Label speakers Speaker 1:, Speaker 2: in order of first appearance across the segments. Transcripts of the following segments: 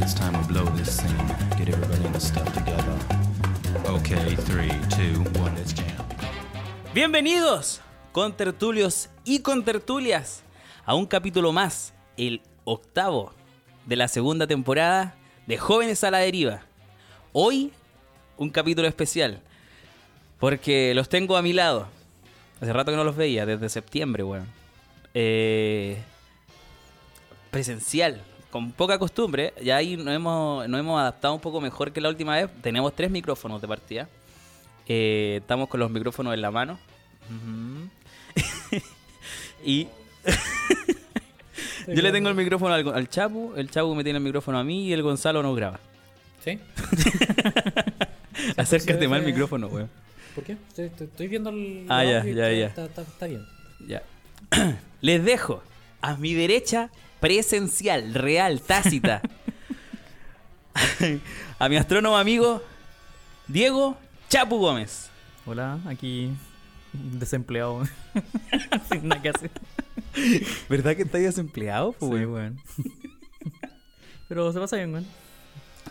Speaker 1: It's time to blow this scene. Get everybody in the stuff together. Okay, three, two, one, let's jam.
Speaker 2: Bienvenidos, con tertulios y con tertulias, a un capítulo más, el octavo de la segunda temporada de Jóvenes a la Deriva. Hoy, un capítulo especial, porque los tengo a mi lado. Hace rato que no los veía, desde septiembre, weón. Eh, presencial, con poca costumbre. Ya ahí nos hemos, nos hemos adaptado un poco mejor que la última vez. Tenemos tres micrófonos de partida. Eh, estamos con los micrófonos en la mano. Ujú. y yo le tengo el micrófono al, al Chapu, el Chapu me tiene el micrófono a mí y el Gonzalo no graba.
Speaker 3: ¿Sí?
Speaker 2: Acércate
Speaker 3: sí,
Speaker 2: más al
Speaker 3: sí.
Speaker 2: micrófono, weón.
Speaker 3: ¿Por qué? Estoy, estoy- estoy viendo el.
Speaker 2: Ah, ya,
Speaker 3: audio y
Speaker 2: ya,
Speaker 3: está-
Speaker 2: ya.
Speaker 3: Está, está- está bien.
Speaker 2: Ya. Les dejo a mi derecha presencial, real, tácita. a mi astrónomo amigo Diego Chapu Gómez.
Speaker 4: Hola, aquí desempleado. Sin nada que hacer.
Speaker 2: ¿Verdad que estáis desempleado,
Speaker 4: Sí, weón. Pero se pasa bien, weón.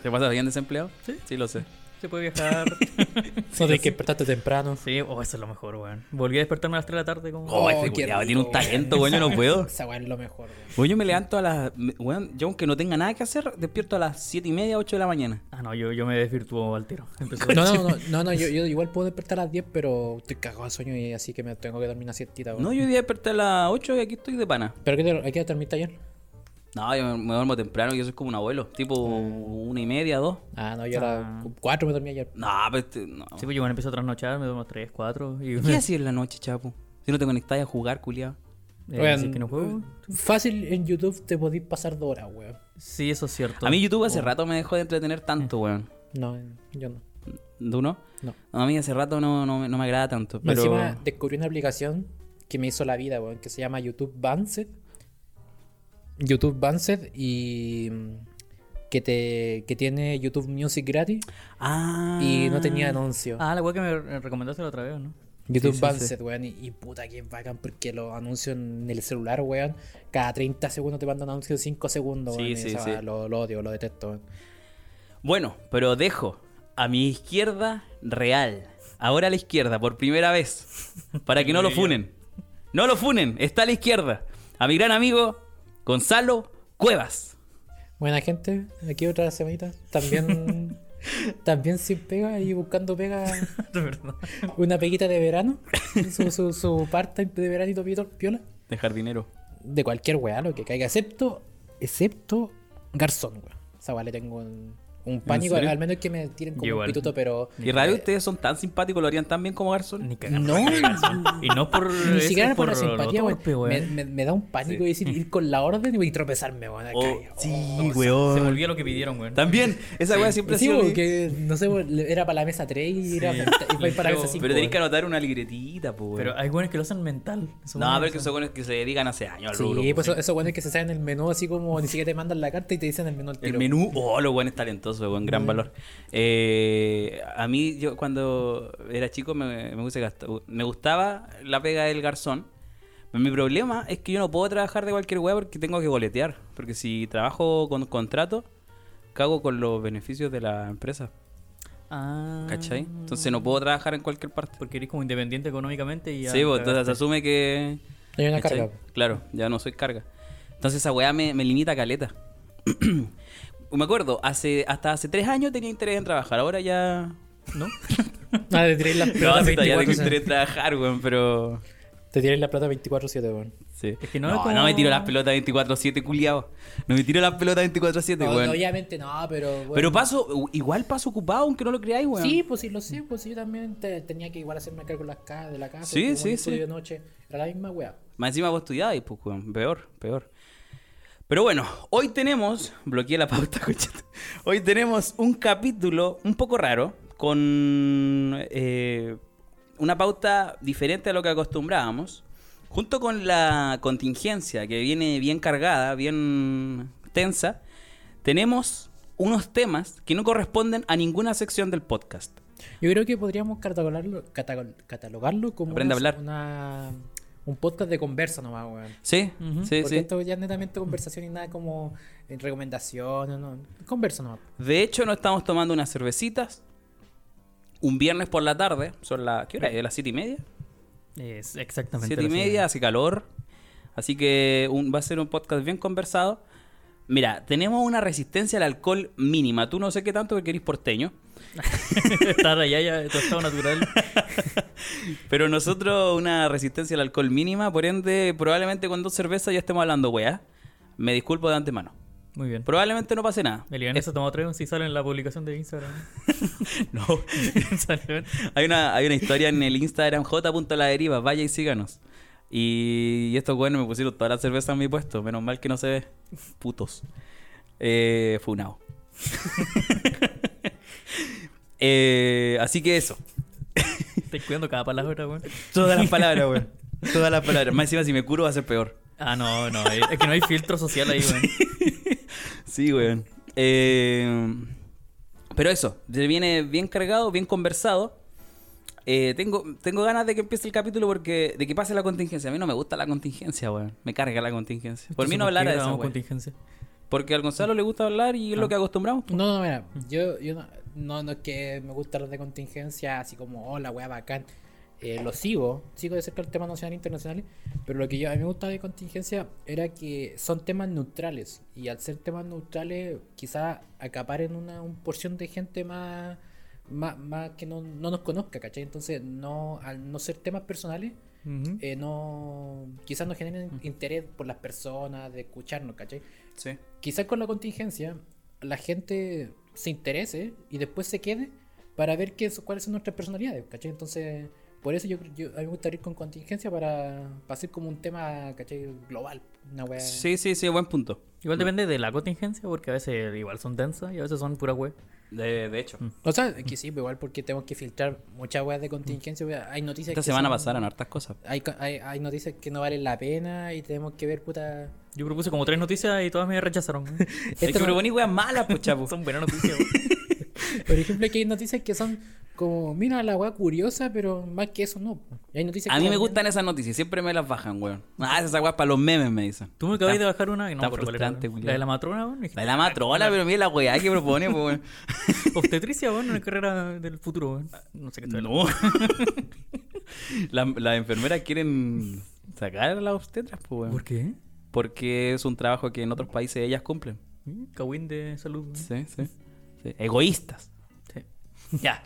Speaker 2: ¿Te pasa bien desempleado? Sí. Sí, lo sé.
Speaker 4: Se puede viajar.
Speaker 3: No tenés que despertarte temprano.
Speaker 4: Sí, oh, eso es lo mejor, weón. Volví a despertarme a las 3 de la tarde como...
Speaker 2: Oh,
Speaker 3: Oh,
Speaker 2: este
Speaker 3: qué
Speaker 2: culiao
Speaker 3: rico,
Speaker 2: tiene un
Speaker 3: weón.
Speaker 2: talento, weón, yo no puedo.
Speaker 3: Esa weá es lo mejor, weón.
Speaker 2: Weón, yo me levanto a las... me- Weón, yo aunque no tenga nada que hacer, despierto a las 7 y media, 8 de la mañana.
Speaker 4: Ah, no, yo, yo me desvirtuó al tiro. Empezó
Speaker 3: No, no, no, no, no yo, yo igual puedo despertar a las 10, pero estoy cagado de sueño y así que me tengo que dormir una siestita, weón.
Speaker 2: No, yo hoy día desperté a las 8 y aquí estoy de pana.
Speaker 3: ¿Pero qué te, hay que dormir ayer?
Speaker 2: No, yo me- me duermo temprano, yo soy como un abuelo. Tipo
Speaker 3: Mm.
Speaker 2: una y media, dos.
Speaker 3: Ah, no, yo a las 4 me dormí ayer.
Speaker 2: No, pero este, no.
Speaker 4: Sí, pues yo bueno, empiezo a trasnochar, me duermo 3, 4 y...
Speaker 2: ¿Qué haces en la noche, chapo? Si no te conectáis a jugar, culiado.
Speaker 4: Eh,
Speaker 3: Weón,
Speaker 4: así que no juego.
Speaker 3: Fácil en YouTube te podís pasar dos horas, weón.
Speaker 4: Sí, eso es cierto.
Speaker 2: A mí YouTube
Speaker 3: Oh.
Speaker 2: hace rato me dejó de entretener tanto, weón.
Speaker 3: No, yo no.
Speaker 2: ¿Tú no?
Speaker 3: No.
Speaker 2: A mí hace rato no, no, me- no me agrada tanto.
Speaker 3: Más
Speaker 2: Pero...
Speaker 3: Encima descubrí una aplicación que me hizo la vida, weón, que se llama YouTube Banced. YouTube Banced y mm, que te que tiene YouTube Music gratis
Speaker 2: Ah.
Speaker 3: y no tenía anuncio.
Speaker 4: Ah, la weá que me recomendaste la otra vez, ¿no?
Speaker 3: YouTube
Speaker 2: sí, sí,
Speaker 3: Banced, weón, y, y puta que bacán porque los anuncios en el celular, weón, cada 30 segundos te mandan anuncios de 5 segundos,
Speaker 2: Sí,
Speaker 3: weón, y
Speaker 2: sí,
Speaker 3: esa
Speaker 2: sí.
Speaker 3: weá Lo, lo odio, lo detesto. weón.
Speaker 2: Bueno, pero dejo a mi izquierda real. Ahora a la izquierda, por primera vez. Para que no lo funen. No lo funen, está a la izquierda. A mi gran amigo Gonzalo Cuevas.
Speaker 3: Buena gente, aquí otra semanita, también también sin pega y buscando pega
Speaker 4: De verdad.
Speaker 3: Una peguita de verano. Su, su, su parte de veranito pito- piola.
Speaker 2: De jardinero.
Speaker 3: De cualquier weá, lo que caiga. Excepto, excepto Garzón, weón. Esa weá le tengo un, un pánico.
Speaker 2: serio?
Speaker 3: Al menos que me tiren como un
Speaker 4: Igual.
Speaker 3: pituto, pero.
Speaker 2: Y radio, ustedes son tan simpáticos, lo harían tan bien como Garzón.
Speaker 4: Ni cagar.
Speaker 3: No,
Speaker 4: Y no por...
Speaker 3: ni siquiera
Speaker 4: eso,
Speaker 3: por la
Speaker 4: lo
Speaker 3: simpatía, weón.
Speaker 4: torpe,
Speaker 3: Me, me- me da un pánico decir ir con la orden y tropezarme, weón.
Speaker 2: Oh,
Speaker 3: Calla.
Speaker 2: sí,
Speaker 4: pues, Se
Speaker 2: weón.
Speaker 4: volvía lo que pidieron, weón.
Speaker 2: También, esa weá siempre ha
Speaker 3: Sí,
Speaker 2: sido.
Speaker 3: weón, que no sé, weón, era para la mesa 3 y, era,
Speaker 4: Sí.
Speaker 3: y fue para la mesa
Speaker 4: Pero-
Speaker 3: 5.
Speaker 2: Pero tenés que anotar una libretita, po, weón.
Speaker 4: Pero hay weones que lo hacen mental. Esos
Speaker 2: No,
Speaker 4: weones
Speaker 2: a ver que
Speaker 4: son-
Speaker 2: son weones que se dedican hace años al rubro,
Speaker 3: Sí,
Speaker 2: po.
Speaker 3: pues eso- eso, bueno es que se sabe en el menú, así como ni siquiera te mandan la carta y te dicen el menú al tiro.
Speaker 2: El menú, oh, los buenos talentosos, buen
Speaker 3: Mm.
Speaker 2: gran valor. Eh, a mí, yo cuando era chico, me, me, gusta gastar- me gustaba la pega del garzón. Mi problema es que yo no puedo trabajar de cualquier weá porque tengo que boletear. Porque si trabajo con contrato, cago con los beneficios de la empresa.
Speaker 4: Ah.
Speaker 2: ¿Cachai? Entonces no puedo trabajar en cualquier parte.
Speaker 4: Porque eres como independiente económicamente y ya.
Speaker 2: Sí, pues, entonces se
Speaker 4: cagaste.
Speaker 2: asume que.
Speaker 3: Hay una
Speaker 2: ¿cachai?
Speaker 3: carga.
Speaker 2: Claro, ya no soy carga. Entonces esa weá me, me limita a caleta. me acuerdo, hace, hasta hace tres años tenía interés en trabajar, ahora ya.
Speaker 4: ¿No?
Speaker 3: Ah, te tiráis la
Speaker 2: No,
Speaker 3: plata
Speaker 2: sí, ya tengo
Speaker 3: 24
Speaker 2: interés en trabajar, weón, pero.
Speaker 3: Te tiráis la plata 24-7, weón.
Speaker 2: Sí.
Speaker 4: Es que no
Speaker 2: no,
Speaker 4: es como-
Speaker 2: no me tiro las pelotas 24-7, culiao. No me tiro las pelotas 24-7,
Speaker 3: No,
Speaker 2: weón.
Speaker 3: no, obviamente no, pero. weón.
Speaker 2: Pero paso, igual paso ocupado, aunque no lo creáis, weón.
Speaker 3: Sí, pues sí, lo sé, pues sí, yo también te- tenía que igual hacerme cargo de las ca- de la casa.
Speaker 2: Sí,
Speaker 3: weón,
Speaker 2: sí,
Speaker 3: estudio
Speaker 2: sí.
Speaker 3: de noche. Era la misma weá.
Speaker 2: Más encima vos estudiabas, pues, weón. Peor, peor. Pero bueno, hoy tenemos. Bloqueé la pauta, cochito. Hoy tenemos un capítulo un poco raro. Con eh, una pauta diferente a lo que acostumbrábamos. Junto con la contingencia que viene bien cargada, bien tensa, tenemos unos temas que no corresponden a ninguna sección del podcast.
Speaker 3: Yo creo que podríamos catalogarlo, catagol- catalogarlo como
Speaker 2: Aprende a
Speaker 3: una,
Speaker 2: hablar.
Speaker 3: una, un podcast de conversa nomás, weón.
Speaker 2: Sí,
Speaker 4: Ujú.
Speaker 2: sí,
Speaker 3: Porque
Speaker 2: sí.
Speaker 3: esto ya es netamente conversación y nada como eh, recomendaciones, no. Conversa nomás.
Speaker 2: De hecho, nos estamos tomando unas cervecitas. Un viernes por la tarde. Son las... ¿Qué hora es? ¿Las siete y media?
Speaker 4: Es exactamente.
Speaker 2: Siete y
Speaker 4: la ciudad.
Speaker 2: media, hace calor. Así que un- va a ser un podcast bien conversado. Mira, tenemos una resistencia al alcohol mínima. Tú no sé qué tanto porque eres porteño.
Speaker 4: Está rayada, ya, todo estado natural.
Speaker 2: Pero nosotros una resistencia al alcohol mínima. Por ende, probablemente con dos cervezas ya estemos hablando, weá. Me disculpo de antemano.
Speaker 4: Muy bien.
Speaker 2: Probablemente no pase nada.
Speaker 4: El Iván se tomó tres si sale en la publicación de Instagram.
Speaker 2: No.
Speaker 4: Sale-
Speaker 2: hay, una, hay una historia en el Instagram j.la deriva. Vaya y síganos. Y, y estos weones me pusieron toda la cerveza en mi puesto. Menos mal que no se ve. Putos. Eh, funao. Eh, así que eso.
Speaker 4: Estoy cuidando cada palabra, weón.
Speaker 2: Todas las palabras, weón. Todas las palabras. Más encima, si me curo va a ser peor.
Speaker 4: Ah, no, no. eh, Es que no hay filtro social ahí, weón.
Speaker 2: Sí, weón. Eh, pero eso, se viene bien cargado, bien conversado. Eh, tengo, tengo ganas de que empiece el capítulo porque de que pase la contingencia. A mí no me gusta la contingencia, weón. Me carga la contingencia. Por mí no hablar de eso,
Speaker 4: Hagamos contingencia.
Speaker 2: Porque al Gonzalo le gusta hablar y es lo
Speaker 4: Ah.
Speaker 2: que acostumbramos. po.
Speaker 3: No, no, mira, yo, yo no, no, no es que me gusta hablar de contingencia, así como, hola, weá, bacán. Eh, lo sigo, sigo de cerca el tema nacional e internacional, pero lo que yo, a mí me gustaba de contingencia era que son temas neutrales, y al ser temas neutrales, quizás acaparen una, un porción de gente más, más, más que no, no nos conozca, ¿cachai? Entonces, no, al no ser temas personales,
Speaker 4: Ujú.
Speaker 3: eh, no, quizás no generen interés por las personas de escucharnos, ¿cachai?
Speaker 2: Sí.
Speaker 3: quizás con la contingencia la gente se interese y después se quede para ver qué, cuáles son nuestras personalidades, ¿cachai? Entonces, por eso yo, yo- a mí me gusta ir con contingencia para, para hacer como un tema, ¿cachai? Global, una wea.
Speaker 2: Sí, sí, sí, buen punto.
Speaker 4: Igual depende de la contingencia, porque a veces igual son densas y a veces son pura web.
Speaker 2: De, de
Speaker 4: Mm.
Speaker 2: hecho.
Speaker 3: O sea, que sí, pero igual porque tenemos que filtrar muchas weas de contingencia, wea. hay noticias
Speaker 2: Esta
Speaker 3: que
Speaker 2: semana
Speaker 3: son-
Speaker 2: pasaron hartas cosas.
Speaker 3: Hay, co- hay, hay noticias que no valen la pena y tenemos que ver, puta...
Speaker 4: Yo propuse como tres noticias y todas me rechazaron. weón.
Speaker 2: Es que
Speaker 3: no-
Speaker 2: proponí weas malas, pues, chapo.
Speaker 4: son buenas noticias. weón.
Speaker 3: Por ejemplo, que hay noticias que son como, mira, la wea curiosa, pero más que eso no. Y hay noticias
Speaker 2: A
Speaker 3: que
Speaker 2: mí me
Speaker 3: son-
Speaker 2: gustan esas noticias, siempre me las bajan, weón. Ah, esas weas para los memes, me dicen.
Speaker 4: Tú me acabas de bajar una y no
Speaker 2: está
Speaker 4: me acuerdo cuál era,
Speaker 2: frustrante,
Speaker 4: weón.
Speaker 2: Julián.
Speaker 4: La de la matrona, weón.
Speaker 2: La de la matrona, pero mira la weá que propone, po, weón.
Speaker 4: Obstetricia, weón, una carrera del futuro, weón. Ah, No sé qué tal.
Speaker 2: No. La- Las enfermeras quieren sacar a las obstetras, po, weón.
Speaker 4: ¿Por qué?
Speaker 2: Porque es un trabajo que en otros países ellas cumplen.
Speaker 4: Mm, Cagüín de salud. weón.
Speaker 2: Sí, sí. sí. Egoístas.
Speaker 4: Sí.
Speaker 2: Ya.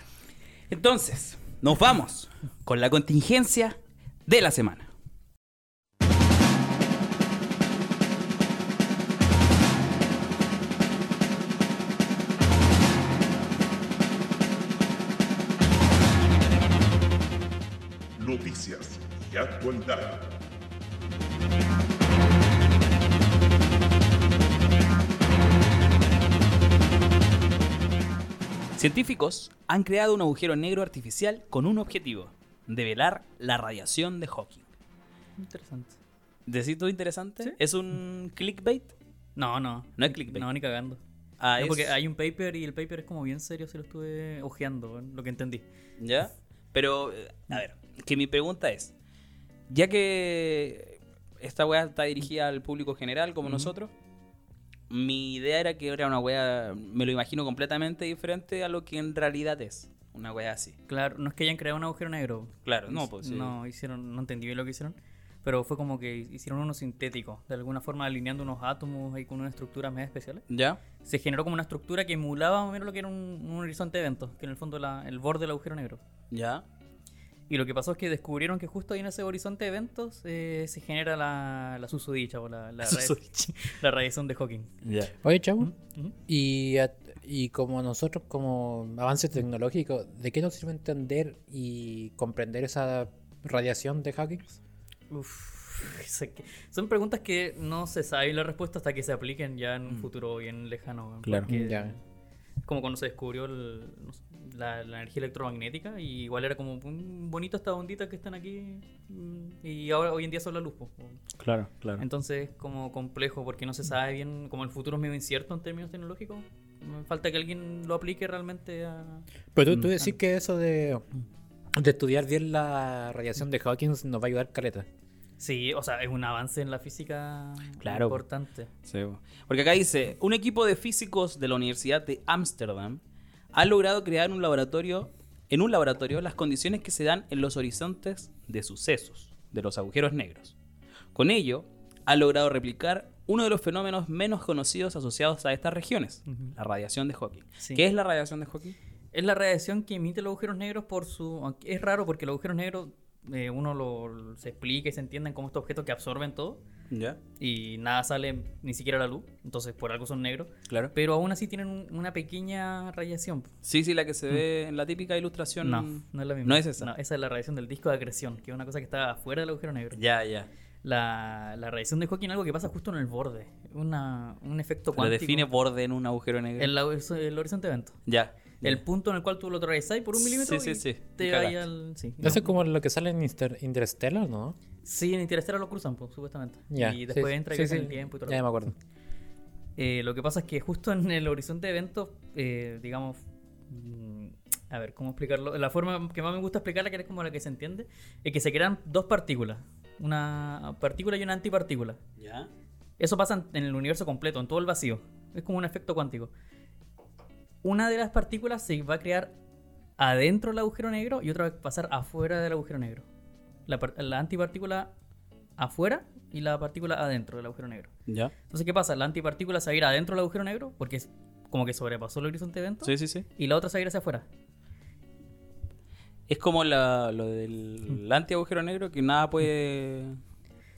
Speaker 2: Entonces, nos vamos con la contingencia de la semana.
Speaker 5: Noticias y actualidad.
Speaker 2: Científicos han creado un agujero negro artificial con un objetivo, develar la radiación de Hawking.
Speaker 4: Interesante.
Speaker 2: ¿Decito interesante? ¿Es un clickbait?
Speaker 4: No, no.
Speaker 2: No es clickbait.
Speaker 4: No, ni cagando.
Speaker 2: Ah,
Speaker 4: No,
Speaker 2: es-
Speaker 4: porque hay un paper y el paper es como bien serio, se lo estuve ojeando, weón, lo que entendí.
Speaker 2: ¿Ya? Pero, eh, a ver, que mi pregunta es, ya que esta weá está dirigida al público general como nosotros, mi idea era que era una weá, me lo imagino completamente diferente a lo que en realidad es, una weá así.
Speaker 4: Claro, no es que hayan creado un agujero negro.
Speaker 2: Claro, no, pues, sí.
Speaker 4: No hicieron, no entendí bien lo que hicieron. Pero fue como que hicieron uno sintético, de alguna forma alineando unos átomos ahí con unas estructuras más especiales.
Speaker 2: ¿Ya?
Speaker 4: Se generó como una estructura que emulaba más o menos lo que era un, un horizonte de eventos, que en el fondo la- el borde del agujero negro.
Speaker 2: ¿Ya?
Speaker 4: Y lo que pasó es que descubrieron que justo ahí en ese horizonte de eventos eh, se genera la, la susodicha o la, la, radi- la radiación de Hawking.
Speaker 2: ¿Ya?
Speaker 3: Oye, chavo,
Speaker 4: ujú.
Speaker 3: y, a- y como nosotros, como avances tecnológicos, ¿de qué nos sirve entender y comprender esa radiación de Hawking?
Speaker 4: Uf, sé que- son preguntas que no se sabe la respuesta hasta que se apliquen ya en un futuro bien lejano. weón,
Speaker 2: Claro.
Speaker 4: porque
Speaker 3: Ya.
Speaker 4: es Como cuando se descubrió el- no sé, la, la energía electromagnética, y igual era como un bonito estas onditas que están aquí mm, y ahora hoy en día son la luz. po.
Speaker 2: Claro, claro.
Speaker 4: Entonces es como complejo porque no se sabe bien, como el futuro es medio incierto en términos tecnológicos. mm, Falta que alguien lo aplique realmente a...
Speaker 3: Pero tú, tú decís que eso de, de estudiar bien la radiación de Hawking nos va a ayudar caleta.
Speaker 4: Sí, o sea, es un avance en la física
Speaker 2: Claro.
Speaker 4: importante.
Speaker 2: Sí, po. Porque acá dice, un equipo de físicos de la Universidad de Ámsterdam ha logrado crear un laboratorio, en un laboratorio las condiciones que se dan en los horizontes de sucesos de los agujeros negros. Con ello, ha logrado replicar uno de los fenómenos menos conocidos asociados a estas regiones,
Speaker 4: Ujú.
Speaker 2: la radiación de Hawking.
Speaker 4: Sí.
Speaker 2: ¿Qué es la radiación de Hawking?
Speaker 4: Es la radiación que emite los agujeros negros por su... aunque Es raro porque los agujeros negros eh, uno lo, se explica y se entienden como estos objetos que absorben todo
Speaker 2: ¿Ya?
Speaker 4: y nada sale ni siquiera la luz, entonces por algo son negros,
Speaker 2: Claro.
Speaker 4: pero aún así tienen un- una pequeña radiación.
Speaker 2: Sí, sí, la que se ve en la típica ilustración.
Speaker 4: No, no es la misma.
Speaker 2: No es esa.
Speaker 4: No, esa es la radiación del disco de acreción, que es una cosa que está afuera del agujero negro.
Speaker 2: Ya, ya.
Speaker 4: La, la radiación de Hawking es algo que pasa justo en el borde, una, un efecto
Speaker 2: Lo
Speaker 4: cuántico.
Speaker 2: define borde en un agujero negro.
Speaker 4: el, la- el horizonte de evento.
Speaker 2: Ya.
Speaker 4: El punto en el cual tú lo atravesás por un milímetro
Speaker 2: Sí,
Speaker 4: y
Speaker 2: sí, sí.
Speaker 4: te
Speaker 2: Cagaste.
Speaker 4: vas al... Sí,
Speaker 3: No sé
Speaker 4: No.
Speaker 3: como lo que sale en Inter- Interstellar, ¿no?
Speaker 4: Sí, en Interstellar lo cruzan, pues, supuestamente.
Speaker 3: Ya.
Speaker 4: y después
Speaker 3: sí,
Speaker 4: entra y
Speaker 3: sí,
Speaker 4: viaja en
Speaker 3: sí,
Speaker 4: el tiempo y todo. lo
Speaker 3: Ya me
Speaker 4: demás.
Speaker 3: acuerdo.
Speaker 4: Eh, lo que pasa es que justo en el horizonte de eventos, eh, digamos, mm, a ver, ¿cómo explicarlo? La forma que más me gusta explicarla, que es como la que se entiende, es que se crean dos partículas, una partícula y una antipartícula.
Speaker 2: Ya.
Speaker 4: Eso pasa en- en el universo completo, en todo el vacío. Es como un efecto cuántico. Una de las partículas se va a crear adentro del agujero negro y otra va a pasar afuera del agujero negro. La, par- la antipartícula afuera y la partícula adentro del agujero negro.
Speaker 2: Ya.
Speaker 4: Entonces, ¿qué pasa? La antipartícula se va a ir adentro del agujero negro porque es como que sobrepasó el horizonte de evento.
Speaker 2: Sí, sí, sí.
Speaker 4: Y la otra se va a ir hacia afuera.
Speaker 2: Es como la, lo del antiagujero negro que nada puede.
Speaker 4: Mm.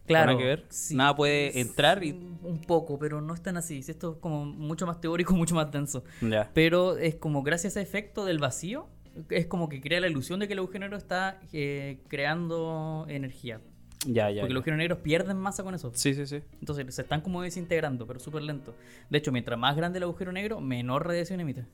Speaker 4: Claro.
Speaker 2: nada que ver.
Speaker 4: sí.
Speaker 2: Nada puede Eh, entrar y.
Speaker 4: Un un poco, pero no es tan así. Si Esto es como mucho más teórico, mucho más denso.
Speaker 2: Ya.
Speaker 4: Pero es como gracias a ese efecto del vacío, es como que crea la ilusión de que el agujero negro está eh, creando energía.
Speaker 2: Ya, ya.
Speaker 4: Porque
Speaker 2: ya.
Speaker 4: los agujeros negros pierden masa con eso.
Speaker 2: Sí, sí, sí.
Speaker 4: Entonces se están como desintegrando, pero súper lento. De hecho, mientras más grande el agujero negro, menor radiación emite.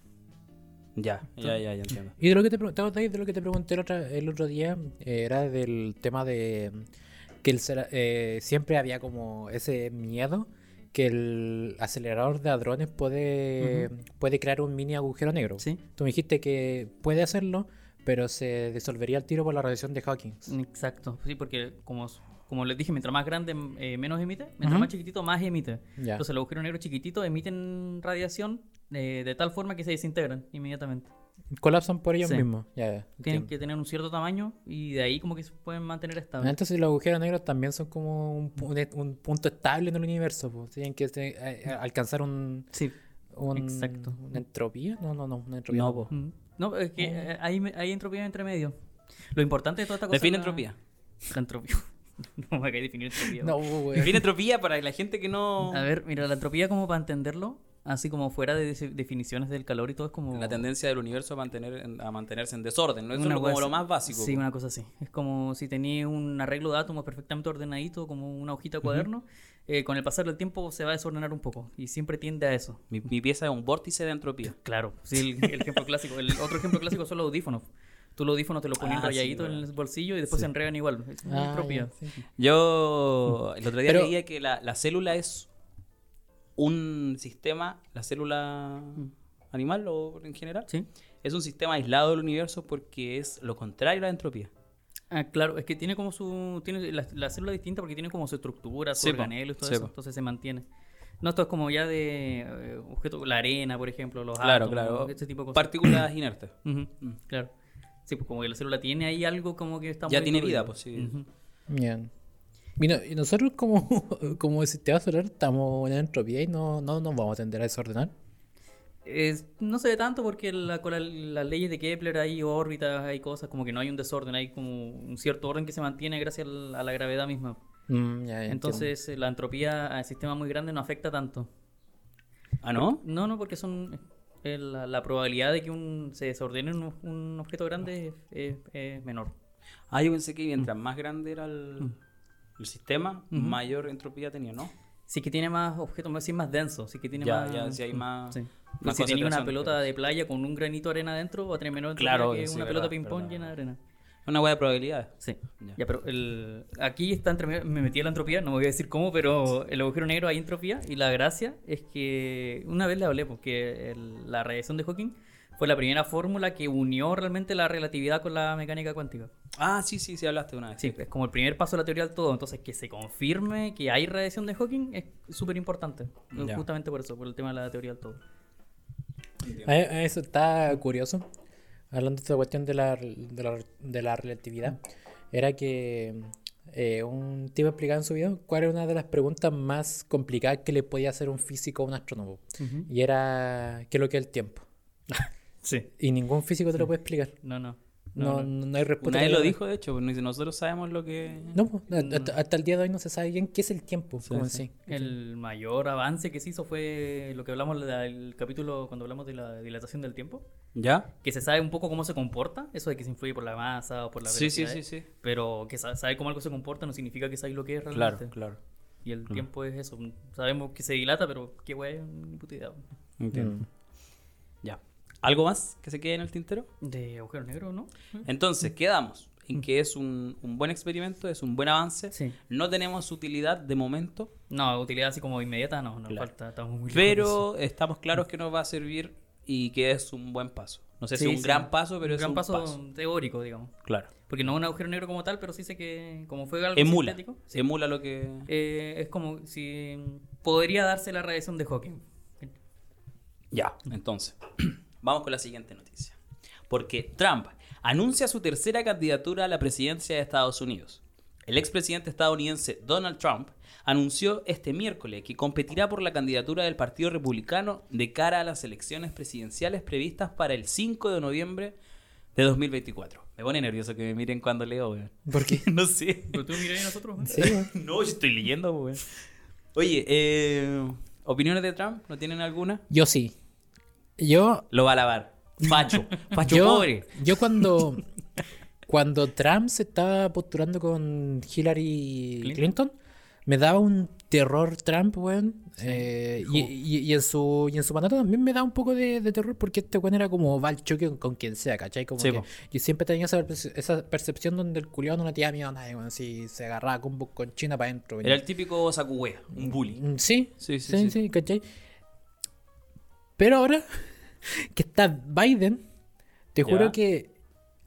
Speaker 2: Ya, ya, ya, ya entiendo.
Speaker 3: Y de lo que te preguntaba, Dave, de lo que te pregunté el otro, el otro día, eh, era del tema de mm, que el, cera- eh, siempre había como ese miedo que el acelerador de hadrones puede, puede crear un mini agujero negro.
Speaker 4: Sí,
Speaker 3: Tú me dijiste que puede hacerlo, pero se disolvería el tiro por la radiación de Hawking.
Speaker 4: exacto. Sí, porque como, como les dije, mientras más grande eh, menos emite, mientras
Speaker 3: Ujú.
Speaker 4: más chiquitito más emite.
Speaker 3: Ya.
Speaker 4: Entonces los agujeros negros chiquititos emiten radiación eh, de tal forma que se desintegran inmediatamente.
Speaker 3: Colapsan por ellos
Speaker 4: Sí.
Speaker 3: mismos. Ya, ya,
Speaker 4: Tienen
Speaker 3: entiendo.
Speaker 4: que tener un cierto tamaño y de ahí como que se pueden mantener
Speaker 3: Ah,
Speaker 4: estables.
Speaker 3: Entonces los agujeros negros también son como un, pu- un- un punto estable en el universo. po. Tienen que eh, eh, alcanzar un,
Speaker 4: Sí.
Speaker 3: un-
Speaker 4: Exacto.
Speaker 3: una entropía. No, no, no, una entropía.
Speaker 2: No,
Speaker 3: no.
Speaker 2: po.
Speaker 4: Mm. No, es
Speaker 2: Oh.
Speaker 4: que eh, hay, me- hay entropía entre medio. Lo importante de toda esta cosa.
Speaker 2: Define
Speaker 4: es la-
Speaker 2: entropía.
Speaker 4: La entropía. no me cae definir entropía.
Speaker 3: No,
Speaker 4: weón.
Speaker 3: güey.
Speaker 2: Define entropía para la gente que no.
Speaker 4: A ver, mira, la entropía, como para entenderlo, así como fuera de dese- definiciones del calor y todo, es como.
Speaker 2: La tendencia del universo a, mantener, a mantenerse en desorden, ¿no? Eso es
Speaker 4: una
Speaker 2: lo-
Speaker 4: cosa
Speaker 2: como lo
Speaker 4: así.
Speaker 2: más básico.
Speaker 4: Sí,
Speaker 2: po.
Speaker 4: una cosa así. Es como si tenía un arreglo de átomos perfectamente ordenadito, como una hojita de cuaderno. eh, con el pasar del tiempo se va a desordenar un poco y siempre tiende a eso.
Speaker 2: Mi, mi pieza es un vórtice de entropía.
Speaker 4: Claro, sí, el, el ejemplo clásico. El otro ejemplo clásico son los audífonos. Tú los audífonos te los pones
Speaker 2: Ah, sí,
Speaker 4: enrolladitos en
Speaker 2: weón.
Speaker 4: el bolsillo y después se enredan igual. Es una
Speaker 3: Ah,
Speaker 4: entropía.
Speaker 3: ya, sí.
Speaker 4: Mm.
Speaker 2: Yo el otro día
Speaker 3: Pero-
Speaker 2: leía que la, la célula es un sistema, la célula animal o en general,
Speaker 4: Mm. Sí.
Speaker 2: es un sistema aislado del universo porque es lo contrario a la entropía.
Speaker 4: Ah, claro, es que tiene como su. Tiene la, la célula distinta porque tiene como su estructura, su
Speaker 2: Sí, po.
Speaker 4: organelo y todo
Speaker 2: Sí,
Speaker 4: eso.
Speaker 2: po.
Speaker 4: Entonces se mantiene. No, esto es como ya de eh, objeto, la arena, por ejemplo, los
Speaker 2: Claro,
Speaker 4: átomos,
Speaker 2: claro.
Speaker 4: este tipo de cosas.
Speaker 2: Partículas inertes.
Speaker 4: Ujú, mm, Claro. Sí, pues como que la célula tiene ahí algo como que está
Speaker 2: Ya
Speaker 4: muy
Speaker 2: tiene vida,
Speaker 4: incluido.
Speaker 2: pues, sí.
Speaker 4: Ujú.
Speaker 3: Bien. Y, no- y nosotros como, como sistema solar estamos en entropía y no, no nos vamos a tender a desordenar.
Speaker 4: Es- no se ve tanto porque la, con la- las leyes de Kepler hay órbitas, hay cosas, como que no hay un desorden, hay como un cierto orden que se mantiene gracias al- a la gravedad misma.
Speaker 3: Mm, ya, ya entiendo.
Speaker 4: Entonces eh, la entropía al sistema muy grande no afecta tanto.
Speaker 2: ¿Ah, no?
Speaker 4: No, no, porque son eh, la, la probabilidad de que un, se desordene un, un objeto grande es, es- es menor.
Speaker 2: Ah, yo pensé que mientras más grande era el, el sistema, mayor entropía tenía, ¿no?
Speaker 4: Sí que tiene más objetos, más- sí es más denso, sí que tiene
Speaker 2: Ya,
Speaker 4: más... mm,
Speaker 2: ya, sí hay más-
Speaker 4: sí.
Speaker 2: más
Speaker 4: Pues si tenía
Speaker 2: concentración,
Speaker 4: una pelota
Speaker 2: pero-
Speaker 4: de playa con un granito de arena adentro, va a tener menor entropía
Speaker 2: Claro,
Speaker 4: que
Speaker 2: sí,
Speaker 4: una
Speaker 2: verdad,
Speaker 4: pelota ping-pong
Speaker 2: verdad.
Speaker 4: llena de arena.
Speaker 2: Una hueá de probabilidades.
Speaker 4: Sí.
Speaker 2: Ya.
Speaker 4: Ya, pero el... aquí está entre medio- me metí a la entropía, no voy a decir cómo, pero el agujero negro hay entropía y la gracia es que una vez le hablé porque el- la radiación de Hawking fue la primera fórmula que unió realmente la relatividad con la mecánica cuántica.
Speaker 2: Ah, sí, sí, sí, hablaste una vez.
Speaker 4: Sí, es como el primer paso de la teoría del todo. Entonces, que se confirme que hay radiación de Hawking es súper importante.
Speaker 2: Ya.
Speaker 4: Justamente por eso, por el tema de la teoría del todo.
Speaker 3: Eh, Eso está curioso. Hablando de esta cuestión de la, de la, de la relatividad, era que eh, un tipo explicaba en su video cuál era una de las preguntas más complicadas que le podía hacer un físico a un astrónomo. Y era, ¿qué es lo que es el tiempo?
Speaker 4: Sí.
Speaker 3: Y ningún físico te lo puede explicar.
Speaker 4: No, no.
Speaker 3: No, no, no hay respuesta.
Speaker 2: Una vez
Speaker 3: que
Speaker 2: lo
Speaker 3: le-
Speaker 2: dijo, de hecho, pues, nos dice, nosotros sabemos lo que...
Speaker 3: No, po, hasta, hasta el día de hoy no se sabe bien qué es el tiempo. como en sí.
Speaker 4: El mayor avance que se hizo fue lo que hablamos del capítulo cuando hablamos de la dilatación del tiempo.
Speaker 2: ¿Ya?
Speaker 4: Que se sabe un poco cómo se comporta. Eso de que se influye por la masa o por la
Speaker 2: Sí, sí,
Speaker 4: velocidad.
Speaker 2: sí, sí.
Speaker 4: Pero que sa- sabe cómo algo se comporta no significa que sabes lo que es realmente.
Speaker 2: Claro, claro. Mm.
Speaker 4: Y el tiempo es eso. Sabemos que se dilata, pero qué wey, ni puta idea.
Speaker 2: Entiendo. Ya. ¿Algo más que se quede en el tintero?
Speaker 4: De agujero negro, ¿no?
Speaker 2: Entonces, quedamos en que es un, un buen experimento, es un buen avance.
Speaker 4: Sí.
Speaker 2: No tenemos utilidad de momento,
Speaker 4: No, utilidad así como inmediata no, no
Speaker 2: Claro.
Speaker 4: falta. Estamos muy lejos de eso.
Speaker 2: pero estamos claros que nos va a servir y que es un buen paso. No sé si
Speaker 4: Sí,
Speaker 2: un
Speaker 4: sí.
Speaker 2: gran paso, pero
Speaker 4: un
Speaker 2: es
Speaker 4: gran
Speaker 2: un
Speaker 4: paso,
Speaker 2: paso.
Speaker 4: teórico, digamos.
Speaker 2: Claro.
Speaker 4: Porque no es un agujero negro como tal, pero sí sé que como fue algo
Speaker 2: Emula.
Speaker 4: sintético,
Speaker 2: Emula lo que.
Speaker 4: eh, es como si mm, podría darse la radiación de Hawking.
Speaker 2: Ya. Entonces, vamos con la siguiente noticia. Porque Trump anuncia su tercera candidatura a la presidencia de Estados Unidos. El expresidente estadounidense Donald Trump anunció este miércoles que competirá por la candidatura del Partido Republicano de cara a las elecciones presidenciales previstas para el 5 de noviembre de 2024. Me pone nervioso que me miren cuando leo, weón.
Speaker 3: ¿Por qué?
Speaker 2: No sé.
Speaker 4: Pero tú miráis a nosotros. ¿eh?
Speaker 3: Sí, po.
Speaker 2: No, yo estoy leyendo, weón. Oye, eh, ¿opiniones de Trump? ¿No tienen alguna?
Speaker 3: Yo sí. Yo
Speaker 2: Lo va a lavar. Facho. Facho
Speaker 3: yo,
Speaker 2: pobre.
Speaker 3: Yo cuando, cuando Trump se estaba postulando con Hillary Clinton, me daba un terror Trump, weón. Eh, y, y- y en su, y en su mandato también me daba un poco de, de terror porque este weón era como va al choque con, con quien sea, ¿cachai? Como
Speaker 2: Sí,
Speaker 3: que
Speaker 2: po.
Speaker 3: yo siempre tenía esa, perce- esa percepción donde el culiado no le tenía miedo a nadie, weón. Si se agarraba con, con China para adentro.
Speaker 2: Era el típico sacuwea, un bully.
Speaker 3: Mm, Sí,
Speaker 2: Sí,
Speaker 3: sí,
Speaker 2: sí,
Speaker 3: sí,
Speaker 2: sí.
Speaker 3: ¿cachai? Pero ahora que está Biden, te
Speaker 2: Ya.
Speaker 3: juro que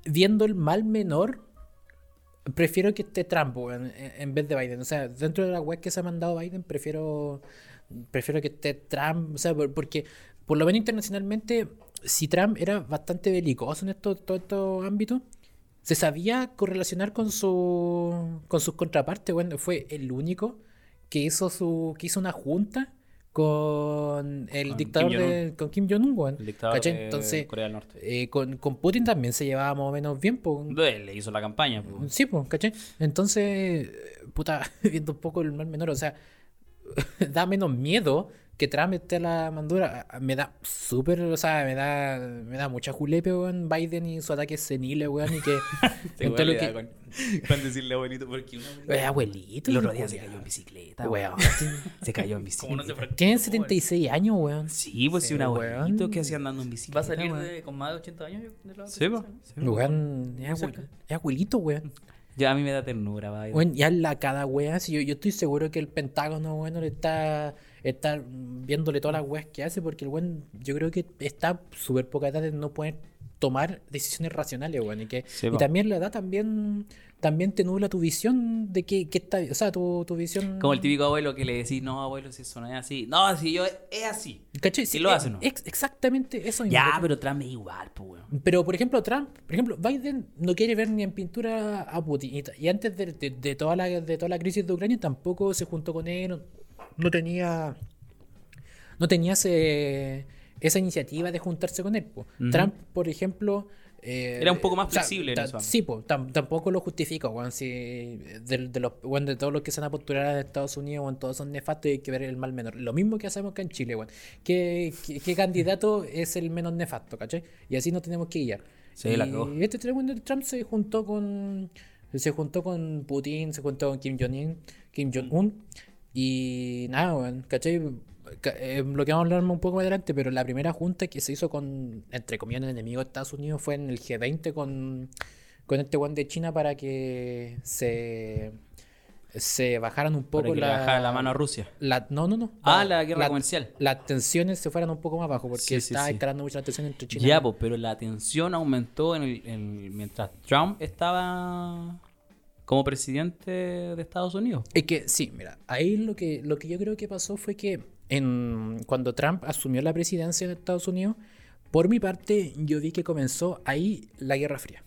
Speaker 3: viendo el mal menor, prefiero que esté Trump weón, en, en vez de Biden. O sea, dentro de la web que se ha mandado Biden, prefiero, prefiero que esté Trump. O sea, por- porque por lo menos internacionalmente, si Trump era bastante belicoso en estos todos estos ámbitos, se sabía correlacionar con su con sus contrapartes bueno fue el único que hizo su que hizo una junta con el
Speaker 2: Con
Speaker 3: dictador
Speaker 2: Kim Jong-un.
Speaker 3: de, con Kim Jong Un
Speaker 2: El dictador de
Speaker 3: entonces
Speaker 2: Corea del Norte.
Speaker 3: eh, con, con Putin también se llevaba más o menos bien po.
Speaker 2: Eh, Le hizo la campaña. po.
Speaker 3: sí pues ¿cachai? entonces eh, puta viendo un poco el mal menor o sea da menos miedo que Trump esté a la mandura A- a- me da súper o sea me da me da mucha julepe weón Biden y su ataque senil weón y que
Speaker 2: Este
Speaker 3: con
Speaker 2: weón
Speaker 3: todo lo
Speaker 2: le da
Speaker 3: que-
Speaker 2: con- con decirle abuelito, porque una
Speaker 3: Eh, abuelito.
Speaker 2: El
Speaker 3: los
Speaker 2: otro día se cayó en bicicleta.
Speaker 3: Weón.
Speaker 2: weón. Se cayó en
Speaker 4: Como no se
Speaker 2: bicicleta.
Speaker 4: fracturó,
Speaker 3: Tienen
Speaker 4: weón.
Speaker 3: 76 años, weón.
Speaker 2: Sí, pues sí,
Speaker 3: Sí,
Speaker 2: un
Speaker 3: weón.
Speaker 2: abuelito que hacía andando en bicicleta.
Speaker 4: Va a salir
Speaker 2: weón.
Speaker 4: de- con más de 80 años. yo- De la
Speaker 2: Sí, po.
Speaker 4: presidencia, ¿no?
Speaker 2: Sí, po.
Speaker 3: Weón, es abue-
Speaker 4: cerca.
Speaker 3: es abuelito, weón.
Speaker 2: Ya a mí me da ternura, va.
Speaker 3: Weón, ya la cada weón. Si yo, yo estoy seguro que el Pentágono, weón, le está, está viéndole todas las weas que hace. Porque el weón, yo creo que está súper poca edad de no poder tomar decisiones racionales, weón. Y, que,
Speaker 2: Sí,
Speaker 3: y
Speaker 2: po.
Speaker 3: también la edad también, también te nubla tu visión de que, que está. O sea, tu, tu visión.
Speaker 2: Como el típico abuelo que le decís, no, abuelo, si eso no es así. No, si yo es así.
Speaker 3: ¿Cachai?
Speaker 2: si lo
Speaker 3: eh,
Speaker 2: hace, ¿no?
Speaker 3: ex- exactamente eso. mismo,
Speaker 2: Ya,
Speaker 3: ¿cachai?
Speaker 2: pero Trump es igual, pues, weón.
Speaker 3: Pero, por ejemplo, Trump, por ejemplo, Biden no quiere ver ni en pintura a Putin. Y, y antes de, de- de toda la, de toda la crisis de Ucrania tampoco se juntó con él. No, no tenía. No tenía ese- esa iniciativa de juntarse con él. po.
Speaker 2: Ujú.
Speaker 3: Trump, por ejemplo. eh,
Speaker 2: Era un poco más
Speaker 3: o sea,
Speaker 2: flexible en
Speaker 3: ta-
Speaker 2: eso.
Speaker 3: Sí, po, tam- tampoco lo justifico, weón. si eh, de, de los, weón, de todos los que se van a postular a Estados Unidos, weón, todos son nefastos y hay que ver el mal menor. Lo mismo que hacemos acá en Chile, weón. ¿Qué, qué, qué candidato es el menos nefasto, cachai? Y así nos tenemos que guiar.
Speaker 2: Sí, la
Speaker 3: Y
Speaker 2: cagó.
Speaker 3: este tre- weón, Trump se juntó con. Se juntó con Putin, se juntó con Kim Jong-un. Kim Jong-un. Y nada, weón, ¿cachai? Ca- eh, lo que vamos a hablar un poco más adelante, pero la primera junta que se hizo con, entre comillas, el enemigo de Estados Unidos fue en el G20 con, con este one de China para que se se bajaran un
Speaker 2: Para
Speaker 3: poco
Speaker 2: que le
Speaker 3: la,
Speaker 2: bajara la mano a Rusia.
Speaker 3: la- no, no, no.
Speaker 2: Ah, la guerra comercial.
Speaker 3: Las tensiones se fueran un poco más abajo porque
Speaker 2: Sí, sí,
Speaker 3: estaba
Speaker 2: sí.
Speaker 3: escalando mucho la tensión entre China.
Speaker 2: Ya, pues, pero la tensión aumentó en el- en- mientras Trump estaba como presidente de Estados Unidos.
Speaker 3: Es que sí, mira, ahí lo que, lo que yo creo que pasó fue que en, cuando Trump asumió la presidencia de Estados Unidos, por mi parte yo vi que comenzó ahí la Guerra Fría,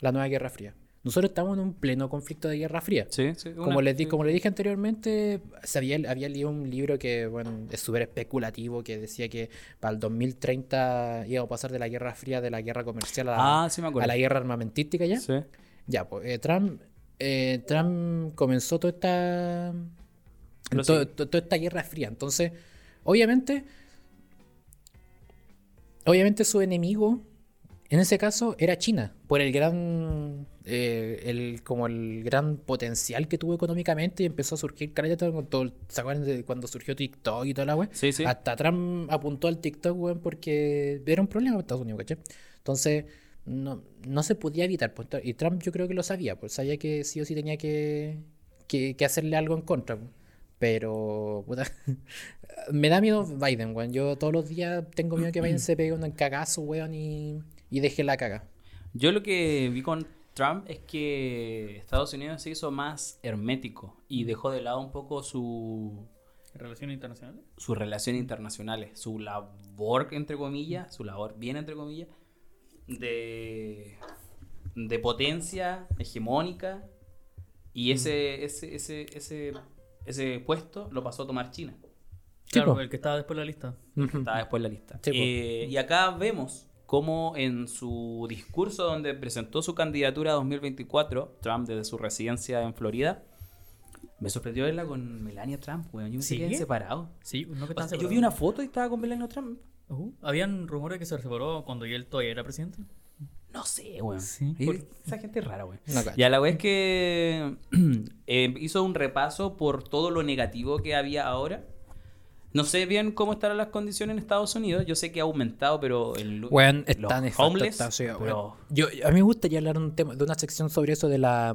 Speaker 3: la nueva Guerra Fría. Nosotros estamos en un pleno conflicto de Guerra Fría.
Speaker 2: Sí, sí. una- mm.
Speaker 3: Como les, di, como les dije anteriormente, se había, había leído un libro que bueno, es súper especulativo, que decía que para el 2030 íbamos a pasar de la Guerra Fría, de la guerra comercial a, la-
Speaker 2: Ah, sí me acuerdo.
Speaker 3: a la guerra armamentística ya.
Speaker 2: Sí.
Speaker 3: Ya, pues eh, Trump, eh, Trump comenzó toda esta,
Speaker 2: Pero
Speaker 3: to-
Speaker 2: sí.
Speaker 3: to- toda esta guerra fría. Entonces, obviamente, obviamente su enemigo en ese caso era China, por el gran, eh, el, como el gran potencial que tuvo económicamente y empezó a surgir caleta todo- con todo, ¿se acuerdan de cuando surgió TikTok y toda la web?
Speaker 2: Sí, sí.
Speaker 3: Hasta Trump apuntó al TikTok, weón, porque era un problema en Estados Unidos, ¿cachai? Entonces, no, no se podía evitar. pues, y Trump yo creo que lo sabía, pues sabía que sí o sí tenía que, que, que hacerle algo en contra. pues. Pero, puta, me da miedo Biden, weón. Yo todos los días tengo miedo que Biden se pegue un cagazo, weón, y, y deje la caga.
Speaker 2: Yo lo que vi con Trump es que Estados Unidos se hizo más hermético y dejó de lado un poco su,
Speaker 4: ¿Relaciones internacionales?
Speaker 2: sus relaciones internacionales, eh, su labor, entre comillas, su labor bien, entre comillas, de, de potencia hegemónica.
Speaker 3: Mm.
Speaker 2: Y ese, ese, ese, ese, ese puesto lo pasó a tomar China.
Speaker 3: Sí,
Speaker 4: Claro,
Speaker 3: po.
Speaker 4: el que estaba después de la lista.
Speaker 2: Estaba después en la lista.
Speaker 3: Sí, po.
Speaker 2: Eh, y acá vemos cómo en su discurso donde presentó su candidatura a 2024, Trump desde su residencia en Florida, me sorprendió verla con Melania Trump, weón. Yo me
Speaker 4: ¿Sí?
Speaker 2: que habían separado.
Speaker 4: Sí, no que
Speaker 2: O
Speaker 4: estaban
Speaker 2: sea, yo vi una
Speaker 4: separados.
Speaker 2: foto y estaba con Melania Trump.
Speaker 4: Ujú. Habían rumores que se separó cuando yo él todavía era presidente.
Speaker 2: No sé, weón.
Speaker 4: Sí.
Speaker 2: Y
Speaker 4: Por-
Speaker 2: Esa gente es rara, weón.
Speaker 3: No cacho.
Speaker 2: Ya la vez que eh, hizo un repaso por todo lo negativo que había ahora. No sé bien cómo estarán las condiciones en Estados Unidos. Yo sé que ha aumentado, pero el lu-
Speaker 3: Weón, es
Speaker 2: los
Speaker 3: tan nefasto
Speaker 2: homeless,
Speaker 3: esta ciudad, weón.
Speaker 2: pero
Speaker 3: Yo, a mí me gustaría hablar un tema, de una sección sobre eso de la,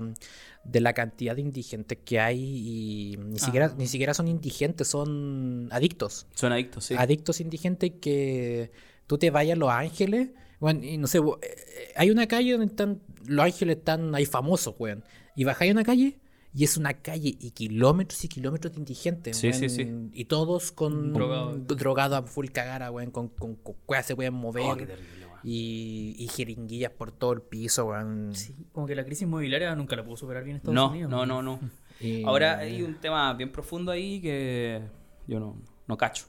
Speaker 3: de la cantidad de indigentes que hay y ni siquiera, ni siquiera son indigentes, son adictos.
Speaker 2: son adictos, sí.
Speaker 3: Adictos indigentes que tú te vayas a Los Ángeles, weón, y no sé, bo- eh, eh, hay una calle donde están, Los Ángeles están, hay famosos, weón, y bajáis a una calle y es una calle y kilómetros y kilómetros de indigentes,
Speaker 2: Sí, sí,
Speaker 3: weón, Y todos con
Speaker 4: Drogados.
Speaker 3: drogado a full cagara, weón, con, con, con cuevas se pueden mover.
Speaker 2: Oh, qué terrible, weón.
Speaker 3: Y, y jeringuillas por todo el piso, weón.
Speaker 4: Sí, como que la crisis inmobiliaria nunca la pudo superar bien Estados
Speaker 2: No,
Speaker 4: Unidos.
Speaker 2: no, no, no.
Speaker 3: Y-
Speaker 2: Ahora hay un tema bien profundo ahí que yo no, no cacho.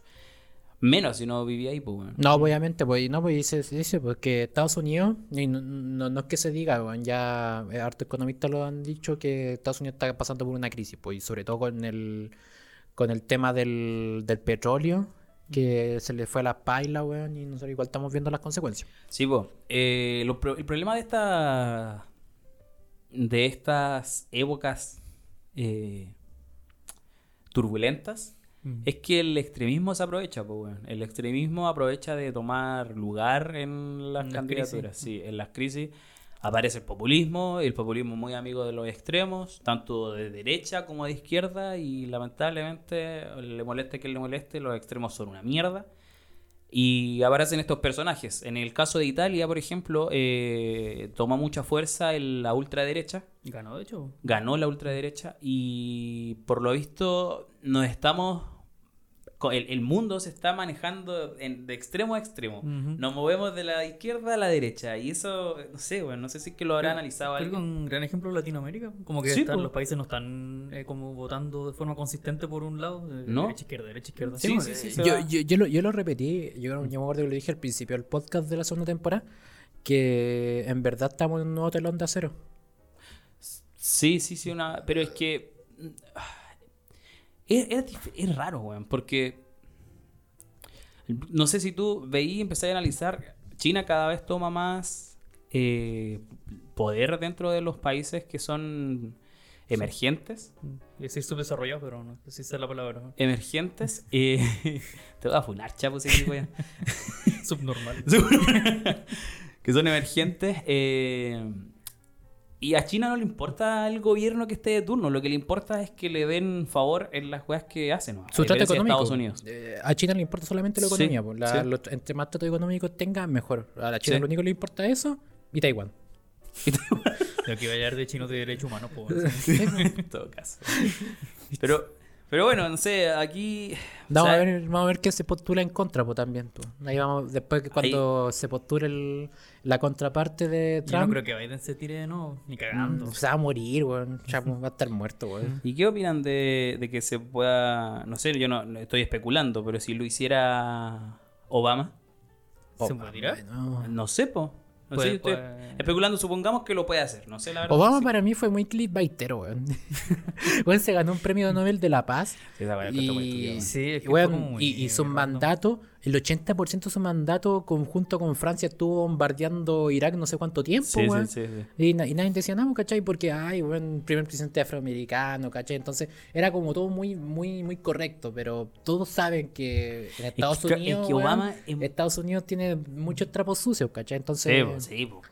Speaker 2: Menos si no vivía ahí, pues, weón.
Speaker 3: No, obviamente, pues, no, pues dice, dice porque Estados Unidos, y no, no, no es que se diga, weón, ya eh, hartos economistas lo han dicho que Estados Unidos está pasando por una crisis, pues, y sobre todo con el, con el tema del, del petróleo, que se le fue a la paila, weón, y nosotros igual estamos viendo las consecuencias.
Speaker 2: Sí, po. Eh, lo pro- el problema de esta. de estas épocas eh, turbulentas
Speaker 4: Mm.
Speaker 2: es que el extremismo se aprovecha, po, weón. El extremismo aprovecha de tomar lugar en las
Speaker 4: En las
Speaker 2: candidaturas, sí, en las crisis. Aparece el populismo, el populismo muy amigo de los extremos, tanto de derecha como de izquierda, y lamentablemente, le moleste que le moleste, los extremos son una mierda. Y aparecen estos personajes. En el caso de Italia, por ejemplo, eh, toma mucha fuerza el- la ultraderecha.
Speaker 4: Ganó, de hecho.
Speaker 2: Ganó la ultraderecha. Y por lo visto, nos estamos. co- El, el mundo se está manejando en- de extremo a extremo.
Speaker 4: Ujú.
Speaker 2: Nos movemos de la izquierda a la derecha. Y eso, no sé, bueno, no sé si es que lo habrá analizado
Speaker 4: Creo que
Speaker 2: alguien.
Speaker 4: un gran ejemplo es Latinoamérica. Como que
Speaker 2: Sí,
Speaker 4: están-
Speaker 2: po.
Speaker 4: los países no están eh, como votando de forma consistente por un lado. eh,
Speaker 2: No.
Speaker 4: Derecha, izquierda, derecha, izquierda.
Speaker 2: Sí,
Speaker 4: Como,
Speaker 2: sí,
Speaker 4: eh,
Speaker 2: sí, sí.
Speaker 3: Yo,
Speaker 2: va.
Speaker 3: yo, yo lo, yo lo repetí, yo, yo me acuerdo que lo dije al principio del podcast de la segunda temporada, que en verdad estamos en un nuevo telón de acero.
Speaker 2: Sí, sí, sí, una... Pero es que... mm, Es, es dif- es raro, weón, porque... No sé si tú veí, empecé a analizar, China cada vez toma más eh, poder dentro de los países que son emergentes.
Speaker 4: Iba a decir eh, subdesarrollado, pero no sé si esa es la palabra.
Speaker 2: Emergentes. eh, te voy a funar, chapo, si digo ya.
Speaker 4: Subnormal.
Speaker 2: que son emergentes, eh, Y a China no le importa el gobierno que esté de turno, lo que le importa es que le den favor en las weas que hacen. ¿no? A
Speaker 3: Su trato
Speaker 2: diferencia de
Speaker 3: económico.
Speaker 2: Estados Unidos.
Speaker 3: Eh, a China le importa solamente la
Speaker 2: Sí,
Speaker 3: economía. pues, la-
Speaker 2: sí.
Speaker 3: los- entre más trato económico tenga, mejor. A la China
Speaker 2: Sí.
Speaker 3: lo único que le importa es eso y Taiwán.
Speaker 4: Lo que iba a hablar de chinos de derechos humanos, pues.
Speaker 2: en todo caso. Pero, pero bueno, no sé, aquí.
Speaker 3: Vamos,
Speaker 2: o sea,
Speaker 3: a ver, vamos a ver qué se postula en contra pues, también. pues. Ahí vamos, después que cuando se postule el- la contraparte de
Speaker 4: Yo no
Speaker 3: Trump,
Speaker 4: creo que Biden se tire de nuevo, ni
Speaker 3: mm,
Speaker 4: cagando.
Speaker 3: se va a morir, weón. Ya, pues, va a estar muerto, weón.
Speaker 2: ¿Y qué opinan de, de que se pueda. No sé, yo no, no estoy especulando, pero si lo hiciera Obama.
Speaker 4: ¿Se puede tirar?
Speaker 3: No.
Speaker 2: No sé, po. No
Speaker 4: Pues-
Speaker 2: sé, estoy
Speaker 4: pues-
Speaker 2: especulando, supongamos que lo puede hacer. No sé, la verdad.
Speaker 3: Obama para mí fue muy clickbaitero, weón. Weón se ganó un premio Nobel de la Paz.
Speaker 2: Sí, esa weá cuesta por
Speaker 3: Y,
Speaker 2: estudiar.
Speaker 4: Sí, es que
Speaker 3: weón,
Speaker 4: fue como
Speaker 3: y-
Speaker 4: muy
Speaker 3: y su
Speaker 4: random.
Speaker 3: mandato, el 80% de su mandato, conjunto con Francia, estuvo bombardeando Irak no sé cuánto tiempo,
Speaker 2: Sí, sí,
Speaker 3: weón.
Speaker 2: sí, sí.
Speaker 3: Y, na- y nadie decía nada, ¿cachai? Porque, ay, weón, primer presidente afroamericano, ¿cachai? Entonces, era como todo muy, muy, muy correcto, pero todos saben que en Estados
Speaker 2: ca- es
Speaker 3: Unidos.
Speaker 2: que
Speaker 3: weón,
Speaker 2: Obama es-
Speaker 3: Estados Unidos tiene muchos trapos sucios, ¿cachai?
Speaker 2: Sí,
Speaker 3: Entonces.
Speaker 2: po, sí, po.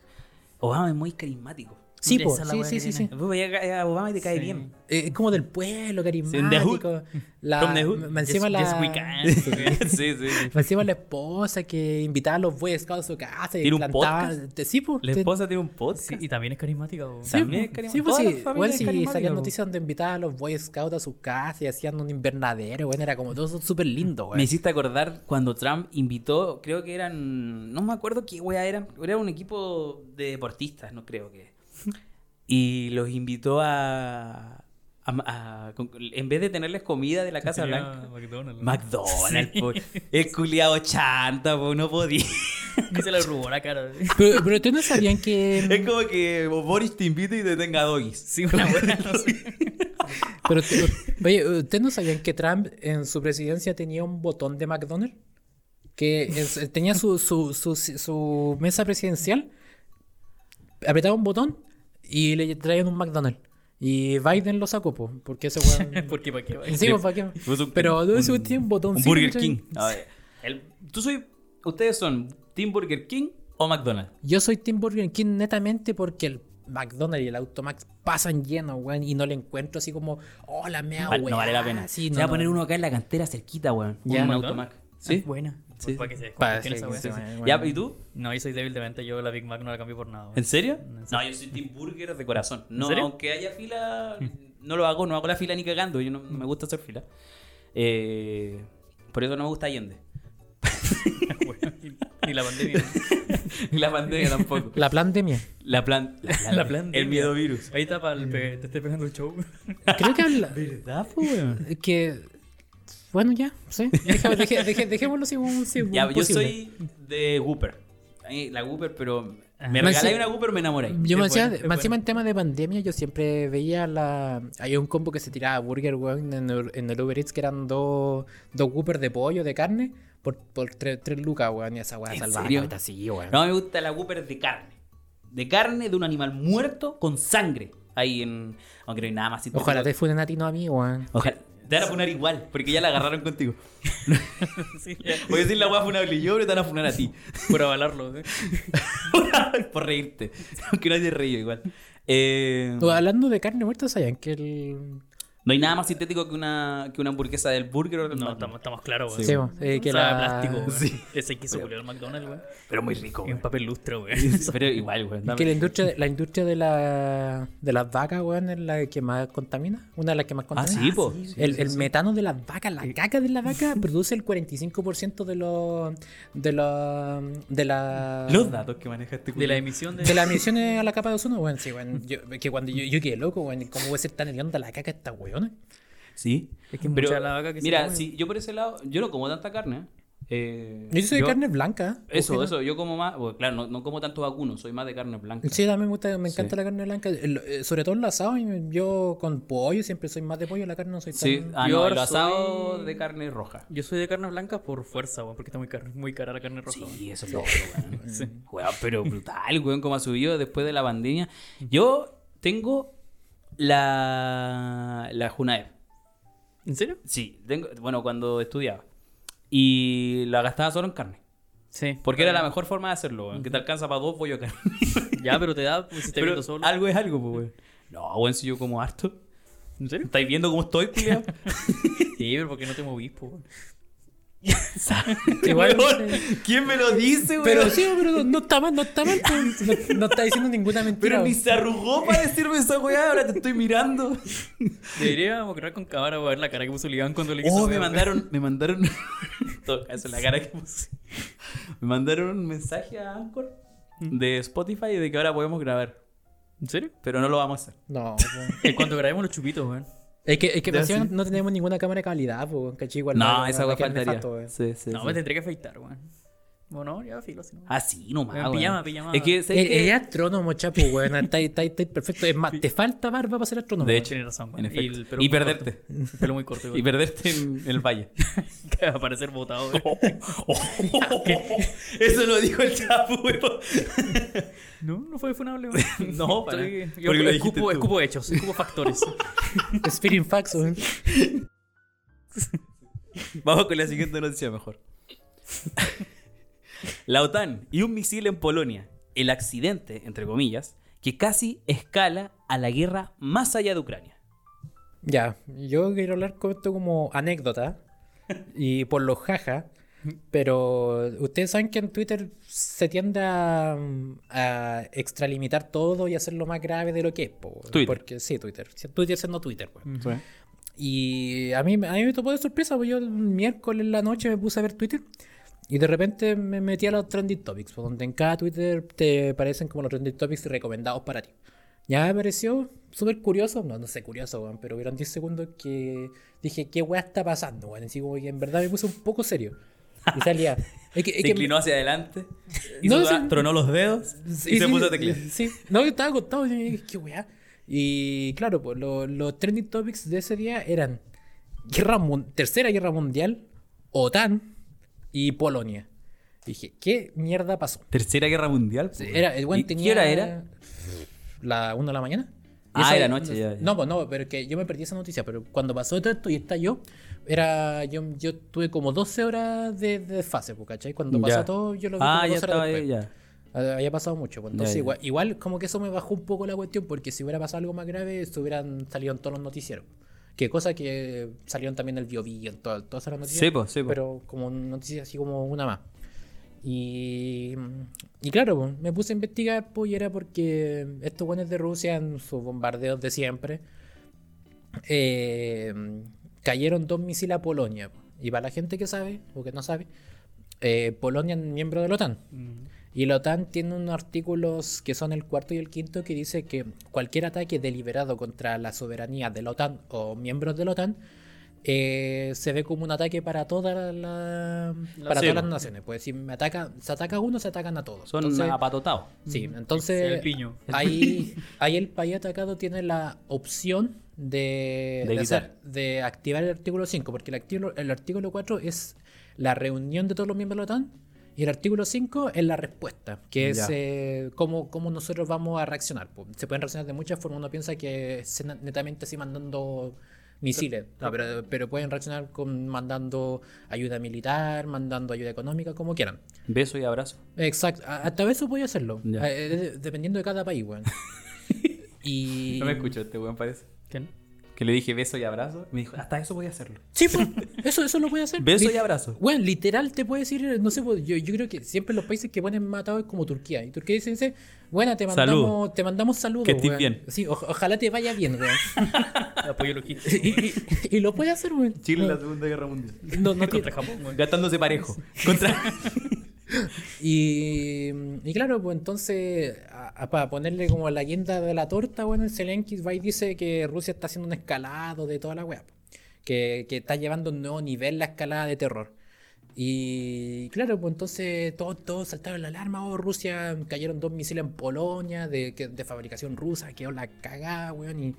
Speaker 2: Obama es muy carismático.
Speaker 3: Sí, po,
Speaker 4: Esa es la
Speaker 3: sí,
Speaker 4: weá
Speaker 3: sí,
Speaker 4: que
Speaker 3: sí,
Speaker 4: tiene.
Speaker 3: sí.
Speaker 2: Vos veías a a Obama y te cae
Speaker 4: Sí.
Speaker 2: bien.
Speaker 3: Eh, Es como del pueblo, carismático. La,
Speaker 2: From the hood.
Speaker 3: m- encima
Speaker 4: Yes-
Speaker 3: la.
Speaker 4: yes we can.
Speaker 2: sí, sí. sí.
Speaker 3: Me Pues Encima la esposa que invitaba a los Boy Scouts a su casa y
Speaker 2: ¿Tiene un
Speaker 3: plantaba.
Speaker 2: podcast?
Speaker 3: te- sí, po,
Speaker 2: La
Speaker 3: te-
Speaker 2: esposa tiene un podcast.
Speaker 4: Sí, y también es carismática. po.
Speaker 3: sí,
Speaker 2: también
Speaker 3: po.
Speaker 2: es carismático.
Speaker 3: Sí, pues
Speaker 2: Todas las
Speaker 3: sí.
Speaker 2: familias
Speaker 3: Bueno,
Speaker 2: es
Speaker 3: sí,
Speaker 2: carismática,
Speaker 3: salían
Speaker 2: po.
Speaker 3: noticias donde invitaban a los Boy Scouts a su casa y hacían un invernadero, bueno, era como todo súper lindo,
Speaker 2: Me
Speaker 3: güey.
Speaker 2: hiciste acordar cuando Trump invitó, creo que eran, no me acuerdo qué wea eran, era un equipo de deportistas, no creo que. Y los invitó a, a- a- con- en vez de tenerles comida de la Casa
Speaker 4: Sería
Speaker 2: Blanca,
Speaker 4: McDonald's.
Speaker 2: McDonald's, po. el culiado chanta, po, no podía.
Speaker 4: Ni se le arrugó la cara. ¿eh?
Speaker 3: Pero, pero ustedes no sabían que.
Speaker 2: Es como que Boris te invita y te tenga doggies.
Speaker 4: Sí, una buena.
Speaker 3: Pero, tú- oye, ¿ustedes no sabían que Trump en su presidencia tenía un botón de McDonald's? Que es- eh, tenía su, su, su, su mesa presidencial, apretaba un botón y le traían un McDonald's. Y Biden lo sacó, po, porque ese weón.
Speaker 4: Porque para qué va.
Speaker 3: Sí, pues, ¿para qué?
Speaker 2: puso un-
Speaker 3: Pero no ese tiene un botón.
Speaker 2: Un
Speaker 3: sí,
Speaker 2: Burger
Speaker 3: ¿cachai?
Speaker 2: King. A ver, el- tú soy, ustedes son Team Burger King o McDonald's.
Speaker 3: Yo soy Team Burger King netamente porque el McDonald's y el Automax pasan lleno, weón, y no le encuentro así como, oh, la mea
Speaker 2: Val-
Speaker 3: weá,
Speaker 2: no vale la pena.
Speaker 3: Sí,
Speaker 2: Se
Speaker 3: no,
Speaker 2: va a
Speaker 3: no,
Speaker 2: poner
Speaker 3: no.
Speaker 2: uno acá en la cantera cerquita, weón.
Speaker 3: Ya. Ah,
Speaker 2: Un
Speaker 3: ¿McDonald's?
Speaker 2: Automac. Sí.
Speaker 4: Buena.
Speaker 2: Sí.
Speaker 4: Para que se
Speaker 3: Pa-
Speaker 4: descomponga esa
Speaker 3: sí,
Speaker 4: weá.
Speaker 3: sí, sí.
Speaker 2: Ya, ¿y tú?
Speaker 4: No, yo soy débil de mente. Yo la Big Mac no la cambio por nada. weón.
Speaker 2: ¿En serio?
Speaker 4: No, sí.
Speaker 2: No, yo soy Team Burger de corazón. No,
Speaker 4: serio?
Speaker 2: aunque haya fila,
Speaker 3: Hmm.
Speaker 2: no lo hago, no hago la fila ni cagando. Yo no, no me gusta hacer fila. Eh, por eso no me gusta Allende.
Speaker 4: Ni la pandemia.
Speaker 2: Ni la pandemia tampoco.
Speaker 3: La pandemia.
Speaker 2: La plan. La,
Speaker 4: La pandemia.
Speaker 2: El miedo virus.
Speaker 4: Ahí está para el pe- te esté pegando el show.
Speaker 3: Creo que habla-
Speaker 2: ¿Verdad, weón?
Speaker 3: que bueno ya sí Deja- deje- deje- dejémoslo si un, si un
Speaker 2: Ya, yo
Speaker 3: posible.
Speaker 2: soy de Whooper. Ay, La Whooper, pero. Me
Speaker 3: Me
Speaker 2: regaláis
Speaker 3: hace-
Speaker 2: una Whooper, me enamoráis.
Speaker 3: yo me
Speaker 4: es
Speaker 3: decía,
Speaker 4: bueno, es
Speaker 3: más encima en tema de pandemia, yo siempre veía la. Había un combo que se tiraba Burger weón, en el, en el Uber Eats, que eran dos dos Whoopers de pollo, de carne, por, por tres, tres lucas, weón. Y esa weá
Speaker 2: ¿En
Speaker 3: salvada.
Speaker 2: serio?
Speaker 3: ahorita sí, weón.
Speaker 2: No, me gusta la Whopper de carne. De carne de un animal muerto con sangre. Ahí en. Aunque no hay nada más. sintético.
Speaker 3: Ojalá te funen a ti, no a mí, weón.
Speaker 2: Ojalá. Te van a funar igual, porque ya la agarraron contigo.
Speaker 4: Sí, ya.
Speaker 2: Voy a decir la weá funable yo, pero te van a funar a ti.
Speaker 4: Por avalarlo. ¿eh?
Speaker 2: Por reírte. Aunque no haya reído igual. Eh,
Speaker 3: O Hablando de carne muerta, ¿sabían que el.
Speaker 2: no hay nada más sintético que una, que una hamburguesa del burger o del
Speaker 4: No,
Speaker 2: Mac.
Speaker 4: estamos, estamos claros,
Speaker 3: Sí,
Speaker 4: weón.
Speaker 3: bo, eh, que
Speaker 4: O sea,
Speaker 3: la-
Speaker 4: plástico, weón.
Speaker 2: sí.
Speaker 4: Ese que se volvió al McDonald's, weón.
Speaker 2: Pero muy rico,
Speaker 4: En
Speaker 2: weón.
Speaker 4: papel lustre, weón.
Speaker 2: Pero igual, weón. dame.
Speaker 3: Que la industria, la industria de, la, de las vacas, weón, es la que más contamina. Una de las que más
Speaker 2: Ah,
Speaker 3: contamina.
Speaker 2: sí, po.
Speaker 3: El, el metano de las vacas, la caca de la vaca, produce el 45% de los. de los. de la.
Speaker 2: Los datos que maneja este
Speaker 4: De
Speaker 2: culo.
Speaker 4: la emisión de.
Speaker 3: de las emisiones a la capa de ozono, weón. Sí, weón. Yo, que cuando yo, yo quedé loco, weón. ¿Cómo voy a ser tan hedionda la caca de estas weones?
Speaker 2: Sí.
Speaker 4: Es que es mucha la vaca que se
Speaker 2: mira,
Speaker 4: come.
Speaker 2: sí, yo por ese lado, yo no como tanta carne. eh. Eh,
Speaker 3: Yo soy de carne blanca.
Speaker 2: Eso,
Speaker 3: ojo,
Speaker 2: eso, yo como más, bueno, claro, no, no como tanto vacuno, soy más de carne blanca.
Speaker 3: Sí, también me gusta, me encanta la carne blanca. El- eh, sobre todo el asado, y yo con pollo siempre soy más de pollo, la carne no soy tan.
Speaker 2: Sí, ah,
Speaker 4: Yo
Speaker 2: no, el asado
Speaker 4: soy-
Speaker 2: de carne roja.
Speaker 4: Yo soy de carne blanca por fuerza, weón, porque está muy, car- muy cara la carne roja. weón.
Speaker 2: Sí, eso es lo otro, weón. Weón, pero brutal, weón, como ha subido después de la pandemia. Yo tengo la, la Junaep.
Speaker 4: ¿En serio?
Speaker 2: Sí, tengo, bueno, cuando estudiaba. Y la gastaba solo en carne.
Speaker 4: Sí.
Speaker 2: Porque era la mejor forma de hacerlo, weón, que te alcanza para dos pollos de carne.
Speaker 4: Ya, pero te da, pues, si estás
Speaker 2: Pero
Speaker 4: viendo solo.
Speaker 2: algo es algo, pues, weón. No, weón, si yo como harto. ¿En serio? ¿Estáis viendo cómo estoy, culiao?
Speaker 4: Sí, pero porque no te movís, po. weón.
Speaker 3: Igual-
Speaker 2: Weón, ¿Quién me lo dice, weón?
Speaker 3: Pero sí, pero no, no está mal, no está mal. pues. No, no está diciendo ninguna mentira.
Speaker 2: Pero ni
Speaker 3: weón.
Speaker 2: se arrugó para decirme esa weá, ahora te estoy mirando.
Speaker 4: Deberíamos crear con cámara para ver la cara que puso Ligan cuando le quiso.
Speaker 2: Oh, me
Speaker 4: pegar, weón.
Speaker 2: mandaron, me mandaron. En todo caso, la cara que puse. Me mandaron un mensaje a Anchor de Spotify de que ahora podemos grabar.
Speaker 4: ¿En serio?
Speaker 2: Pero no lo vamos a hacer.
Speaker 3: No, weón.
Speaker 4: En cuanto Eh, grabemos los chupitos, weón.
Speaker 3: Es que, es que
Speaker 2: Ya,
Speaker 3: encima
Speaker 2: sí.
Speaker 3: no, no tenemos ninguna cámara de calidad, pues, weón, ¿cachai? Igual
Speaker 2: No,
Speaker 3: va-
Speaker 2: esa
Speaker 3: va a
Speaker 2: weá
Speaker 3: quedar
Speaker 2: faltaría.
Speaker 3: nefasto, weón.
Speaker 2: Sí, sí,
Speaker 4: No, pues
Speaker 2: sí. Ah,
Speaker 4: me tendría que afeitar, weón. Bueno, ya filo, si no.
Speaker 2: Así nomás.
Speaker 4: En
Speaker 2: weón.
Speaker 4: pijama, pijama.
Speaker 2: Es que, ¿sabes
Speaker 3: Eres
Speaker 2: qué?
Speaker 3: eres astrónomo, chapo, weón. Está, está, está perfecto. Es más, te falta barba para ser astrónomo.
Speaker 2: De
Speaker 3: weón.
Speaker 2: hecho,
Speaker 4: Tienes razón, weón.
Speaker 2: En efecto.
Speaker 4: el pelo
Speaker 2: Y
Speaker 4: muy
Speaker 2: perderte.
Speaker 4: corto. El pelo muy corto,
Speaker 2: Y
Speaker 4: igual.
Speaker 2: perderte en el valle.
Speaker 4: Que va a parecer botado, weón.
Speaker 2: Oh, Eso lo dijo el chapu, weón.
Speaker 4: No, no fue funable, weón.
Speaker 2: No, para
Speaker 4: Estoy-
Speaker 2: nada.
Speaker 4: yo
Speaker 2: Porque lo dijiste
Speaker 4: escupo,
Speaker 2: tú.
Speaker 4: escupo hechos, escupo factores.
Speaker 3: Es feeding facts, weón.
Speaker 2: Vamos con la siguiente noticia mejor. La OTAN y un misil en Polonia. El accidente, entre comillas, que casi escala a la guerra más allá de Ucrania.
Speaker 3: Ya, yo quiero hablar con esto como anécdota y por los jaja, pero ustedes saben que en Twitter se tiende a, a extralimitar todo y hacerlo más grave de lo que es. po, weón.
Speaker 2: Twitter.
Speaker 3: Porque sí, Twitter. Sí, Twitter siendo Twitter, weón. Y a mí, a mí me topó de sorpresa, porque yo el miércoles en la noche me puse a ver Twitter y de repente me metí a los trending topics, por donde en cada Twitter te parecen como los trending topics recomendados para ti. Ya me pareció súper curioso, no, no sé, curioso, weón, pero hubieron 10 segundos que dije, ¿qué weá está pasando, weón? Así como que en verdad me puse un poco serio. Y salía. Es que, es
Speaker 2: Se
Speaker 3: que-
Speaker 2: inclinó hacia adelante, hizo
Speaker 3: No,
Speaker 2: da-
Speaker 3: sí.
Speaker 2: tronó los dedos
Speaker 3: Sí,
Speaker 2: y se
Speaker 3: sí,
Speaker 2: puso a teclear.
Speaker 3: Sí, no, yo estaba acostado, yo dije, qué weá. Y claro, pues lo- los trending topics de ese día eran guerra mun- Tercera Guerra Mundial, OTAN y Polonia. Dije, ¿qué mierda pasó?
Speaker 2: Tercera Guerra Mundial. po.
Speaker 3: Era, el
Speaker 2: ¿Y
Speaker 3: weón
Speaker 2: qué
Speaker 3: tenía.
Speaker 2: hora era?
Speaker 3: La 1 de la mañana. Y
Speaker 2: Ah,
Speaker 3: esa-
Speaker 2: era noche, ya, ya.
Speaker 3: No, pues no, pero es que yo me perdí esa noticia. Pero cuando pasó todo esto y está yo, era. Yo, yo tuve como 12 horas de, de desfase, pues, ¿cachai? Cuando pasó
Speaker 2: Ya.
Speaker 3: todo, yo lo vi
Speaker 2: Ah,
Speaker 3: como
Speaker 2: ya
Speaker 3: 12 horas
Speaker 2: estaba ahí,
Speaker 3: después.
Speaker 2: ya.
Speaker 3: Ah, Había pasado mucho, pues, entonces
Speaker 2: ya.
Speaker 3: Igual, igual como que eso me bajó un poco la cuestión, porque si hubiera pasado algo más grave, se hubieran salido en todos los noticieros. Que cosa que salieron también en el BioBio, en todas todas esas noticias.
Speaker 2: Sí, po, sí, pues. po.
Speaker 3: Pero como noticias así como una más. Y, y claro, pues, me puse a investigar, pues, y era porque estos guanes de Rusia, en sus bombardeos de siempre, eh, cayeron dos misiles a Polonia. pues. Y para la gente que sabe, o que no sabe, eh, Polonia es miembro de la OTAN. Y la OTAN tiene unos artículos que son el cuarto y el quinto que dice que cualquier ataque deliberado contra la soberanía de la OTAN o miembros de la OTAN eh, se ve como un ataque para todas la-
Speaker 4: La-
Speaker 3: para
Speaker 4: sí,
Speaker 3: todas las
Speaker 4: po.
Speaker 3: naciones. Pues si me ataca, se ataca a uno, se atacan a todos.
Speaker 2: Son
Speaker 3: Entonces-
Speaker 2: apatotados.
Speaker 3: Sí,
Speaker 4: El
Speaker 3: entonces
Speaker 4: piño.
Speaker 3: ahí, ahí el país atacado tiene la opción de,
Speaker 2: De
Speaker 3: de
Speaker 2: evitar.
Speaker 3: hacer- de activar el artículo 5, porque el artículo, el artículo 4 es la reunión de todos los miembros de la OTAN y el artículo 5 es la respuesta, que es
Speaker 2: Ya.
Speaker 3: eh, cómo, cómo nosotros vamos a reaccionar. po. Se pueden reaccionar de muchas formas, uno piensa que es na- netamente así mandando misiles, no, pero, pero pueden reaccionar con mandando ayuda militar, mandando ayuda económica, como quieran.
Speaker 2: Beso y abrazo.
Speaker 3: Exacto, a- hasta eso podía hacerlo,
Speaker 2: Ya.
Speaker 3: eh, de- dependiendo de cada país, weón. y...
Speaker 2: No me escuchó este weón, parece.
Speaker 4: ¿Quién?
Speaker 2: Que le dije beso y abrazo. y Me dijo, hasta eso voy a hacerlo.
Speaker 3: Sí, pues, eso, eso lo puede hacer.
Speaker 2: Beso
Speaker 3: Li-
Speaker 2: y abrazo.
Speaker 3: Weón, literal te puede decir, no sé, pues, yo, yo creo que siempre los países que ponen matado es como Turquía. Y Turquía dice, dice bueno, te mandamos,
Speaker 2: Saludos.
Speaker 3: te mandamos saludos.
Speaker 2: Que estés
Speaker 3: weón".
Speaker 2: bien.
Speaker 3: Sí, o- ojalá te vaya bien, weón.
Speaker 4: Apoyo
Speaker 3: y,
Speaker 4: logístico.
Speaker 3: y- y lo puede hacer, weón.
Speaker 2: Chile en la
Speaker 3: Weón,
Speaker 2: Segunda Guerra Mundial.
Speaker 3: no, no tiene-
Speaker 4: Contra Japón, weón.
Speaker 2: Gastándose parejo. Contra...
Speaker 3: Y, y claro, pues entonces, a- a- para ponerle como la guinda de la torta, bueno, el Zelensky va y dice que Rusia está haciendo un escalado de toda la web, que, que está llevando a un nuevo nivel la escalada de terror. Y claro, pues entonces todos, todos saltaron la alarma, oh, Rusia, cayeron dos misiles en Polonia de, que- de fabricación rusa, quedó la cagada, weón, y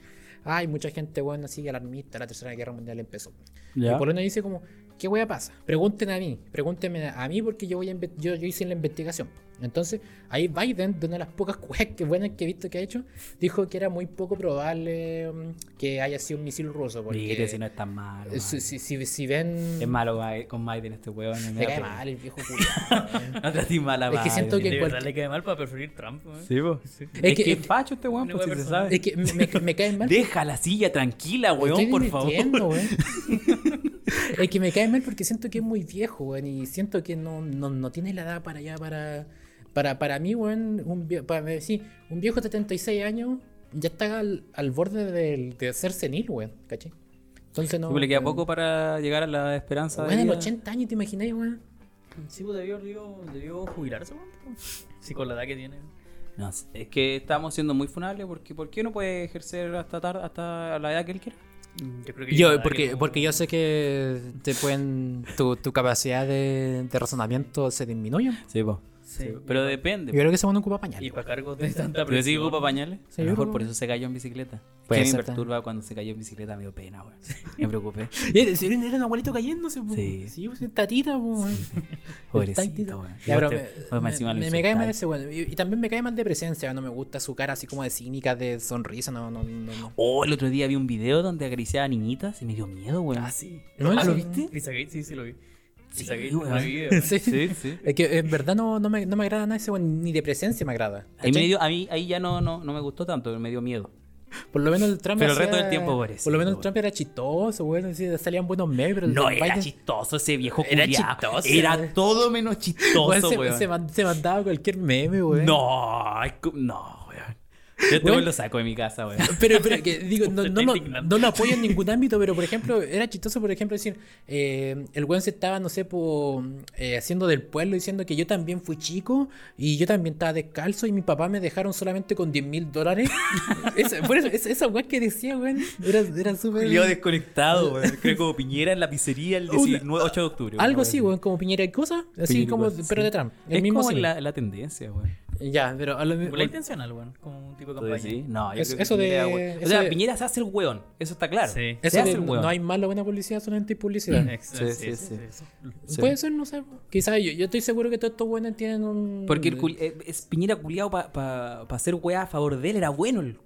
Speaker 3: hay mucha gente, weón, así alarmista, la Tercera Guerra Mundial empezó. Y Polonia dice como, ¿Qué wea pasa? Pregunten a mí, pregúntenme a mí porque yo, voy a inve- yo, yo hice la investigación. Entonces, ahí Biden, de una de las pocas weas que buenas que he visto que ha hecho, dijo que era muy poco probable mm, que haya sido un misil ruso. Porque
Speaker 2: Mire, si no es tan malo.
Speaker 3: eh,
Speaker 2: man.
Speaker 3: si, si- si- si ven...
Speaker 2: Es malo Bi- con Biden este huevón. me
Speaker 3: me
Speaker 2: da
Speaker 3: cae
Speaker 2: pena.
Speaker 3: mal el viejo culiao,
Speaker 2: No tratís mal a
Speaker 3: Es que
Speaker 2: Biden.
Speaker 3: siento que-
Speaker 4: De verdad
Speaker 3: cualquier-
Speaker 4: le cae mal para preferir Trump, weón.
Speaker 2: Sí, po.
Speaker 3: Es
Speaker 2: Es
Speaker 3: que-
Speaker 2: que
Speaker 3: es
Speaker 2: es
Speaker 3: que-
Speaker 2: facho este weón,
Speaker 4: Una
Speaker 2: pues si
Speaker 4: wea
Speaker 2: se
Speaker 4: personal.
Speaker 2: sabe.
Speaker 3: Es que me, me caen mal.
Speaker 2: Deja la silla tranquila,
Speaker 3: Me estoy
Speaker 2: weón, por favor.
Speaker 3: divirtiendo, weón. es que me cae mal porque siento que es muy viejo, weón, y siento que no, no, no tiene la edad para allá, para... Para, para mí, weón, un, vie- para mí, sí, un viejo de 76 años ya está al, al borde del- de, ser senil, weón, ¿cachai? Entonces no...
Speaker 2: Sí, pues le queda
Speaker 3: weón,
Speaker 2: poco para llegar a la esperanza
Speaker 3: Weón,
Speaker 2: de
Speaker 3: en
Speaker 2: vida.
Speaker 3: 80 años, ¿te imagináis, weón?
Speaker 4: Sí, pues debió, debió, debió jubilarse, weón. Sí, con la edad que tiene.
Speaker 2: No, es que estamos siendo muy funables porque ¿por qué no puede ejercer hasta tarde, hasta la edad que él quiera?
Speaker 4: Yo creo que
Speaker 3: Yo,
Speaker 4: la
Speaker 3: porque,
Speaker 4: edad que
Speaker 3: porque yo sé que te pueden, tu, tu capacidad de, de razonamiento se disminuye.
Speaker 2: Sí, po.
Speaker 4: Sí,
Speaker 2: Pero
Speaker 4: y-
Speaker 2: depende.
Speaker 3: Yo creo que ese mundo ocupa pañal.
Speaker 4: Y para cargos de tanta
Speaker 2: ¿Pero
Speaker 4: presión.
Speaker 2: sí que ocupa pañales?
Speaker 3: Sí,
Speaker 2: a lo
Speaker 3: yo
Speaker 2: mejor
Speaker 3: creo.
Speaker 2: por eso se cayó en bicicleta.
Speaker 3: Puede
Speaker 2: que
Speaker 3: ser
Speaker 2: me
Speaker 3: también.
Speaker 2: perturba cuando se cayó en bicicleta, me dio pena, weón. Me preocupé.
Speaker 3: Era un abuelito cayéndose, po.
Speaker 2: Sí.
Speaker 3: Sí, pues, tatita, po.
Speaker 2: Pobrecito, weón.
Speaker 3: Ya, pero
Speaker 2: Te-
Speaker 3: me,
Speaker 2: pues,
Speaker 3: me-
Speaker 2: encima lo
Speaker 3: me- me cae mal
Speaker 2: insultáis.
Speaker 3: ese weón. Y, y también me cae mal de presencia. No me gusta su cara así como de cínica, de sonrisa. No, no, no. no.
Speaker 2: Oh, el otro día vi un video donde acariciaba a niñitas y me dio miedo, weón.
Speaker 4: Ah, sí.
Speaker 3: No,
Speaker 4: Ah,
Speaker 3: eso-
Speaker 4: ¿Lo viste? Lisa Gates, sí, sí lo vi.
Speaker 2: Sí,
Speaker 4: Lisa Gates,
Speaker 2: weón.
Speaker 4: lo vi, weón.
Speaker 3: Sí.
Speaker 2: Sí, sí.
Speaker 3: Es que en verdad no, no, me, no me agrada nada ese weón. Ni de presencia me agrada.
Speaker 2: Ahí, me
Speaker 3: ¿cachai?
Speaker 2: dio- a mí ahí ya no, no, no me gustó tanto, me dio miedo.
Speaker 3: Por lo menos el Trump
Speaker 2: Pero el
Speaker 3: hacía-
Speaker 2: resto del tiempo, pobrecito,
Speaker 3: Por lo menos el
Speaker 2: weón.
Speaker 3: Trump era chistoso, weón. así, salían buenos memes. Pero
Speaker 2: No,
Speaker 3: el
Speaker 2: era
Speaker 3: Biden-
Speaker 2: chistoso ese viejo
Speaker 3: Era
Speaker 2: culiao.
Speaker 3: chistoso.
Speaker 2: Era todo menos
Speaker 3: weón,
Speaker 2: chistoso,
Speaker 3: se,
Speaker 2: weón.
Speaker 3: se man- se mandaba cualquier meme, weón.
Speaker 2: No, ay, cu- no, weón. Yo te
Speaker 3: Weón.
Speaker 2: lo saco de mi casa, weón.
Speaker 3: Pero, pero que, digo, no, no,
Speaker 4: Está
Speaker 3: lo,
Speaker 4: indignando.
Speaker 3: no lo apoyo en ningún ámbito, pero por ejemplo, era chistoso, por ejemplo, decir, eh, el weón se estaba, no sé, po, eh, haciendo del pueblo, diciendo que yo también fui chico y yo también estaba descalzo y mi papá me dejaron solamente con 10 mil dólares. Esa- por eso, esa, esa weá que decía, weón, era, era súper...
Speaker 2: Yo desconectado, weón. Creo como Piñera en la pizzería el 19, 8 de octubre.
Speaker 3: Algo
Speaker 2: weón.
Speaker 3: así, weón, como Piñera y cosa, así
Speaker 2: eh. Piñera y
Speaker 3: como,
Speaker 2: Cosa,
Speaker 3: pero
Speaker 2: sí.
Speaker 3: de Trump. El
Speaker 2: Es
Speaker 3: mismo
Speaker 2: como
Speaker 3: símil.
Speaker 2: la, la tendencia, weón.
Speaker 3: Ya, pero a lo mismo...
Speaker 4: La intencional, weón. Como un tipo de
Speaker 2: Entonces,
Speaker 4: campaña.
Speaker 2: sí, No, yo
Speaker 3: Es-
Speaker 2: creo que
Speaker 3: eso de-
Speaker 2: Piñera, weón.
Speaker 3: eso
Speaker 2: O sea,
Speaker 3: de-
Speaker 2: Piñera se hace el weón. Eso está claro.
Speaker 4: Sí.
Speaker 2: Se
Speaker 3: Eso
Speaker 2: hace
Speaker 3: de,
Speaker 2: el weón. Mm.
Speaker 3: no hay mala buena publicidad, solamente hay publicidad.
Speaker 4: Ex-
Speaker 2: Sí, sí, sí. Sí.
Speaker 3: Puede ser, no sé. Quizás yo, yo estoy seguro que todos estos buenos tienen un.
Speaker 2: Porque el cul- eh, es Piñera culiado para pa, pa hacer weá a favor de él era bueno. El
Speaker 3: Oye,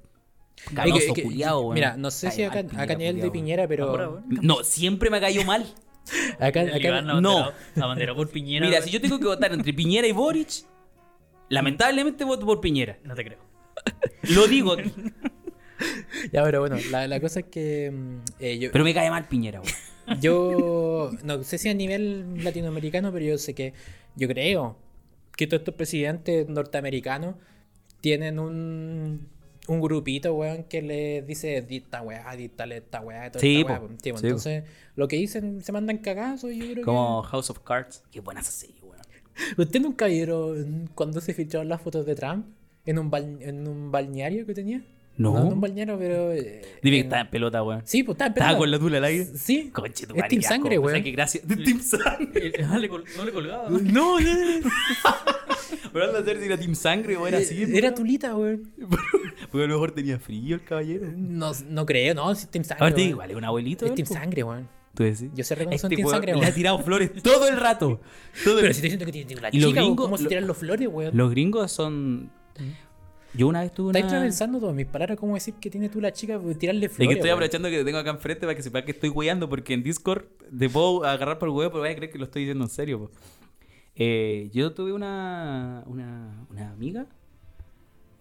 Speaker 2: ganoso
Speaker 3: que- que-
Speaker 2: culiao, weón.
Speaker 3: Mira, no sé
Speaker 2: Cae
Speaker 3: si acá,
Speaker 2: mal Piñera,
Speaker 3: acá a nivel de
Speaker 2: culiao,
Speaker 3: Piñera, pero.
Speaker 4: Ahora, weón.
Speaker 2: weón. No, siempre me ha caído mal.
Speaker 3: Acá,
Speaker 4: El
Speaker 3: acá,
Speaker 4: Iván abanderado- abanderado por Piñera.
Speaker 2: Mira,
Speaker 4: weón.
Speaker 2: si yo tengo que votar entre Piñera y Boric, lamentablemente voto por Piñera.
Speaker 4: No te creo.
Speaker 2: Lo digo aquí.
Speaker 3: Ya, pero bueno, la, la cosa es que. mm, eh, yo,
Speaker 2: Pero me cae mal Piñera, weón.
Speaker 3: yo. No sé si a nivel latinoamericano, pero yo sé que. Yo creo que todos estos presidentes norteamericanos tienen un. Un grupito, weón, que les dice, di esta weá, dictale esta weá, toda
Speaker 2: Sí,
Speaker 3: esta weá.
Speaker 2: po.
Speaker 3: Sí, po,
Speaker 2: Sí, po.
Speaker 3: entonces, lo que dicen, se mandan cagazos, yo creo
Speaker 2: Como House of Cards. Qué buena esa serie, weón.
Speaker 3: ¿Usted nunca vieron cuando se filtraron las fotos de Trump? ¿En un, bal- en un balneario que tenía?
Speaker 2: No.
Speaker 3: No, un balneario, pero... eh,
Speaker 2: Dime que
Speaker 3: en-
Speaker 2: estaba en pelota, weón.
Speaker 3: Sí, pues estaba en
Speaker 2: Estaba
Speaker 3: pelota.
Speaker 2: con la tula al aire.
Speaker 3: Sí. Eh,
Speaker 2: Conche tu
Speaker 3: Es
Speaker 2: madre,
Speaker 3: Team
Speaker 2: qué asco.
Speaker 3: Sangre,
Speaker 2: O sea,
Speaker 3: weón.
Speaker 2: que gracias. De Team Sangre.
Speaker 4: El- No le, col- no le colgaba.
Speaker 2: No, no, no. Pero anda a ser si era Team Sangre o era así.
Speaker 3: Eh,
Speaker 2: pues.
Speaker 3: Era tulita, weón.
Speaker 2: Porque a lo mejor tenía frío el caballero.
Speaker 3: No, no creo, no, es Team Sangre.
Speaker 2: A ver, te
Speaker 3: weón.
Speaker 2: digo, igual, es un abuelito.
Speaker 3: eh, Es
Speaker 2: ¿no?
Speaker 3: Team Sangre, weón.
Speaker 2: Tú decís.
Speaker 3: Yo sé reconocer
Speaker 2: Este
Speaker 3: un Team
Speaker 2: weón
Speaker 3: Sangre,
Speaker 2: Le
Speaker 3: weón.
Speaker 2: ha tirado flores todo el rato. Todo el-
Speaker 3: Pero si te siento que tiene la
Speaker 2: Y los
Speaker 3: chica, weón,
Speaker 2: gringos-
Speaker 3: ¿cómo se
Speaker 2: lo-
Speaker 3: tiran los flores, weón?
Speaker 2: Los gringos son. Yo una vez tuve una.
Speaker 3: Estáis atravesando todas mis palabras, ¿cómo decir que tiene tú la chica? pues, Tirarle
Speaker 2: Es
Speaker 3: flores,
Speaker 2: que estoy
Speaker 3: weón.
Speaker 2: aprovechando que te tengo acá enfrente para que sepas que estoy weyando, porque en Discord te puedo agarrar por el huevo, pero vaya a creer que lo estoy diciendo en serio. po. Eh, yo tuve una, una, una amiga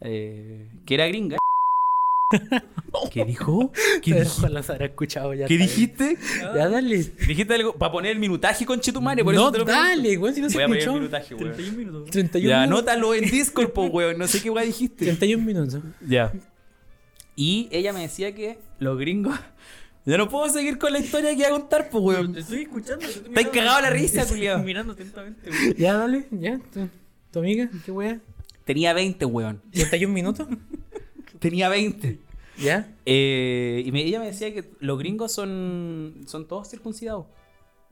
Speaker 2: eh, que era gringa. ¿Qué dijo? ¿Qué,
Speaker 3: Pero
Speaker 2: dij-
Speaker 3: Las habrá escuchado ya.
Speaker 2: ¿Qué
Speaker 3: está bien.
Speaker 2: dijiste?
Speaker 3: Ya dale.
Speaker 2: ¿Dijiste algo para poner el minutaje con Chetumare? Por
Speaker 3: no,
Speaker 2: eso te lo pregunto.
Speaker 3: dale, weón, si no se
Speaker 2: Voy a poner el
Speaker 3: escuchó.
Speaker 2: minutaje, weón.
Speaker 4: 31 minutos.
Speaker 3: 31
Speaker 2: Ya,
Speaker 3: minutos.
Speaker 2: anótalo en Discord, po, weón. No sé qué weá dijiste.
Speaker 3: 31 minutos.
Speaker 2: Ya. Y ella me decía que los gringos. Yo no puedo seguir con la historia que iba a contar, pues, weón.
Speaker 4: Te estoy escuchando. te Estoy
Speaker 2: Estáis
Speaker 4: mirando-
Speaker 2: cagados la risa,
Speaker 4: Estoy
Speaker 2: culiao.
Speaker 4: Mirando atentamente. weón.
Speaker 3: Ya, dale, ya. Tu, tu amiga, qué wea.
Speaker 2: Tenía 20, weón.
Speaker 3: ¿31 minutos?
Speaker 2: Tenía 20.
Speaker 3: Ya.
Speaker 2: Eh, y me- ella me decía que los gringos son, son todos circuncidados.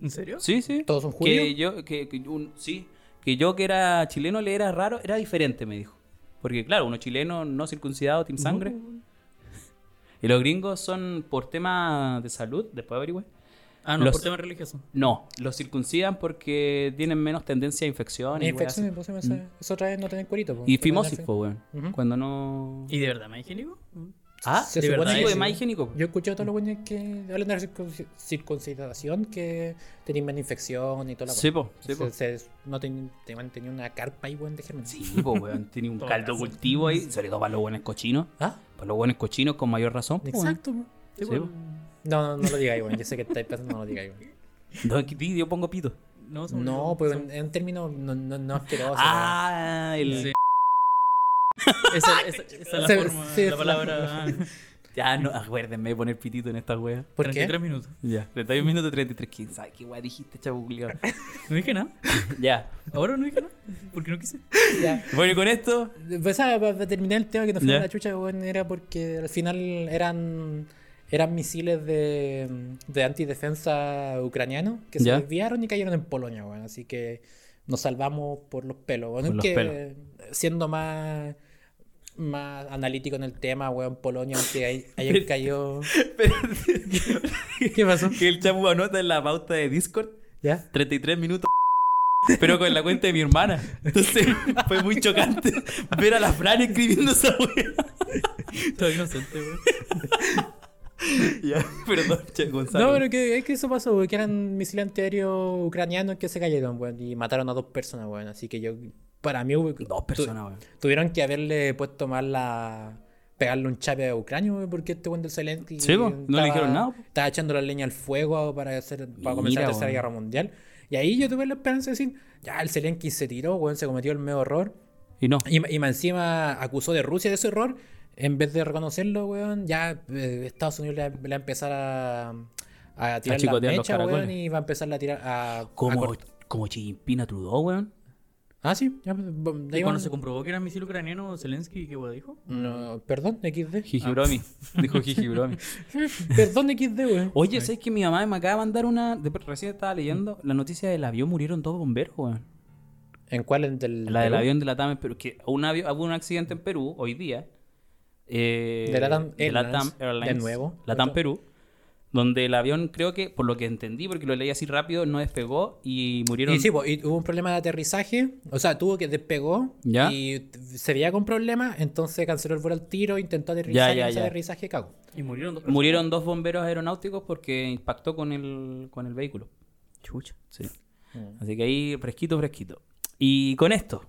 Speaker 4: ¿En serio?
Speaker 2: Sí, sí.
Speaker 3: ¿Todos son
Speaker 2: Que
Speaker 3: judíos?
Speaker 2: yo, que, que un- sí, que yo que era chileno le era raro, era diferente, me dijo. Porque claro, uno chileno no pues, circuncidado, team sangre. Y los gringos son por tema de salud, después averigüe.
Speaker 4: Ah, no,
Speaker 2: Los-
Speaker 4: por tema religioso.
Speaker 2: No, los circuncidan porque tienen menos tendencia a infecciones. y weas
Speaker 3: Infección,
Speaker 2: así.
Speaker 3: pues, esa, eso otra vez no tener cuerito. po.
Speaker 2: Y fimosis, pues, weón.
Speaker 3: Ujú.
Speaker 2: Cuando no.
Speaker 4: ¿Y de verdad más higiénico?
Speaker 2: Ah,
Speaker 3: Se
Speaker 2: de
Speaker 4: supone
Speaker 2: verdad,
Speaker 4: que
Speaker 2: tipo de
Speaker 4: sí.
Speaker 2: más higiénico. po.
Speaker 3: Yo he escuchado a todos los güeyes que hablan de la circunci- circuncidación, que tenían menos infección y toda la
Speaker 2: Sí,
Speaker 3: weá.
Speaker 2: po, sí, po.
Speaker 3: Se- se- no tenían, tenían tenían una carpa ahí, weón, de germen.
Speaker 2: Sí, po, weón. Tiene un
Speaker 4: Todo
Speaker 2: caldo
Speaker 4: caso.
Speaker 2: cultivo ahí, sobre todo para los buenos cochinos.
Speaker 3: Ah,
Speaker 2: Para los buenos cochinos, con mayor razón. po, weón.
Speaker 3: exacto. po.
Speaker 2: Sí,
Speaker 4: bueno.
Speaker 3: No, no, no lo digáis, weón. Yo sé que estáis pensando, no lo digáis, weón.
Speaker 2: No, aquí di- yo pongo pito.
Speaker 4: No, son-
Speaker 3: No, pues
Speaker 4: son-
Speaker 3: es un término no, no, no asqueroso.
Speaker 2: Ah, el.
Speaker 4: Sí. Esa, esa- esa es
Speaker 3: Se-
Speaker 4: la forma,
Speaker 3: sí, es la-
Speaker 4: la palabra. ah,
Speaker 2: Ya, no, acuérdenme de poner pitito en esta wea.
Speaker 3: ¿Por qué?
Speaker 4: 33 minutos.
Speaker 2: Ya, 31 minutos 33. ¿Quién sabe qué wea dijiste, chavo culiao?
Speaker 4: No dije nada.
Speaker 2: Ya.
Speaker 4: Ahora no dije nada. Porque no quise.
Speaker 3: Ya.
Speaker 2: Bueno, y con esto.
Speaker 3: Pues, ah, para para terminar el tema que nos fue
Speaker 2: Ya.
Speaker 3: la chucha, weón, era porque al final eran eran misiles de, de antidefensa ucraniano que se
Speaker 2: Ya.
Speaker 3: desviaron y cayeron en Polonia, weón. Así que nos salvamos por los pelos, weón.
Speaker 2: Por los
Speaker 3: que,
Speaker 2: pelos.
Speaker 3: Siendo más, más analítico en el tema, weón, Polonia, aunque ahí- ayer cayó. ¿Qué pasó?
Speaker 2: Que el chavo anota en la pauta de Discord
Speaker 3: ¿Ya?
Speaker 2: 33 minutos. Pero con la cuenta de mi hermana. Entonces fue muy chocante ver a la Fran escribiendo esa wea.
Speaker 4: Todavía inocente, güey.
Speaker 2: Ya, perdón, che, Gonzalo.
Speaker 3: No, pero que, es que eso pasó, weón, que eran misiles antiaéreos ucranianos que se cayeron, weón, y mataron a dos personas, weón. Así que yo, para mí, weón,
Speaker 2: Dos personas, weón.
Speaker 3: Tuvieron que haberle puesto más la. pegarle un chape a Ucrania, güey, porque este buen del Zelensky.
Speaker 2: Sí, po, no le
Speaker 3: estaba-
Speaker 2: dijeron nada, po.
Speaker 3: Estaba echando la leña al fuego para, hacer, para comenzar
Speaker 2: Mira,
Speaker 3: la tercera
Speaker 2: weón.
Speaker 3: guerra mundial. Y ahí yo tuve la esperanza de decir, ya, el Zelensky se tiró, weón, se cometió el medio error.
Speaker 2: Y no.
Speaker 3: Y, ma- y más encima acusó de Rusia de ese error. En vez de reconocerlo, weón, ya eh, Estados Unidos le, va- le va a empezar a, a tirar la
Speaker 2: chicotear los
Speaker 3: mecha, weón,
Speaker 2: caracoles.
Speaker 3: y va a empezar a tirar a. a
Speaker 2: Como,
Speaker 3: cort-
Speaker 2: como Chiquimpina Trudeau, weón.
Speaker 3: Ah, sí. Ya, pues, bom- de
Speaker 4: Y
Speaker 3: ahí
Speaker 4: cuando
Speaker 3: van-
Speaker 4: se comprobó que era misil ucraniano, Zelensky, ¿qué hueá dijo?
Speaker 3: No, perdón, XD.
Speaker 2: Jijibromi. Dijo Jijibromi.
Speaker 3: Perdón, XD, weón.
Speaker 2: Oye, ¿sabes que mi mamá me acaba de mandar una. de- Recién estaba leyendo la noticia del avión, murieron dos bomberos, weón.
Speaker 3: ¿En cuál? ¿En del,
Speaker 2: La del
Speaker 3: Perú?
Speaker 2: avión de la TAM en Perú. Que un avión, hubo un accidente en Perú hoy día. eh,
Speaker 3: De LATAM
Speaker 2: de LATAM
Speaker 3: Airlines, de
Speaker 2: Airlines,
Speaker 3: nuevo.
Speaker 2: LATAM
Speaker 3: Otro.
Speaker 2: Perú. Donde el avión, creo que, por lo que entendí, porque lo leí así rápido, no despegó y murieron.
Speaker 3: Y sí, pues, po, y hubo un problema de aterrizaje, o sea, tuvo que despegó
Speaker 2: Ya.
Speaker 3: y t- se veía con problemas, entonces canceló el vuelo al tiro, intentó aterrizar
Speaker 2: Ya, ya,
Speaker 3: y en ese
Speaker 2: ya.
Speaker 3: aterrizaje cagó.
Speaker 4: Y murieron dos personas.
Speaker 2: murieron dos bomberos aeronáuticos porque impactó con el, con el vehículo.
Speaker 4: Chucha.
Speaker 2: Sí.
Speaker 3: Mm.
Speaker 2: Así que ahí, fresquito, fresquito. Y con esto,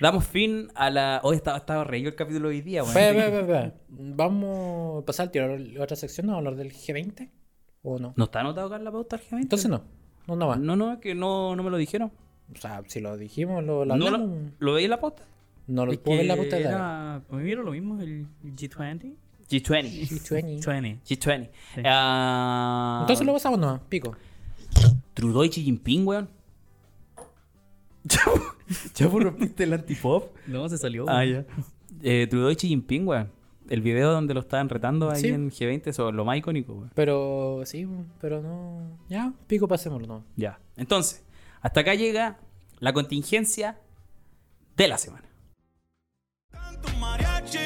Speaker 2: damos fin a la. Hoy estaba, estaba reído el capítulo de hoy día, weón.
Speaker 3: Espera, espera, espera, espera. Vamos a pasar al tiro la otra sección, ¿no? ¿A hablar del G20 o no?
Speaker 2: ¿No está anotado acá en la pauta, G20?
Speaker 3: Entonces no, no, no va.
Speaker 2: No, no, es que no, no me lo dijeron.
Speaker 3: O sea, si lo dijimos, lo, lo
Speaker 2: ¿No
Speaker 3: hablamos,
Speaker 2: lo,
Speaker 3: no,
Speaker 2: ¿Lo veis en la pauta?
Speaker 3: lo
Speaker 4: Es
Speaker 3: puedo ver la
Speaker 4: que
Speaker 3: puta de la-
Speaker 4: era- Para mí era lo mismo el G20.
Speaker 2: G20.
Speaker 3: G20.
Speaker 4: 20.
Speaker 2: G20.
Speaker 4: Sí.
Speaker 2: Ah,
Speaker 3: Entonces lo pasamos nomás, pico.
Speaker 2: Trudeau y Xi Jinping, weón. Chapo, chapo rompiste el antipop.
Speaker 4: No, se salió.
Speaker 2: Ah, ya. Eh, Trudeau y Xi Jinping, weón. El video donde lo estaban retando ahí
Speaker 3: Sí.
Speaker 2: en G20, eso es lo más icónico, weón.
Speaker 3: Pero sí, pero no. Ya, pico, pasémoslo nomás.
Speaker 2: Ya. Entonces, hasta acá llega la contingencia de la semana.
Speaker 5: Tu mariachi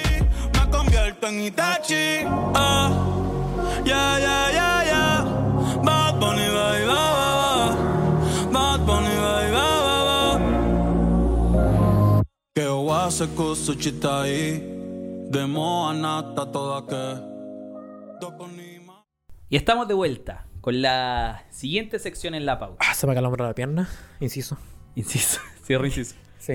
Speaker 5: me convierto en Itachi. Ah, ya, ya, ya, ya. Bad Bunny, bye, va, va, va. Bad Bunny, bye, va, va, va. Que guasa cosa chita ahí. De moa nata toda que. Doco ni ma-
Speaker 2: Y estamos de vuelta con la siguiente sección en la pauta.
Speaker 3: Ah, se me acalambra la pierna, inciso.
Speaker 2: Inciso, cierro inciso.
Speaker 3: Sí.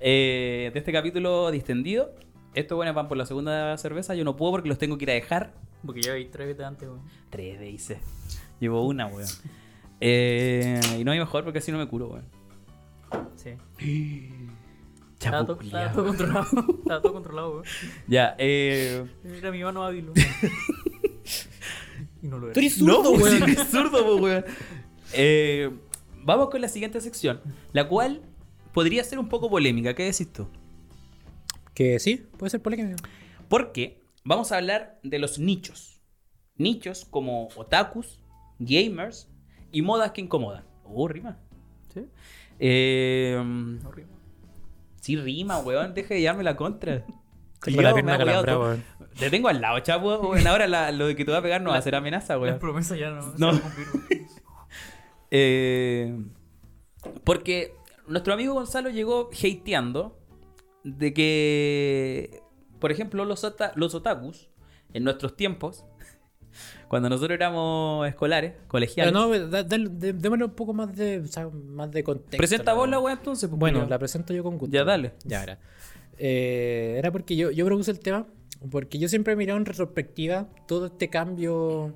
Speaker 2: Eh, de este capítulo distendido. Estos buenos van por la segunda cerveza. Yo no puedo porque los tengo que ir a dejar.
Speaker 4: Porque ya vi tres veces antes, güey.
Speaker 2: Tres de hice. Llevo una, weón. Eh, y no hay mejor porque así no me curo, weón.
Speaker 4: Sí. Estaba
Speaker 2: Chapo
Speaker 3: pues,
Speaker 4: todo, estaba
Speaker 2: culiao.
Speaker 4: todo controlado. Estaba todo controlado, güey.
Speaker 2: Ya, eh.
Speaker 4: Era mi mano hábil. güey. y no lo
Speaker 3: Tú
Speaker 4: era.
Speaker 3: eres zurdo,
Speaker 2: pues,
Speaker 3: weón.
Speaker 2: sí, eres zurdo, pues, weón. Eh, vamos con la siguiente sección, la cual podría ser un poco polémica. ¿Qué decís tú?
Speaker 3: Que sí, puede ser polémico.
Speaker 2: Porque vamos a hablar de los nichos. Nichos como otakus, gamers y modas que incomodan. Oh, rima. Eh, Sí, Eh,
Speaker 4: No rima.
Speaker 2: sí rima, weón. Deja de llevarme la contra. Y
Speaker 6: Tengo la
Speaker 2: yo
Speaker 6: pierna
Speaker 2: me he apoyado
Speaker 6: calambrada,
Speaker 2: todo.
Speaker 6: weón.
Speaker 2: Te tengo al lado, chapo. weón. Ahora la- lo de que te va a pegar no va a ser amenaza,
Speaker 4: Las
Speaker 2: weón.
Speaker 4: promesas ya no,
Speaker 2: No.
Speaker 4: se cumplieron.
Speaker 2: Eh, porque nuestro amigo Gonzalo llegó hateando de que, por ejemplo, los, ota- los otakus, en nuestros tiempos, cuando nosotros éramos escolares,
Speaker 3: Pero
Speaker 2: colegiales.
Speaker 3: no, da- dale- de- démosle un poco más de, o sea, más de contexto.
Speaker 2: presenta
Speaker 3: ¿no?
Speaker 2: vos la weá entonces. pues,
Speaker 3: Bueno,
Speaker 2: culiao.
Speaker 3: la presento yo con gusto.
Speaker 2: Ya, dale.
Speaker 3: Ya, era. Eh, era porque yo, yo propuse el tema, porque yo siempre he mirado en retrospectiva todo este cambio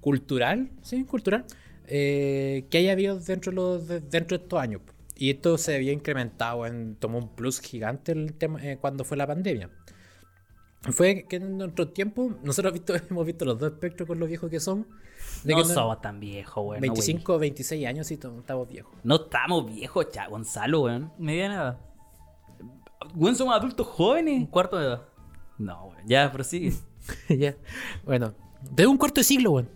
Speaker 3: cultural, ¿sí? Cultural, eh, que haya habido dentro de, los, de- dentro de estos años. Y esto se había incrementado, en, tomó un plus gigante el tema, eh, cuando fue la pandemia. Fue que en nuestro tiempo, nosotros visto- hemos visto los dos espectros con lo viejos que somos. de
Speaker 2: no,
Speaker 3: que no-
Speaker 2: somos tan viejos, weón. no,
Speaker 3: 25 26 años y to- estamos viejos.
Speaker 2: wey. No estamos viejos, cha, Gonzalo, weón.
Speaker 4: Media edad.
Speaker 2: Weón, somos adultos
Speaker 4: Un
Speaker 2: jóvenes.
Speaker 4: cuarto de edad.
Speaker 2: No, weón. Ya, prosigue.
Speaker 3: ya. Bueno, de un cuarto de siglo, weón.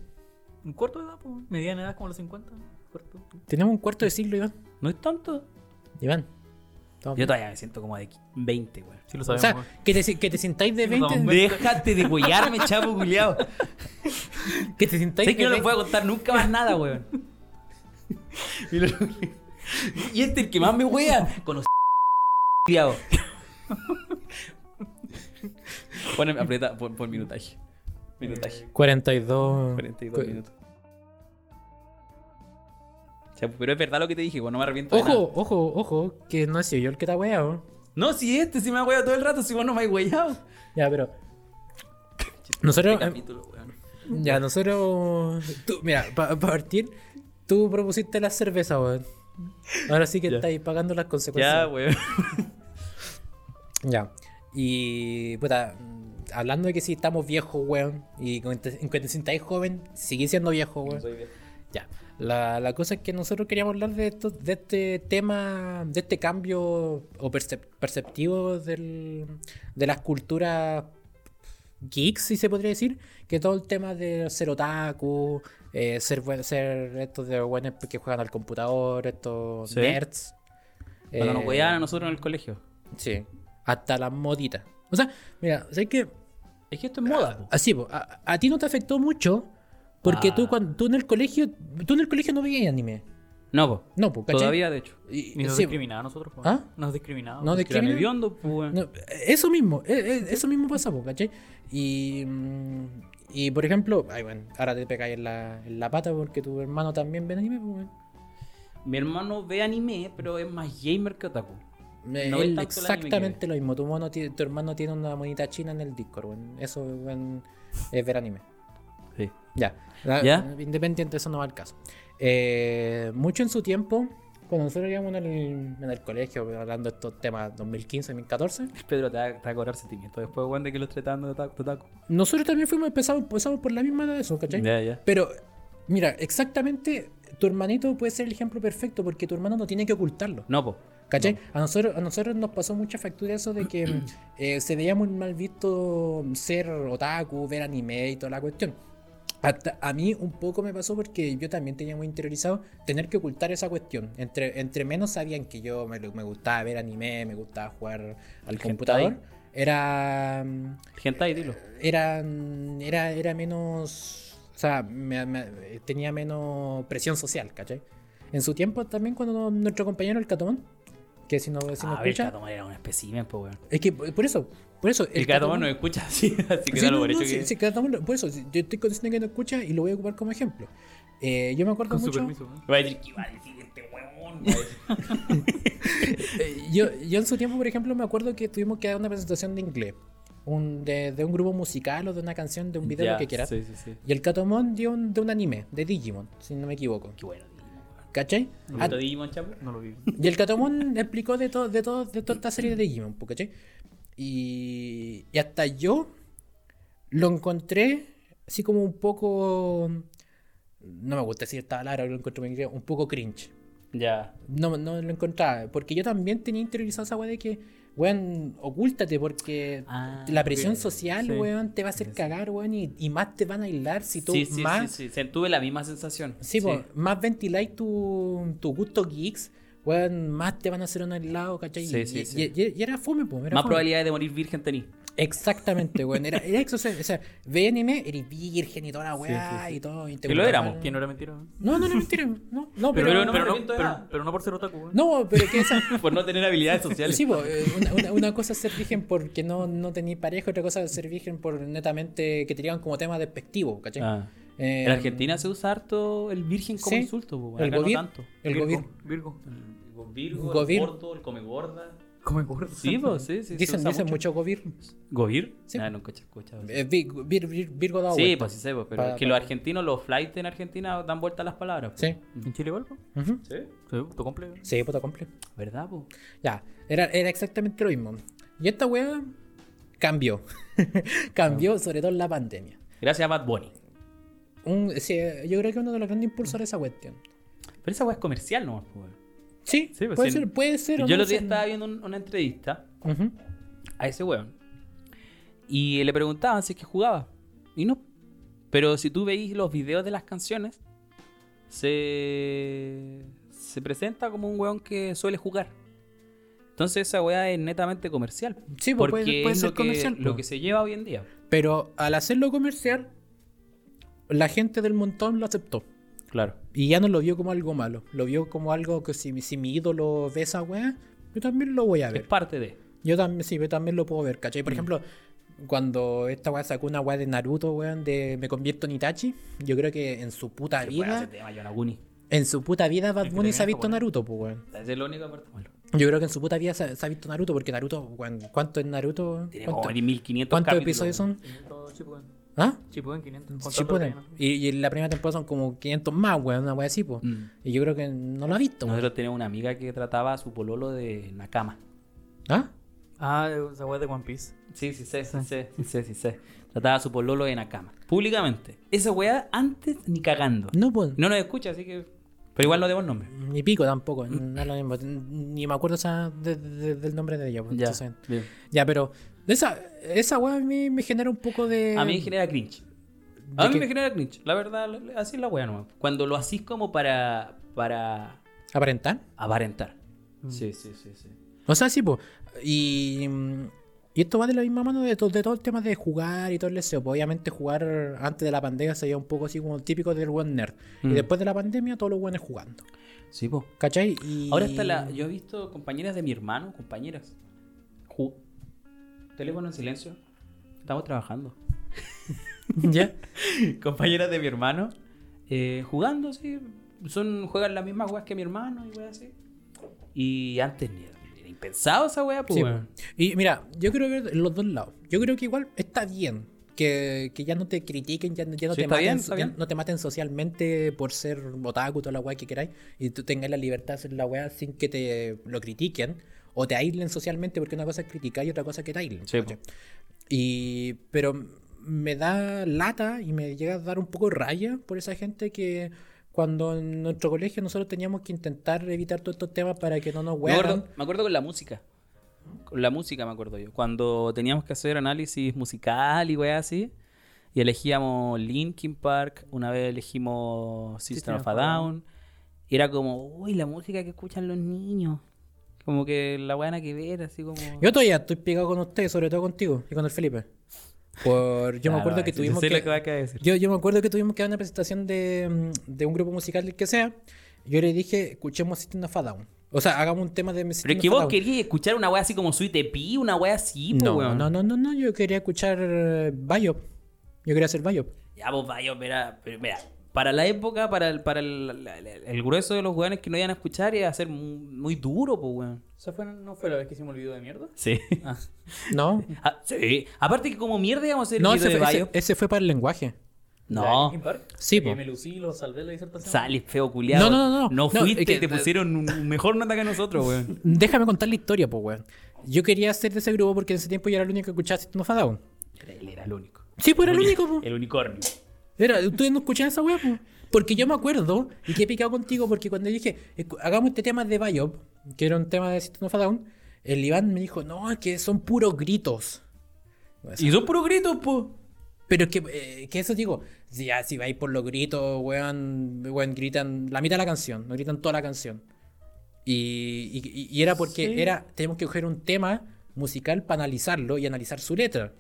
Speaker 4: Un cuarto de edad, pues. Mediana edad como los 50. Cuarto.
Speaker 3: Tenemos un cuarto de siglo, Iván.
Speaker 2: No es tanto.
Speaker 3: Iván. estamos
Speaker 2: Yo
Speaker 3: bien.
Speaker 2: todavía me siento como de 20, weón.
Speaker 4: Sí lo
Speaker 3: o
Speaker 4: sabemos.
Speaker 3: sea, que te, si- que te sintáis de
Speaker 4: Sí, nos
Speaker 3: 20.
Speaker 4: damos
Speaker 2: Déjate de huellarme, chapo culiao.
Speaker 3: Que te sintáis
Speaker 2: Sé que
Speaker 3: de
Speaker 2: no les
Speaker 3: 20.
Speaker 2: voy a contar nunca más nada, weón. Y, lo- y este es el que más me huea. Con los culiao. Poneme, aprieta, pon, pon minutaje. Minutaje.
Speaker 3: 42.
Speaker 2: 42 minutos. Chapo, pero es verdad lo que te dije, weón. No me arrepiento de nada.
Speaker 3: Ojo, ojo, ojo, que no he sido yo el que te ha weado.
Speaker 2: No, si este, si me ha hueado todo el rato, si vos no me has huellado.
Speaker 3: Ya, pero. Nosotros. em,
Speaker 2: Este capítulo, weón.
Speaker 3: Ya, nosotros. Tú, mira, para partir, tú propusiste la cerveza, weón. Ahora sí que estáis pagando las consecuencias.
Speaker 2: Ya, weón.
Speaker 3: Ya. Y, puta, mm, hablando de que si estamos viejos, weón, y con te- en que te sintáis joven, sigue siendo viejo, weón. Ya. La, la cosa es que nosotros queríamos hablar de, esto, de este tema, de este cambio o percep- perceptivo del, de las culturas geeks, si se podría decir, que todo el tema de ser otaku, eh, ser, buen- ser estos de buenos que juegan al computador, estos
Speaker 2: Sí.
Speaker 3: nerds.
Speaker 2: Cuando nos
Speaker 3: eh,
Speaker 2: huellaban a nosotros en el colegio.
Speaker 3: Sí. Hasta las moditas. O sea, mira, sé que
Speaker 2: Es que esto es moda, po.
Speaker 3: así, po, a, a ti no te afectó mucho porque tú
Speaker 2: Ah.
Speaker 3: cuando tú en el colegio, tú en el colegio no veías anime.
Speaker 2: No, po.
Speaker 3: No, pues, ¿cachai?
Speaker 2: Todavía, de hecho.
Speaker 3: Y-
Speaker 4: Ni nos
Speaker 3: sí, po.
Speaker 4: discriminaba a nosotros, pues.
Speaker 3: ¿Ah?
Speaker 4: Nos discriminaba.
Speaker 3: No
Speaker 4: pues.
Speaker 2: Que eran
Speaker 3: discrimina.
Speaker 2: hediondo, pues, weón.
Speaker 3: No, eso mismo, eh, eh, eso mismo pasa, po, ¿cachai? Y, mm, y por ejemplo, ay, bueno, ahora te pegáis en la, en la pata porque tu hermano también ve anime, pues,
Speaker 2: Mi hermano ve anime, pero es más gamer que otaku. No ves
Speaker 3: él
Speaker 2: tanto el anime que
Speaker 3: exactamente lo mismo. Tu, mono tiene- tu hermano tiene una monita china en el Discord, weón. Eso weón, es ver anime.
Speaker 2: Sí.
Speaker 3: Ya. La-
Speaker 2: ¿Ya?
Speaker 3: Independiente, eso no va al caso. Eh, mucho en su tiempo, cuando nosotros íbamos en el, en el colegio, hablando de estos temas 2015, 2014,
Speaker 2: Pedro, te va, te va a cobrar sentimiento después, weón, de que lo estés tratando de otaku. de otaku.
Speaker 3: nosotros también fuimos empezamos, empezamos por la misma edad de eso, ¿cachai?
Speaker 2: Ya, ya.
Speaker 3: Pero, mira, exactamente tu hermanito puede ser el ejemplo perfecto porque tu hermano no tiene que ocultarlo.
Speaker 2: No, po.
Speaker 3: ¿Cachai? A, nosotros, a nosotros nos pasó mucha factura eso de que eh, se veía muy mal visto ser otaku, ver anime y toda la cuestión. Hasta a mí un poco me pasó porque yo también tenía muy interiorizado tener que ocultar esa cuestión. Entre, entre menos sabían que yo me, me gustaba ver anime, me gustaba jugar al computador, era,
Speaker 2: Gente ahí, dilo.
Speaker 3: era, era, era menos... O sea, me- me- tenía menos presión social, ¿cachai? En su tiempo también cuando nuestro compañero el Catomán, que si no, si no
Speaker 2: a ver,
Speaker 3: escucha...
Speaker 2: Catomán era un espécimen, po, weón.
Speaker 3: Es que por por eso, por eso.
Speaker 2: El Catomán no escucha así, así que
Speaker 3: Sí,
Speaker 2: dalo
Speaker 3: no,
Speaker 2: por
Speaker 3: no,
Speaker 2: hecho
Speaker 3: sí,
Speaker 2: que.
Speaker 3: sí, Catamán no- por eso, sí, yo estoy diciendo que no escucha y lo voy a ocupar como ejemplo. Eh, yo me acuerdo
Speaker 4: Con su
Speaker 3: mucho.
Speaker 4: permiso, ¿no?
Speaker 2: Va a decir, ¿qué va a decir este weón? Va a decir-
Speaker 3: eh, yo, yo en su tiempo, por ejemplo, me acuerdo que tuvimos que dar una presentación de inglés. Un, de, de un grupo musical o de una canción, de un video,
Speaker 2: Ya,
Speaker 3: lo que quieras.
Speaker 2: Sí, sí, sí.
Speaker 3: Y el Catomón dio un, de un anime, de Digimon, si no me equivoco.
Speaker 2: Qué bueno, Digimon, weón.
Speaker 3: ¿Cachai?
Speaker 2: ¿No
Speaker 3: Ah,
Speaker 2: te Digimon, chapo?
Speaker 4: No lo vi.
Speaker 3: Y el Catomón explicó de todo, de todo, de toda esta serie de Digimon, po, ¿cachai? Y, y hasta yo lo encontré así como un poco. No me gusta decir esta palabra, lo encontré muy gringo, un poco cringe.
Speaker 2: Ya.
Speaker 3: No, no lo encontraba, porque yo también tenía interiorizado esa weá de que, weón, ocúltate, porque
Speaker 2: Ah,
Speaker 3: la presión
Speaker 4: ok,
Speaker 3: social,
Speaker 4: sí.
Speaker 3: weón, te va a hacer cagar, weón, y, y más te van a aislar si tú
Speaker 2: Sí, sí,
Speaker 3: más.
Speaker 2: sí, sí, Se- Tuve la misma sensación.
Speaker 3: Sí, po, más ventiláis tu, tu gusto geeks, weón, más te van a hacer un aislado, ¿cachai?
Speaker 2: Sí,
Speaker 3: Y-
Speaker 2: sí,
Speaker 3: y,
Speaker 2: sí.
Speaker 3: y- y era fome, po, era
Speaker 2: Más
Speaker 3: fome.
Speaker 2: probabilidades de morir virgen tení.
Speaker 3: Exactamente, weón. Era, era eso, o sea, o sea, ve anime, eres virgen y toda la weá y todo. Y, te
Speaker 2: Y lo
Speaker 3: gustaban-
Speaker 2: éramos.
Speaker 4: Que no era mentira.
Speaker 3: No, no, no, mentira. No, no, pero.
Speaker 4: Pero,
Speaker 2: yo me
Speaker 4: no, pero, no,
Speaker 2: arrepiento de
Speaker 4: pero,
Speaker 2: nada.
Speaker 4: pero no por ser otaku, weón.
Speaker 3: No, pero que esa.
Speaker 2: Por no tener habilidades sociales.
Speaker 3: Sí, po, eh, una, una- una cosa es ser virgen porque no, no tenías pareja, otra cosa es ser virgen por netamente que te digan como tema despectivo, ¿cachai?
Speaker 2: Ah.
Speaker 3: Eh,
Speaker 2: En Argentina se usa harto el virgen como
Speaker 3: sí.
Speaker 2: insulto, po,
Speaker 3: El
Speaker 2: acá no
Speaker 3: gobir-
Speaker 2: tanto.
Speaker 3: El
Speaker 4: Virgo,
Speaker 3: gobierno.
Speaker 4: Virgo.
Speaker 2: El Virgo,
Speaker 3: Govir.
Speaker 2: el gordo, el come gorda.
Speaker 4: Come gordo.
Speaker 2: Sí, pues, sí, sí. se
Speaker 3: Dicen,
Speaker 2: usa
Speaker 3: dicen mucho gobierno.
Speaker 2: ¿Govir?
Speaker 3: Sí.
Speaker 2: Ah, no, cocha, cocha.
Speaker 3: Eh, vir- vir- vir- Virgo da
Speaker 2: Sí,
Speaker 3: vuelta.
Speaker 2: pues sí sé, pues, pero
Speaker 3: Pa-
Speaker 2: es que
Speaker 3: pa-
Speaker 2: los argentinos, los flights en Argentina dan vuelta a las palabras. pues.
Speaker 3: Sí.
Speaker 4: ¿En Chile igual, po?
Speaker 3: Ujú.
Speaker 2: ¿Sí?
Speaker 4: Sí, tu complejo.
Speaker 3: Sí, puta completo.
Speaker 2: ¿Verdad, pues? po?
Speaker 3: Ya, era, era exactamente lo mismo. Y esta weá cambió. cambió, sobre todo en la pandemia.
Speaker 2: Gracias a Bad Bunny.
Speaker 3: Un- sí, yo creo que uno de los grandes impulsores de esa cuestión.
Speaker 2: Pero esa weá es comercial nomás, po, weón.
Speaker 3: Sí,
Speaker 2: Sí, pues,
Speaker 3: puede
Speaker 2: sí.
Speaker 3: ser, puede ser. o
Speaker 2: Yo
Speaker 3: no
Speaker 2: el otro día
Speaker 3: ser.
Speaker 2: estaba viendo un- una entrevista
Speaker 3: Ujú.
Speaker 2: a ese weón. Y le preguntaban si es que jugaba. Y no. Pero si tú veis los videos de las canciones, se, se presenta como un weón que suele jugar. Entonces esa weá es netamente comercial.
Speaker 3: Sí, pues,
Speaker 2: porque
Speaker 3: puede- puede
Speaker 2: es
Speaker 3: ser
Speaker 2: lo que,
Speaker 3: comercial, pues.
Speaker 2: Lo
Speaker 3: po.
Speaker 2: que se lleva hoy en día.
Speaker 3: Pero al hacerlo comercial, la gente del montón lo aceptó.
Speaker 2: Claro.
Speaker 3: Y ya no lo vio como algo malo. Lo vio como algo que si, mi- si mi ídolo ve esa weá, yo también lo voy a
Speaker 2: Es
Speaker 3: ver.
Speaker 2: parte de.
Speaker 3: Yo también, sí, yo también lo puedo ver, ¿cachai?
Speaker 2: Mm.
Speaker 3: Por ejemplo, cuando esta weá sacó una weá de Naruto, weón, de Me convierto en Itachi, yo creo que en su puta
Speaker 2: Que weá, ese
Speaker 3: vida,
Speaker 2: tema, Yonaguni.
Speaker 3: en su puta vida Bad
Speaker 4: que
Speaker 3: Bunny se ha
Speaker 4: termina
Speaker 3: visto
Speaker 4: japonés.
Speaker 3: Naruto, pues, weón.
Speaker 2: Esa es la única parte mala.
Speaker 3: Yo creo que en su puta vida se, se ha visto Naruto, porque Naruto, weón, ¿cuánto es Naruto? weón?
Speaker 2: Tiene como
Speaker 3: ¿Cuánto-
Speaker 2: 1500
Speaker 3: ¿Cuántos
Speaker 2: capítulos,
Speaker 3: episodios
Speaker 2: weón.
Speaker 3: son?
Speaker 4: 500 Shippuden.
Speaker 3: ¿Ah?
Speaker 4: Shippuden 500.
Speaker 3: Sí pueden. Y, y en la primera temporada son como 500 más, weón, una weá así, po.
Speaker 2: Mm.
Speaker 3: Y yo creo que no lo ha visto, weón.
Speaker 2: Nosotros teníamos una amiga que trataba a su pololo de Nakama.
Speaker 3: ¿Ah?
Speaker 4: Ah, esa weá de One Piece.
Speaker 2: Sí, sí sé, sí sé, sí sé, sí sé. Trataba a su pololo de Nakama. Públicamente. Esa weá antes ni cagando.
Speaker 3: No, pues.
Speaker 2: No nos escucha, así que. Pero igual no demos nombre.
Speaker 3: Ni pico tampoco,
Speaker 2: Mm.
Speaker 3: no es lo mismo. Ni me acuerdo esa- de- de- del nombre de ella, po.
Speaker 2: Ya.
Speaker 3: Entonces,
Speaker 2: bien.
Speaker 3: ya, pero esa, esa weá a mí me genera un poco de.
Speaker 2: A mí me genera cringe.
Speaker 3: de
Speaker 2: A mí
Speaker 3: que
Speaker 2: me genera cringe. La verdad, la- la- así es la weá nomás. Cuando lo hacís como para. para.
Speaker 3: aparentar.
Speaker 2: aparentar. Sí, sí, sí, sí.
Speaker 3: O sea, sí, pues. Y, mm, y esto va de la misma mano de, to- de todo el tema de jugar y todo el deseo. po. obviamente, jugar antes de la pandemia sería un poco así como típico del one nerd. Y
Speaker 2: Mm.
Speaker 3: después de la pandemia, todos los weones jugando.
Speaker 2: Sí, po.
Speaker 3: ¿Cachai? Y...
Speaker 2: Ahora está la. Yo he visto compañeras de mi hermano, compañeras. Ju- Teléfono en silencio. Estamos trabajando.
Speaker 3: ¿Ya?
Speaker 2: compañeras de mi hermano eh, jugando, sí. Son, juegan las mismas weas que mi hermano y weas así. Y antes ni era, era impensado esa wea, pues.
Speaker 3: Sí,
Speaker 2: weón.
Speaker 3: Y mira, yo creo ver los dos lados. Yo creo que igual está bien que, que ya no te critiquen, ya, no- ya no,
Speaker 2: Sí,
Speaker 3: te
Speaker 2: está
Speaker 3: maten,
Speaker 2: bien, está
Speaker 3: ya
Speaker 2: bien.
Speaker 3: no te maten socialmente por ser otaku, toda la weá que queráis, y tú tengas la libertad de hacer la weá sin que te lo critiquen o te aíslen socialmente, porque una cosa es criticar y otra cosa es que te aíslen.
Speaker 2: Sí, pues.
Speaker 3: ¿cachai? Y, pero me da lata y me llega a dar un poco raya por esa gente que cuando en nuestro colegio nosotros teníamos que intentar evitar todos estos temas para que no nos
Speaker 2: Me, acuerdo,
Speaker 3: huevan.
Speaker 2: me acuerdo con la música. Con la música me acuerdo yo. Cuando teníamos que hacer análisis musical y weas así. Y elegíamos Linkin Park, una vez elegimos System of a Down. Y era como, uy, la música que escuchan los niños. Como que la wea nada que ver, así como.
Speaker 3: Yo todavía estoy pegado con usted, sobre todo contigo y con el Felipe. Por, yo me
Speaker 2: Ah,
Speaker 3: acuerdo
Speaker 2: no,
Speaker 3: que
Speaker 2: sí,
Speaker 3: tuvimos
Speaker 2: sé
Speaker 3: que,
Speaker 2: lo que va a decir.
Speaker 3: yo, yo me acuerdo que tuvimos que dar una presentación de, mm, de un grupo musical el que sea. Yo le dije, escuchemos System of a Down. O sea, hagamos un tema de
Speaker 2: Pero
Speaker 3: System
Speaker 2: es que
Speaker 3: of a
Speaker 2: vos
Speaker 3: Down.
Speaker 2: querías escuchar una wea así como Sweet Epi, una wea así, po,
Speaker 3: no,
Speaker 2: weón.
Speaker 3: no, no, no, no, yo quería escuchar eh, Biop. Yo quería hacer Biop.
Speaker 2: Ya vos vaya, mira, pero mira, para la época, para el, para el, la- la- el grueso de los weones que no iban a escuchar, iba a ser muy, muy duro, pues weón.
Speaker 4: ¿Esa fue, no fue la vez que hicimos el video de mierda?
Speaker 2: Sí.
Speaker 3: No,
Speaker 2: ah, sí. Aparte que como mierda íbamos a hacer
Speaker 3: no
Speaker 2: el video
Speaker 3: ese,
Speaker 2: de
Speaker 3: fue, ese- eh,
Speaker 2: Bayo.
Speaker 3: ese fue para el lenguaje.
Speaker 2: No.
Speaker 3: Sí, po.
Speaker 4: porque me lucí, lo salvé la disertación.
Speaker 2: Sales feo culiado.
Speaker 3: No, no, no, no.
Speaker 2: No
Speaker 3: No,
Speaker 2: fuiste,
Speaker 3: es que-
Speaker 2: te pusieron un- un mejor nota que nosotros, weón.
Speaker 3: Déjame contar la historia, pues, weón. Yo quería ser de ese grupo porque en ese tiempo yo era el único que escuchaba System of a Down.
Speaker 2: Él era el único.
Speaker 3: Sí, pues era el único, pues.
Speaker 2: El unicornio.
Speaker 3: Era, ustedes no escuchaban esa weá, po? Porque yo me acuerdo, y que he picado contigo, porque cuando dije, "Escu- hagamos este tema de Biop, que era un tema de System of a Down, el Iván me dijo, no, es que son puros gritos.
Speaker 2: Y son puros gritos, po.
Speaker 3: Pero es que, eh, que eso digo, si, ya, si vais por los gritos, weón, weón, gritan la mitad de la canción, no gritan toda la canción. Y, y- y- y era porque era, tenemos que coger un tema musical para analizarlo y analizar su letra.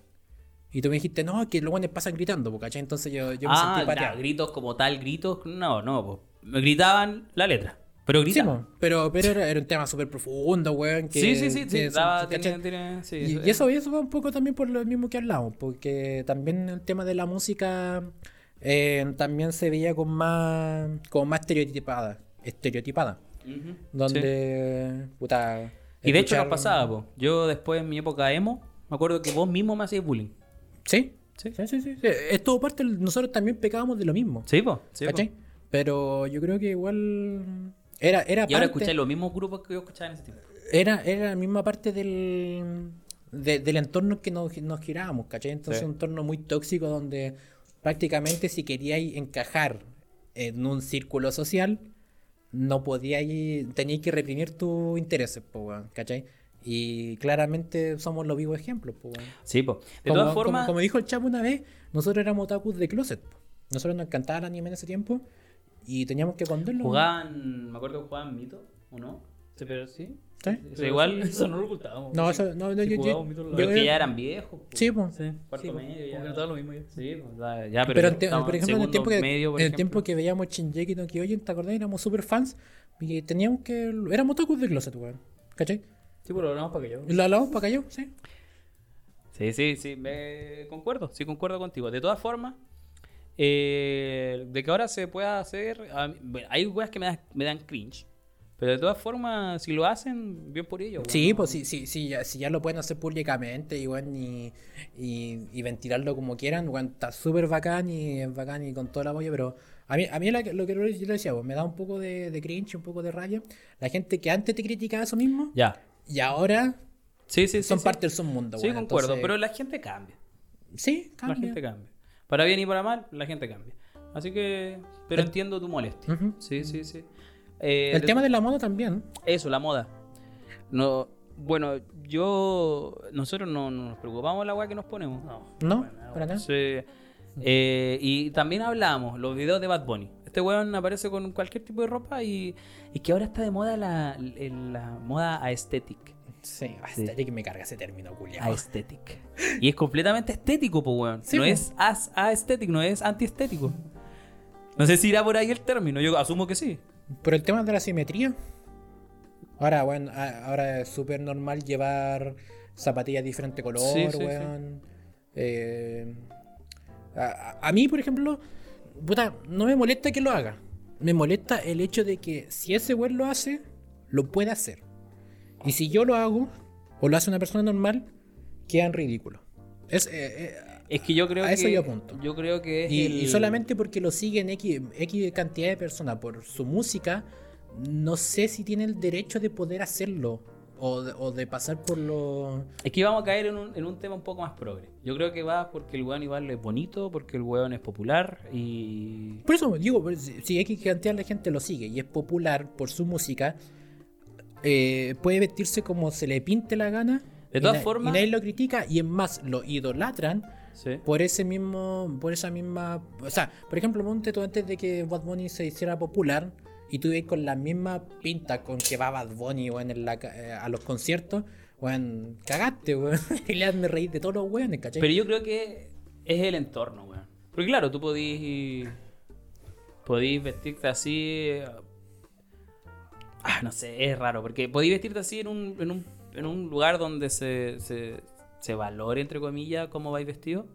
Speaker 3: Y tú me dijiste, no, que los buenos pasan gritando, po, ¿cachai? Entonces yo, yo me
Speaker 2: ah,
Speaker 3: sentí
Speaker 2: ya,
Speaker 3: pateado.
Speaker 2: gritos como tal, gritos. No, no, po. me gritaban la letra. Pero
Speaker 3: Sí,
Speaker 2: gritaban.
Speaker 3: mo, pero, pero era, era un tema súper profundo, weón. que-
Speaker 2: Sí, sí, sí, sí,
Speaker 3: que son-
Speaker 2: daba- tenía-
Speaker 3: ¿cachai?
Speaker 2: tenía- sí,
Speaker 3: Y,
Speaker 2: eso-
Speaker 3: y eso, y eso va un poco también por lo mismo que hablamos, porque también el tema de la música eh, también se veía con más, con más estereotipada, estereotipada,
Speaker 2: Ujú, sí.
Speaker 3: donde, puta,
Speaker 2: Y de hecho nos
Speaker 3: escuchar-
Speaker 2: pasaba, po. Yo después en mi época emo, me acuerdo que vos mismo me hacías bullying.
Speaker 3: Sí,
Speaker 2: Sí.
Speaker 3: sí, sí, sí, sí. Es todo parte, del- nosotros también pecábamos de lo mismo,
Speaker 2: Sí, po. Sí, po.
Speaker 3: ¿cachai? Pero yo creo que igual era, era
Speaker 2: Y ahora
Speaker 3: parte-
Speaker 2: escuché los mismos grupos que yo escuchaba en ese tiempo.
Speaker 3: era, era la misma parte del, de- del entorno que nos, nos girábamos, ¿cachai? Entonces
Speaker 2: Sí.
Speaker 3: un entorno muy tóxico donde prácticamente si queríais encajar en un círculo social, no podíais, teníais que reprimir tus intereses, po, weón, ¿cachai? Y claramente somos los vivos ejemplos, po, weón.
Speaker 2: Sí, po. De
Speaker 3: Como,
Speaker 2: todas
Speaker 3: como-
Speaker 2: formas,
Speaker 3: como dijo el Chapo una vez, nosotros éramos otakus de closet. po. Nosotros nos encantaba el anime en ese tiempo y teníamos que esconderlo.
Speaker 2: jugaban, me acuerdo que jugaban Mito, ¿o no? Sí, pero sí.
Speaker 3: ¿Sí?
Speaker 2: Eso igual, eso no lo ocultábamos.
Speaker 3: No, eso, no, no,
Speaker 4: Si
Speaker 3: yo- yo-
Speaker 4: jugábamos, mito, lo-
Speaker 3: yo-
Speaker 2: Pero es que ya eran viejos. po.
Speaker 3: Sí, po.
Speaker 4: Sí,
Speaker 2: Cuarto
Speaker 4: sí,
Speaker 2: medio, ya.
Speaker 4: como que no todo lo mismo ya.
Speaker 2: Sí, po, da- ya, pero.
Speaker 3: Pero,
Speaker 2: ya
Speaker 3: en te-
Speaker 2: estaban
Speaker 3: por ejemplo, en el
Speaker 2: segundo
Speaker 3: tiempo que,
Speaker 2: medio, por
Speaker 3: en el
Speaker 2: ejemplo.
Speaker 3: tiempo que veíamos Shinjeki no Kyojin, ¿te acordás? Éramos super fans y teníamos que... Éramos otakus de closet, weón. ¿Cachai?
Speaker 4: Sí, pero lo hablamos para que yo.
Speaker 3: Y lo hablamos para cayó, ¿sí?
Speaker 2: Sí, sí, sí, me concuerdo, sí, concuerdo contigo. De todas formas, eh, de que ahora se pueda hacer, a mí- bueno, hay weas que me, da- me dan cringe, pero de todas formas, si lo hacen, bien por ello.
Speaker 3: Sí,
Speaker 2: weón.
Speaker 3: pues sí, sí, sí, ya, si ya lo pueden hacer públicamente y, weón, y, y, y ventilarlo como quieran, weón, está súper bacán y es bacán y con toda la polla, pero a mí, a mí la que- lo que yo le decía, weón, me da un poco de, de cringe, un poco de rabia. La gente que antes te criticaba eso mismo
Speaker 2: Ya.
Speaker 3: y ahora
Speaker 2: Sí, sí, sí.
Speaker 3: son
Speaker 2: sí.
Speaker 3: parte del submundo,
Speaker 2: Sí,
Speaker 3: weón,
Speaker 2: concuerdo,
Speaker 3: entonces-
Speaker 2: pero la gente cambia.
Speaker 3: Sí,
Speaker 2: La
Speaker 3: cambia.
Speaker 2: gente cambia. Para bien y para mal, la gente cambia. Así que, pero
Speaker 3: El-
Speaker 2: entiendo tu molestia.
Speaker 3: Ujú.
Speaker 2: Sí, sí, sí. Eh,
Speaker 3: El
Speaker 2: de-
Speaker 3: tema de la moda también.
Speaker 2: Eso, la moda. No, bueno, yo. Nosotros no, no nos preocupamos de la agua que nos ponemos.
Speaker 3: No, para nada.
Speaker 2: Sí. Eh, y también hablábamos los videos de Bad Bunny. Este weón aparece con cualquier tipo de ropa y, y que ahora está de moda la, el- la moda aesthetic.
Speaker 3: Sí, aesthetic me carga ese término, culiao.
Speaker 2: Aesthetic. Y es completamente estético, pues weón.
Speaker 3: Sí,
Speaker 2: no
Speaker 3: po.
Speaker 2: es as aesthetic, no es antiestético. No sé si irá por ahí el término, yo asumo que sí.
Speaker 3: Pero el tema de la simetría. Ahora, bueno, a- ahora es súper normal llevar zapatillas de diferente color,
Speaker 2: Sí, sí, sí.
Speaker 3: weón. Eh, a, a- a mí, por ejemplo, puta, no me molesta que lo haga. Me molesta el hecho de que si ese weón lo hace, lo puede hacer. Y si yo lo hago, o lo hace una persona normal, quedan ridículos. Es, eh, eh,
Speaker 2: Es que yo creo
Speaker 3: A
Speaker 2: que.
Speaker 3: eso yo apunto.
Speaker 2: yo creo que es
Speaker 3: Y, y
Speaker 2: el-
Speaker 3: solamente porque lo siguen X, X cantidad de personas por su música, no sé si tiene el derecho de poder hacerlo o de, o de pasar por lo...
Speaker 2: Es que vamos a caer en un, en un tema un poco más progre. Yo creo que va porque el weón igual es bonito, porque el weón es popular y.
Speaker 3: Por eso digo, pues, si si X cantidad de gente lo sigue y es popular por su música, eh, puede vestirse como se le pinte la gana.
Speaker 2: De
Speaker 3: y
Speaker 2: todas
Speaker 3: na-
Speaker 2: formas-
Speaker 3: Y nadie lo critica y es más, lo idolatran
Speaker 2: Sí.
Speaker 3: por ese mismo, por esa misma, o sea, por ejemplo, ponte tú antes de que Bad Bunny se hiciera popular y tú ibas con la misma pinta con que va Bad Bunny weón, en la ca- eh, a los conciertos, weón, cagaste, weón, y le hazme reír de todos los weones, ¿cachai?
Speaker 2: Pero yo creo que es el entorno, weón. Porque claro, tú podís. Podís vestirte así. eh, Ah, no sé, es raro. Porque podís vestirte así en un, en un, en un lugar donde se, se, se valore, entre comillas, cómo vais vestido.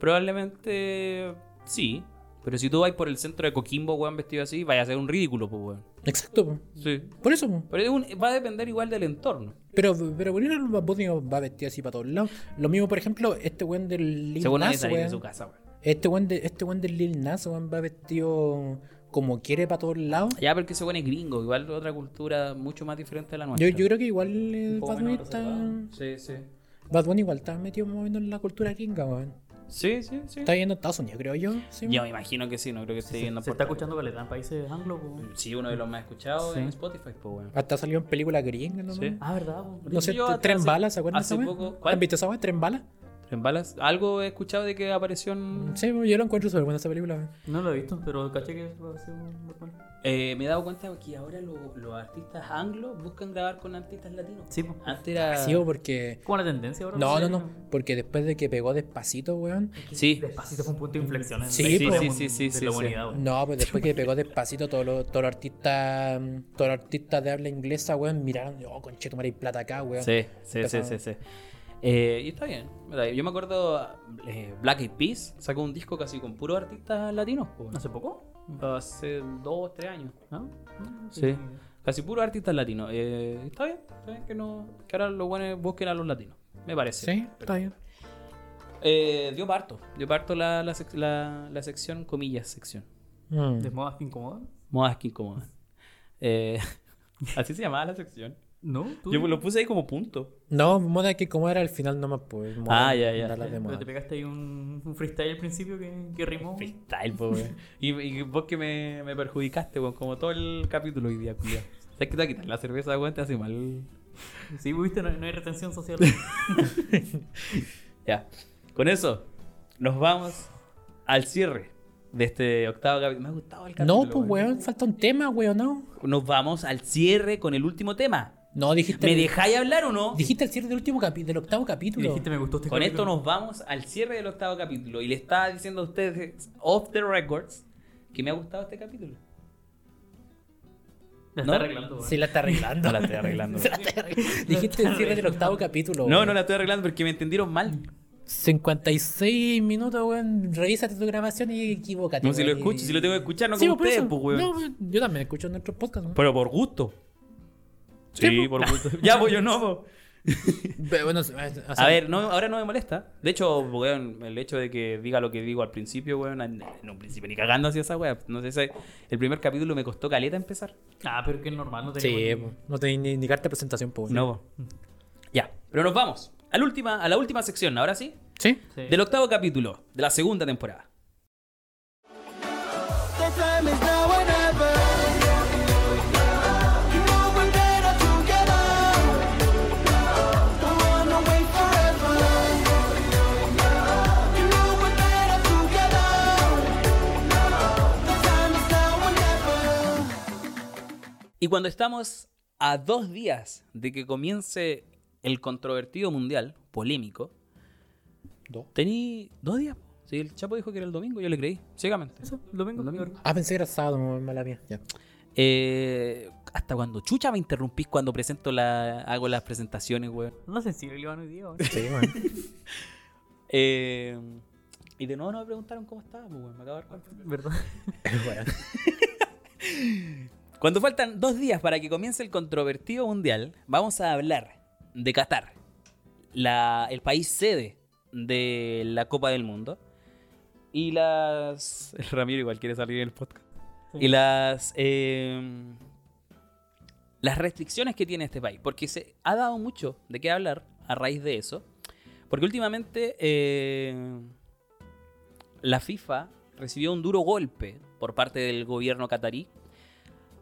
Speaker 2: Probablemente sí. Pero si tú vais por el centro de Coquimbo, weón, vestido así, vaya a ser un ridículo, pues, weón.
Speaker 3: Exacto, po.
Speaker 2: Sí.
Speaker 3: por eso, po.
Speaker 2: Pero es un- va a depender igual del entorno.
Speaker 3: pero pero por eso Bad Bunny va vestido así para todos lados. Lo mismo, por ejemplo, este weón del Lil
Speaker 2: Según nadie
Speaker 3: Nas,
Speaker 2: salir de
Speaker 3: weón.
Speaker 2: su casa, weón.
Speaker 3: este weón de- este weón del Lil Nas, weón, va vestido como quiere para todos lados.
Speaker 2: Ya, porque ese weón es gringo, igual otra cultura mucho más diferente a la
Speaker 3: Yo,
Speaker 2: nuestra.
Speaker 3: yo creo que igual eh,
Speaker 2: Un poco
Speaker 3: Bad Bunny
Speaker 2: menos
Speaker 3: está...
Speaker 2: reservado. Sí, sí.
Speaker 3: Bad Bunny igual está metido más o menos en la cultura gringa, weón.
Speaker 2: Sí, sí, sí.
Speaker 3: Está viendo Estados Unidos, creo yo. sí,
Speaker 2: Yo
Speaker 3: weón.
Speaker 2: me imagino que sí, no creo que esté
Speaker 4: Se,
Speaker 2: viendo
Speaker 4: se está escuchando caleta en países anglo. po.
Speaker 2: Sí, uno de los más escuchados
Speaker 4: Sí.
Speaker 2: en Spotify, pues weón.
Speaker 3: Hasta salió en películas gringas, ¿no?
Speaker 2: Sí.
Speaker 3: man?
Speaker 4: Ah, ¿verdad? po?
Speaker 3: No sé,
Speaker 2: Yo
Speaker 3: t-
Speaker 2: hasta
Speaker 3: Tren
Speaker 2: hace-
Speaker 3: Bala, ¿se acuerdan de
Speaker 2: hace
Speaker 3: esa weá?
Speaker 2: poco- ¿cuál?
Speaker 3: ¿Han visto esa weá? ¿Tren Bala?
Speaker 2: Ten Balas. Algo he escuchado de que apareció en...
Speaker 3: Sí, yo lo encuentro súper buena esa película.
Speaker 4: No lo he visto, pero caché que va a ser un normal.
Speaker 2: Eh, me he dado cuenta que ahora lo- los artistas anglos buscan grabar con artistas latinos.
Speaker 4: Sí, po.
Speaker 2: Antes era...
Speaker 3: Sí, o porque.
Speaker 4: ¿Cómo la tendencia ahora?
Speaker 3: Ah. No, no, no. Porque después de que pegó despacito, weón.
Speaker 2: Sí.
Speaker 4: Despacito fue un punto de inflexión en
Speaker 3: Sí,
Speaker 4: la
Speaker 3: po.
Speaker 4: historia
Speaker 2: Sí,
Speaker 4: mun-
Speaker 2: sí, sí,
Speaker 4: de
Speaker 2: sí,
Speaker 4: la
Speaker 2: sí.
Speaker 4: humanidad. weón.
Speaker 3: No, pues después que pegó despacito, todos los todos los artistas mm, todos los artistas de habla inglesa, weón, miraron, oh, conchetumare, hay plata acá, weón.
Speaker 2: Sí, sí, sí,
Speaker 3: Empezaron.
Speaker 2: sí, sí. Eh, y está bien. Mira, Yo me acuerdo, eh, Black Eyed Peas sacó un disco casi con puros artistas latinos. po.
Speaker 4: ¿Hace poco?
Speaker 2: Hace dos, tres años.
Speaker 4: ¿No?
Speaker 2: Sí. Casi puros artistas latinos. Eh, está bien, está bien que, no, que ahora los buenos busquen a los latinos. Me parece.
Speaker 3: Sí, está bien.
Speaker 2: Eh, dio parto. Dio parto la, la, sec- la- la sección, comillas, sección.
Speaker 3: Mm.
Speaker 4: ¿De modas que incomodan?
Speaker 2: Modas que incomodan. Eh, así se llamaba la sección.
Speaker 4: ¿No? ¿Tú?
Speaker 2: Yo lo puse ahí como punto.
Speaker 3: No, moda que como era al final nomás, pues. moda,
Speaker 2: Ah, ya, ya.
Speaker 3: dar las de
Speaker 4: Pero te
Speaker 3: moda.
Speaker 4: pegaste ahí un, un freestyle al principio que, que rimó.
Speaker 2: Freestyle, po, weón. y, y vos que me, me perjudicaste, weón, como todo el capítulo hoy día, culiao. ¿Sabes que te va a quitar la cerveza, weón? Te hace mal.
Speaker 4: Sí, pues, viste, no, no hay retención social.
Speaker 2: Ya. Con eso, nos vamos al cierre de este octavo capítulo. Me ha gustado el capítulo.
Speaker 3: No, pues, weón, falta un tema, weón, no.
Speaker 2: Nos vamos al cierre con el último tema.
Speaker 3: No, dijiste.
Speaker 2: ¿Me dejáis hablar o no?
Speaker 3: Dijiste el cierre del último capítulo, del octavo
Speaker 4: y
Speaker 3: capítulo.
Speaker 4: dijiste, me gustó este
Speaker 2: Con esto
Speaker 4: capítulo".
Speaker 2: nos vamos al cierre del octavo capítulo. Y le estaba diciendo a ustedes, off the records, que me ha gustado este capítulo.
Speaker 4: La
Speaker 2: ¿no?
Speaker 4: está arreglando. weón.
Speaker 3: Sí, la está arreglando.
Speaker 2: la estoy arreglando.
Speaker 3: Se la está arreglando. dijiste el cierre del octavo capítulo.
Speaker 2: No,
Speaker 3: weón.
Speaker 2: no la estoy arreglando porque me entendieron mal.
Speaker 3: 56 minutos, weón. Revísate tu grabación y equivócate.
Speaker 2: No, si lo
Speaker 3: weón,
Speaker 2: escucho,
Speaker 3: y-
Speaker 2: si lo tengo que escuchar, no
Speaker 3: Sí,
Speaker 2: como
Speaker 3: pues, por
Speaker 2: ustedes,
Speaker 3: eso.
Speaker 2: pues, weón.
Speaker 3: No, weón, yo también escucho nuestros podcasts, ¿no?
Speaker 2: Pero por gusto. Sí, por gusto. ya, pues yo no, po.
Speaker 3: Pero bueno, eh, o sea,
Speaker 2: A ver, no, ahora no me molesta. De hecho, weón, el hecho de que diga lo que digo al principio, weón, en en un principio ni cagando hacia esa weá. No sé, ese- el primer capítulo me costó caleta empezar.
Speaker 4: Ah, pero que es normal, no
Speaker 3: Sí, pues.
Speaker 4: tenemos.
Speaker 3: po. no te ni, ni carta de presentación, pues. weón.
Speaker 2: No, po. Ya, pero nos vamos. A la última, a la última sección, ahora sí.
Speaker 3: ¿Sí?
Speaker 4: Sí.
Speaker 2: Del octavo capítulo, de la segunda temporada.
Speaker 5: The time is now or never. You know we're better together. Don't wanna wait forever. You know we're better together. The time is now or never.
Speaker 2: Y cuando estamos a dos días de que comience el controvertido mundial, polémico,
Speaker 3: Dos.
Speaker 2: tení dos días. po. Sí, el Chapo dijo que era el domingo, yo le creí, ciegamente.
Speaker 4: Eso, lo vengo.
Speaker 3: Ah, pensé que era sábado, mala mía. Ya.
Speaker 2: Eh, hasta cuando chucha me interrumpís cuando presento la, hago las presentaciones, weón.
Speaker 4: No sensible, Iván, hoy día. weón.
Speaker 3: Sí, weón.
Speaker 2: Eh, y de nuevo no me preguntaron cómo estaba, pues, weón. Me acabo de dar cuenta.
Speaker 4: ¿Verdad?
Speaker 3: Weón.
Speaker 2: Cuando faltan dos días para que comience el controvertido mundial, vamos a hablar de Qatar, la- el país sede de la Copa del Mundo. Y las. el Ramiro igual quiere salir en el podcast.
Speaker 4: Sí.
Speaker 2: Y las. eh, las restricciones que tiene este país. Porque se ha dado mucho de qué hablar a raíz de eso. Porque últimamente. eh, la FIFA recibió un duro golpe por parte del gobierno catarí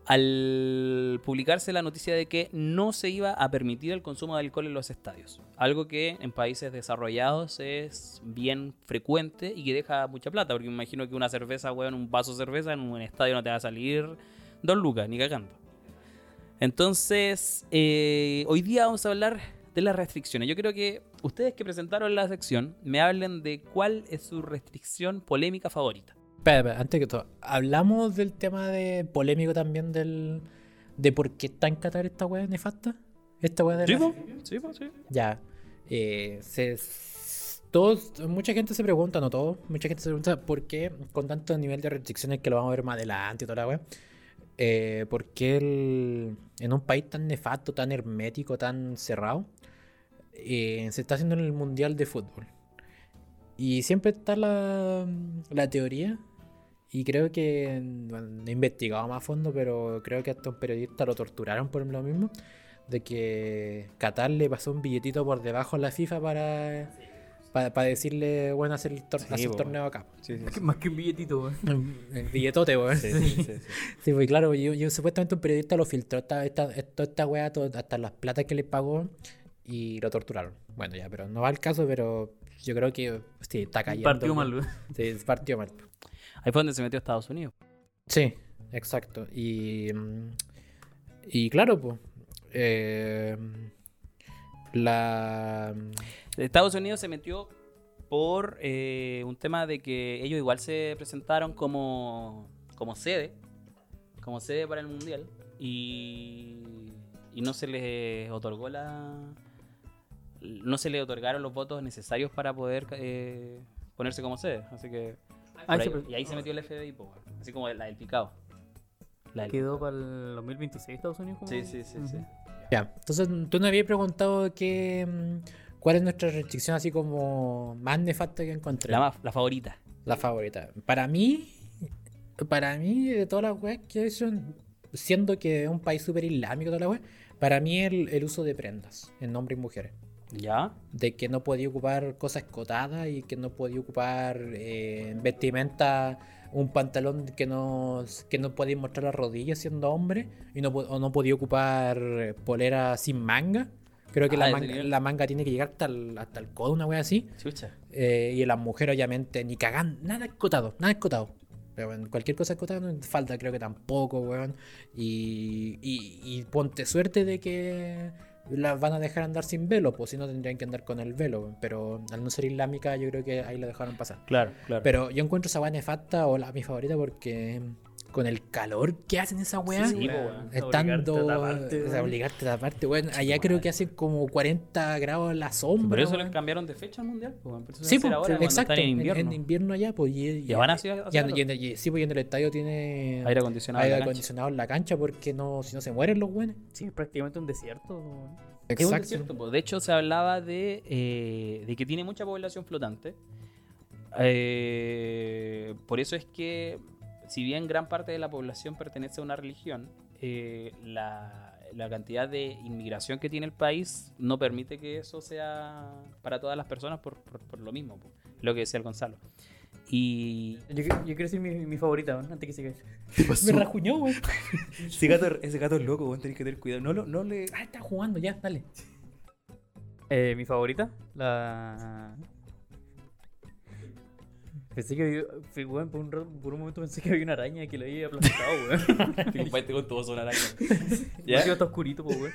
Speaker 2: al publicarse la noticia de que no se iba a permitir el consumo de alcohol en los estadios. Algo que en países desarrollados es bien frecuente y que deja mucha plata, porque me imagino que una cerveza, weón, un vaso de cerveza en un estadio no te va a salir dos lucas, ni cagando. Entonces, eh, hoy día vamos a hablar de las restricciones. Yo creo que ustedes que presentaron la sección me hablen de cuál es su restricción polémica favorita.
Speaker 3: Espera, espera, antes que todo, hablamos del tema de polémico también del de por qué está en Qatar esta weá nefasta. Esta weá de la-
Speaker 2: sí, po, sí.
Speaker 3: Ya. Eh, se- todos, mucha gente se pregunta, no todos, mucha gente se pregunta por qué, con tanto nivel de restricciones que lo vamos a ver más adelante y toda la wea, eh, por qué el- en un país tan nefasto, tan hermético, tan cerrado, eh, se está haciendo en el Mundial de Fútbol. Y siempre está la, la teoría, y creo que, bueno, no he investigado más a fondo, pero creo que hasta un periodista lo torturaron por lo mismo de que Qatar le pasó un billetito por debajo a la FIFA para, para, para decirle, bueno, hacer el, tor- hacer el
Speaker 2: po.
Speaker 3: torneo acá.
Speaker 4: Que Más que un billetito, weón.
Speaker 3: El billetote, weón. Sí, pues claro, yo, yo- supuestamente un periodista lo filtró esta, esta, esta, esta weá, todo- hasta las platas que le pagó y lo torturaron. Bueno, ya, pero no va al caso, pero Yo creo que sí, está cayendo.
Speaker 4: Partió mal.
Speaker 3: Sí, partió mal.
Speaker 2: Ahí fue donde se metió Estados Unidos.
Speaker 3: Sí, exacto. Y, mm, y claro, pues. la. mm,
Speaker 2: Estados Unidos se metió por eh, un tema de que ellos igual se presentaron como, como sede, como sede para el Mundial, y, y no se les otorgó la... No se les otorgaron los votos necesarios para poder eh, ponerse como sede, así que...
Speaker 4: Ah,
Speaker 2: por ahí- y ahí se metió el FBI, po, weón. así como la del picado. La del
Speaker 4: Quedó
Speaker 2: Picao.
Speaker 4: para el 2026 Estados Unidos. como-
Speaker 2: Sí, sí, sí, sí.
Speaker 4: Ujú.
Speaker 3: Ya. Entonces, tú nos habías preguntado que, mm, cuál es nuestra restricción así como más nefasta que encontré.
Speaker 2: La, más- la favorita.
Speaker 3: La favorita. Para mí, para mí, de todas las weas que son, siendo que es un país súper islámico, toda la wea, para mí el, el uso de prendas en hombres y mujeres.
Speaker 2: ¿Ya?
Speaker 3: De que no podía ocupar cosas escotadas y que no podía ocupar eh, vestimenta, un pantalón que no, que no podía mostrar las rodillas siendo hombre y no, po- o no podía ocupar eh, polera sin manga. Creo que
Speaker 2: Ah,
Speaker 3: la,
Speaker 2: ese
Speaker 3: manga,
Speaker 2: nivel.
Speaker 3: la manga tiene que llegar hasta el, hasta el codo, una wea así.
Speaker 2: Chucha.
Speaker 3: Eh, y las mujeres, obviamente, ni cagan, nada escotado, nada escotado. Pero bueno, cualquier cosa escotada, no, falta creo que tampoco, weón. Y, y, y ponte suerte de que las van a dejar andar sin velo, pues si no tendrían que andar con el velo, weón. Pero al no ser islámica, yo creo que ahí la dejaron pasar.
Speaker 2: Claro, claro.
Speaker 3: Pero yo encuentro esa weá nefasta o la mi favorita porque con el calor que hacen esa weá.
Speaker 2: sí, po,
Speaker 4: weón.
Speaker 2: weón.
Speaker 3: Estando.
Speaker 4: Obligarte a taparte,
Speaker 3: o sea,
Speaker 4: weón.
Speaker 3: obligarte a taparte, weón. Allá creo que hacen como 40 grados la sombra.
Speaker 2: Por eso
Speaker 3: weón.
Speaker 2: le cambiaron de fecha al mundial. po, weón. Por eso se
Speaker 3: Sí,
Speaker 2: va a hacer ahora,
Speaker 3: pues,
Speaker 2: cuando
Speaker 3: exacto.
Speaker 2: están en
Speaker 3: en-
Speaker 2: invierno.
Speaker 3: En, invierno allá, pues. Y, y-
Speaker 2: Ya van así a-
Speaker 3: y-
Speaker 2: hacia
Speaker 3: y en- y- sí, pues, y en el estadio tiene
Speaker 2: Aire acondicionado.
Speaker 3: aire
Speaker 2: en la cancha.
Speaker 3: acondicionado en la cancha porque no, si no se mueren los buenos.
Speaker 4: Sí, es prácticamente un desierto. weón.
Speaker 2: Es un desierto, po. De hecho, se hablaba de, eh, de que tiene mucha población flotante. Eh, por eso es que, si bien gran parte de la población pertenece a una religión, eh, la, la cantidad de inmigración que tiene el país no permite que eso sea para todas las personas por, por- por lo mismo, po. lo que decía el Gonzalo. Y
Speaker 4: Yo, yo quiero decir mi, mi favorita, weón, antes que
Speaker 3: Me
Speaker 4: siga.
Speaker 3: rajuñó, güey.
Speaker 6: Ese gato, ese gato es loco, weón, tenés que tener cuidado. No, lo- no le.
Speaker 3: Ah, está jugando ya, dale.
Speaker 4: Eh, mi favorita, la. Pensé que había. fui- weón, por, un, rato- por un momento pensé que había una araña que la había aplastado, weón.
Speaker 6: Este con todo sonar
Speaker 4: ¿Ya? está oscurito, pues, weón.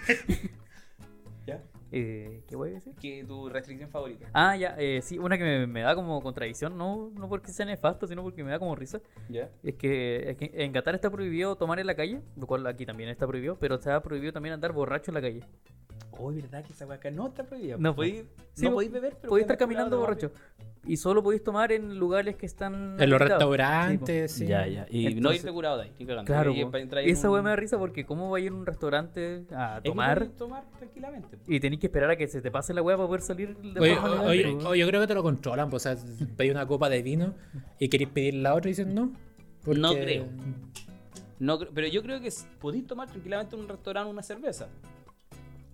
Speaker 6: ¿Ya?
Speaker 4: Eh, ¿Qué voy a decir?
Speaker 2: que tu restricción favorita.
Speaker 4: Ah, ya, eh, sí, una que me, me da como contradicción, no, no porque sea nefasto, sino porque me da como risa.
Speaker 2: ¿Ya?
Speaker 4: Es que, es que en Qatar está prohibido tomar en la calle, lo cual aquí también está prohibido, pero está prohibido también andar borracho en la calle.
Speaker 6: Oh, es verdad que esa weá acá no está prohibida.
Speaker 4: No,
Speaker 6: podéis,
Speaker 2: pues.
Speaker 4: sí,
Speaker 6: no
Speaker 4: po-
Speaker 6: podéis beber, pero
Speaker 4: Podéis
Speaker 6: tenés
Speaker 4: estar
Speaker 6: cuidado
Speaker 4: caminando
Speaker 6: de
Speaker 4: borracho. Y solo podéis tomar en lugares que están.
Speaker 3: En los
Speaker 4: habilitados.
Speaker 3: restaurantes, sí. pues.
Speaker 2: Ya, ya. Y no
Speaker 4: Entonces-
Speaker 2: irte curado de ahí. ni cagando.
Speaker 4: Claro,
Speaker 2: Y
Speaker 4: po.
Speaker 2: para entrar
Speaker 4: y
Speaker 2: en
Speaker 4: esa
Speaker 2: un-
Speaker 4: weá me da risa porque cómo va a ir a un restaurante a
Speaker 2: Es que
Speaker 4: tomar pues.
Speaker 2: podéis tomar tranquilamente. po.
Speaker 4: y tenéis que esperar a que se te pase la weá para poder salir de
Speaker 3: Oye,
Speaker 4: forma
Speaker 3: oye,
Speaker 4: legal, po.
Speaker 3: oye, yo creo que te lo controlan, pues, o sea, pedí una copa de vino y queréis pedir la otra y dicen no.
Speaker 2: No creo. No, creo- pero yo creo que s- podéis tomar tranquilamente en un restaurante una cerveza.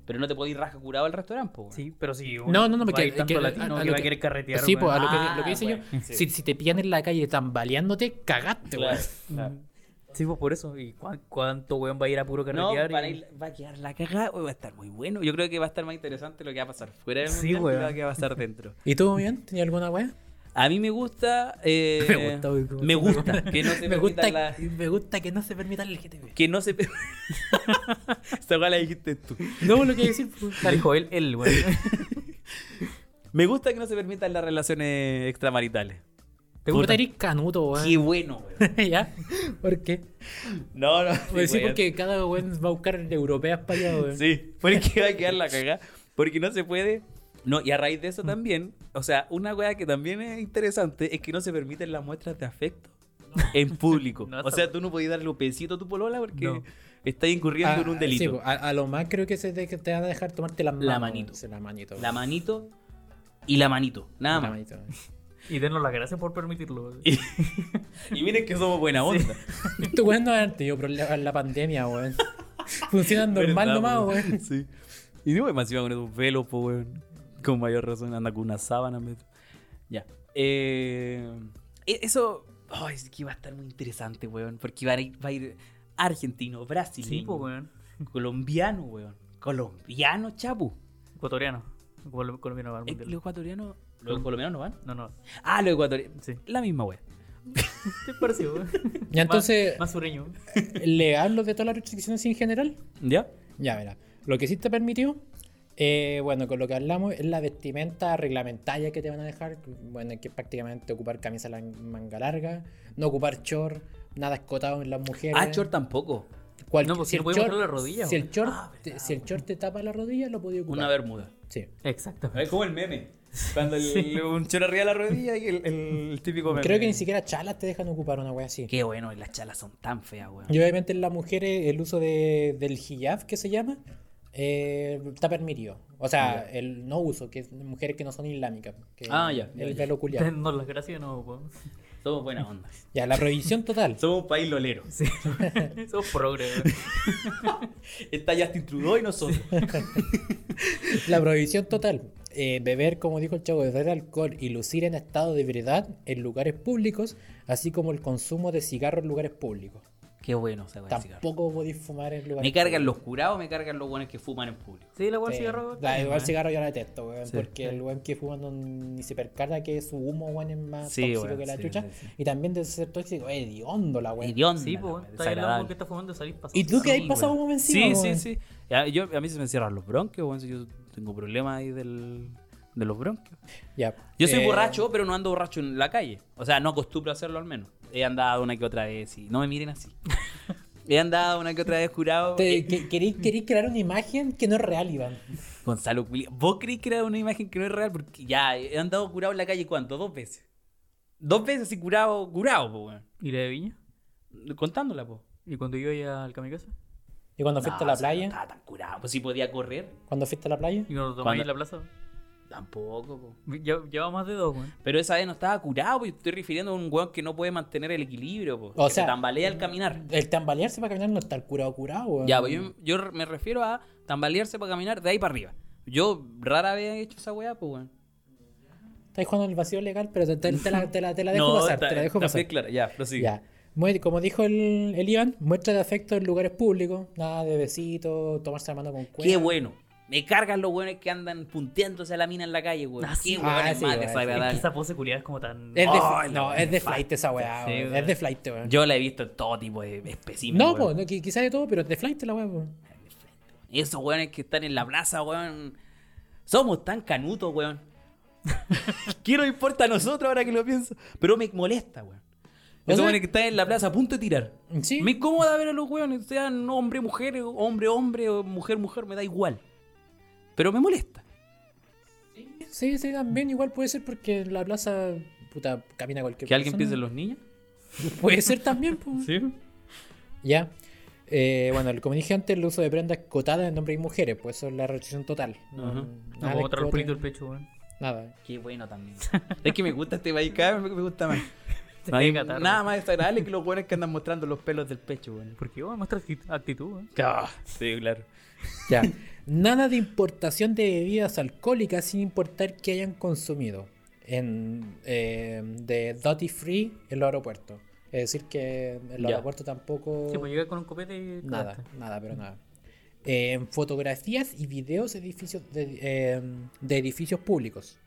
Speaker 2: Pero no te podéis raja curado al restaurante, po, weón.
Speaker 4: Sí, pero sí.
Speaker 3: No, no, no, porque-
Speaker 4: hay tanto
Speaker 3: que-
Speaker 4: latino
Speaker 3: a- a
Speaker 4: que,
Speaker 3: lo
Speaker 4: va a
Speaker 3: que-
Speaker 4: querer carretear.
Speaker 3: Sí, pues,
Speaker 4: weón.
Speaker 3: a lo que,
Speaker 2: Ah,
Speaker 3: lo que dice yo,
Speaker 2: bueno, sí.
Speaker 3: si, si te pillan en la calle tambaleándote, cagaste, güey.
Speaker 2: Claro, claro.
Speaker 4: Ah, Sí, pues por eso. ¿Y cuán- cuánto weón va a ir a puro
Speaker 2: No,
Speaker 4: carretear?
Speaker 2: para
Speaker 4: y-
Speaker 2: ir- va a quedar la cagada, weón, va a estar muy bueno. Yo creo que va a estar más interesante lo que va a pasar fuera del
Speaker 4: Sí,
Speaker 2: mundial que
Speaker 4: weón.
Speaker 2: lo que va a pasar dentro.
Speaker 3: ¿Y tú, bien? ¿Tenías alguna weá?
Speaker 2: A mí me gusta. eh,
Speaker 3: Me gusta, güey, cómo
Speaker 2: me
Speaker 3: se-
Speaker 2: gusta que no se
Speaker 3: me, gusta,
Speaker 2: permitan las-
Speaker 3: me gusta que no se permita el LGTB.
Speaker 2: Que no se. Esta weá la dijiste tú.
Speaker 3: No, lo que decir, pues, dale.
Speaker 4: Dijo él, él, weón.
Speaker 2: Me gusta que no se permitan las relaciones extramaritales.
Speaker 3: Te gusta Eric Canuto,
Speaker 2: Qué
Speaker 3: weón.
Speaker 2: bueno, weón.
Speaker 3: ¿Ya? ¿Por qué?
Speaker 2: No, no.
Speaker 3: Pues sí,
Speaker 2: weón.
Speaker 3: porque cada weón va a buscar europeas para allá, weón.
Speaker 2: Sí, porque va a quedar la cagada. Porque no se puede. No, y a raíz de eso
Speaker 3: Mm.
Speaker 2: también, o sea, una weá que también es interesante es que no se permiten las muestras de afecto en público.
Speaker 4: No,
Speaker 2: o
Speaker 4: esa
Speaker 2: sea,
Speaker 4: weá.
Speaker 2: tú no podías darle un pesito a tu polola porque
Speaker 4: No.
Speaker 2: estás incurriendo
Speaker 3: Ah,
Speaker 2: en un
Speaker 3: sí,
Speaker 2: delito.
Speaker 3: pues, a, a lo más creo que se te, que te van a dejar tomarte la mano.
Speaker 2: La manito.
Speaker 3: Sí, la manito.
Speaker 2: la manito y la manito, nada
Speaker 3: La
Speaker 2: más.
Speaker 3: manito.
Speaker 4: Y denos las gracias por permitirlo. weón.
Speaker 2: Y miren que somos buena onda.
Speaker 3: Tú, Este weón, no han tenido problemas en la pandemia, weón. Funcionan normal
Speaker 2: ¿Verdad,
Speaker 3: nomás,
Speaker 2: weón?
Speaker 3: weón.
Speaker 2: Sí. Y digo, más iba con esos velos, po, weón. Con mayor razón, anda con una sábana. me- Ya. Eh, e- eso. ay, es que va a estar muy interesante, weón. Porque va a ir, va a ir argentino, brasileño,
Speaker 4: Sí, pues, weón.
Speaker 2: colombiano, weón. Colombiano, chapu.
Speaker 4: Ecuatoriano. Col- Colombiano va al
Speaker 2: Eh,
Speaker 4: mundial.
Speaker 2: Los ecuatorianos ¿Los colombianos no van?
Speaker 4: No, no.
Speaker 2: Ah, los ecuatorianos.
Speaker 4: Sí.
Speaker 2: La misma wea.
Speaker 4: Es parecido. weón.
Speaker 3: Ya, entonces-
Speaker 4: Más, más sureño.
Speaker 3: ¿Le hablo de todas las restricciones en general?
Speaker 2: ¿Ya?
Speaker 3: Ya, mira. Lo que sí te permitió, eh, bueno, con lo que hablamos, es la vestimenta reglamentaria que te van a dejar. Bueno, que es prácticamente ocupar camisa la- manga larga, no ocupar short, nada escotado en las mujeres.
Speaker 2: Ah, short pues tampoco.
Speaker 3: Cual-
Speaker 4: No, porque no
Speaker 3: el
Speaker 4: podía
Speaker 3: short-
Speaker 4: mostrar la rodilla,
Speaker 3: Si el,
Speaker 4: weón.
Speaker 3: short, te, si el short te tapa la rodilla, lo podía ocupar.
Speaker 2: Ah, Una bermuda.
Speaker 3: Sí.
Speaker 4: Exactamente.
Speaker 2: como el meme. Cuando el, un chorro arriba de la rodilla y el, el típico meme.
Speaker 3: Creo que ni siquiera chalas te dejan ocupar una wea así.
Speaker 2: Qué bueno, y las chalas son tan feas, weón.
Speaker 3: Y obviamente en las mujeres el uso de, del hijab, que se llama, eh, está permitido. O sea, el no uso, que es mujeres que no son islámicas. que
Speaker 2: Ah, ya, ya,
Speaker 3: El
Speaker 2: ya.
Speaker 3: velo culiao.
Speaker 4: Dennos las gracias, no, weón.
Speaker 2: Somos buena onda.
Speaker 3: Ya, la prohibición total.
Speaker 2: Somos un país lolero.
Speaker 4: Sí. Somos progre, weón.
Speaker 2: Está Justin Trudeau y nosotros.
Speaker 3: la prohibición total. Eh, beber, como dijo el chavo, beber alcohol y lucir en estado de ebriedad en lugares públicos, así como el consumo de cigarros en lugares públicos.
Speaker 2: Qué bueno esa weá.
Speaker 3: Tampoco podéis fumar en lugares
Speaker 2: Me cargan
Speaker 3: públicos.
Speaker 2: los curados, me cargan los buenos que fuman en público.
Speaker 4: Sí, la weá
Speaker 3: Sí.
Speaker 4: del cigarro.
Speaker 3: La,
Speaker 4: también,
Speaker 3: igual
Speaker 4: weón.
Speaker 3: cigarro yo la detesto, weón,
Speaker 2: pues, ¿eh? Sí.
Speaker 3: porque el weón que fuma no, ni se percata que su humo, weón, es más
Speaker 2: Sí,
Speaker 3: tóxico
Speaker 2: weón,
Speaker 3: que la
Speaker 2: sí,
Speaker 3: chucha.
Speaker 2: sí, sí.
Speaker 3: Y también de ser tóxico, es hediondo la weón.
Speaker 2: Hedionda,
Speaker 4: Sí,
Speaker 2: la
Speaker 4: pues,
Speaker 2: weá,
Speaker 4: weón. Está ahí la
Speaker 2: desagradable.
Speaker 4: weón que está fumando salís pasado.
Speaker 3: ¿Y tú qué hay
Speaker 2: Sí,
Speaker 3: pasado
Speaker 2: weón.
Speaker 3: humo encima,
Speaker 2: Sí, sí,
Speaker 3: weón?
Speaker 2: sí. Ya, yo- a mí se me encierran los bronquios, weón. si Yo tengo problemas ahí del, de los bronquios.
Speaker 3: Ya,
Speaker 2: Yo soy
Speaker 3: eh,
Speaker 2: borracho, pero no ando borracho en la calle. O sea, no acostumbro a hacerlo al menos. He andado una que otra vez y no me miren así. He andado una que otra vez curado.
Speaker 3: te-
Speaker 2: Eh,
Speaker 3: que- querí- querí crear una imagen que no es real, Iván.
Speaker 2: Gonzalo, Culi- vos creís que era una imagen que no es real porque ya he andado curado en la calle cuánto? Dos veces. Dos veces y curado, curado, po, weón.
Speaker 4: ¿Y la de Viña?
Speaker 2: Contándola, po.
Speaker 4: ¿Y cuando yo iba al kamikaze?
Speaker 3: Y cuando fuiste a
Speaker 2: No,
Speaker 3: la
Speaker 2: o sea, no
Speaker 3: playa,
Speaker 2: estaba tan curado, pues si podía correr.
Speaker 3: cuando fuiste a la playa,
Speaker 4: ¿Y cuando
Speaker 2: ¿Cuándo?
Speaker 4: tomáis en la plaza?
Speaker 2: Tampoco, po.
Speaker 4: Ya- Llevaba más de dos, weón.
Speaker 2: Pero esa vez no estaba curado, pues, estoy refiriendo a un weón que no puede mantener el equilibrio, po.
Speaker 3: O
Speaker 2: que se
Speaker 3: sea,
Speaker 2: tambalea al caminar.
Speaker 3: el tambalearse para caminar no está el curado curado, weón.
Speaker 2: Ya, pues yo, yo me refiero a tambalearse para caminar de ahí para arriba. Yo rara vez he hecho esa weá, pues weón.
Speaker 3: Estás jugando el vacío legal, pero te, te- te la, te la- te la dejo pasar, te la dejo pasar.
Speaker 2: claro, ya, prosigue.
Speaker 3: Ya. Muy- como dijo el, el Iván, muestra de afecto en lugares públicos, nada de besitos, tomarse la mano con cuerda.
Speaker 2: Qué bueno. Me cargan los weones que andan punteándose a la mina en la calle, weón.
Speaker 4: Ah, sí,
Speaker 2: Qué
Speaker 3: ah,
Speaker 2: weones
Speaker 3: sí,
Speaker 2: más
Speaker 3: weón, sí.
Speaker 4: Es que
Speaker 2: desagradables.
Speaker 4: esa pose culiada es como tan.
Speaker 3: Es
Speaker 4: Oh,
Speaker 3: de,
Speaker 2: Ay, la
Speaker 3: no,
Speaker 2: weá,
Speaker 3: es de flight esa weá,
Speaker 4: sí,
Speaker 3: weón.
Speaker 4: weón.
Speaker 3: Es de flight, weón.
Speaker 2: Yo la he visto en todo tipo de especímenes.
Speaker 3: no,
Speaker 2: weón.
Speaker 3: pues, no, qui- quizá de todo, pero es de flight la weá, weón.
Speaker 2: Esos weones que están en la plaza, weón. Somos tan canutos, weón. ¿Qué nos importa a nosotros ahora que lo pienso? Pero me molesta, weón. Esos
Speaker 3: sea-
Speaker 2: weones que están en la plaza a punto de tirar.
Speaker 3: Sí.
Speaker 2: Me incomoda ver a los weones, sean hombre, mujer, hombre, hombre, o mujer, mujer, me da igual. Pero me molesta.
Speaker 3: Sí, sí, también igual puede ser porque en la plaza, puta, camina cualquier
Speaker 2: Que alguien piense en los
Speaker 3: persona.
Speaker 2: niños.
Speaker 3: Puede ser también, pues.
Speaker 2: Sí.
Speaker 3: Ya. Eh, bueno, el- como dije antes, el uso de prendas cotadas en hombres y mujeres, pues eso es la restricción total. No,
Speaker 2: Ajá.
Speaker 4: No
Speaker 3: nada,
Speaker 4: puedo
Speaker 3: de
Speaker 4: botar el
Speaker 3: escote,
Speaker 4: pelito del pecho, weón.
Speaker 3: nada.
Speaker 2: Qué bueno también. es que me gusta este país, cada vez me gusta más. No hay
Speaker 4: catarro.
Speaker 2: nada más desagradable que los weones que andan mostrando los pelos del pecho, weón.
Speaker 4: ¿Por qué, weón? Muestra acti- actitud, weón.
Speaker 2: Ah, sí, claro.
Speaker 3: Ya. nada de importación de bebidas alcohólicas sin importar que hayan consumido. En, eh, de duty free en los aeropuertos. Es decir, que en los
Speaker 2: Ya.
Speaker 3: aeropuertos tampoco.
Speaker 4: Sí, pues llegar con un copete y.
Speaker 3: Nada,
Speaker 4: cagaste.
Speaker 3: nada, pero nada. Eh, En fotografías y videos edificios de, eh, de edificios públicos.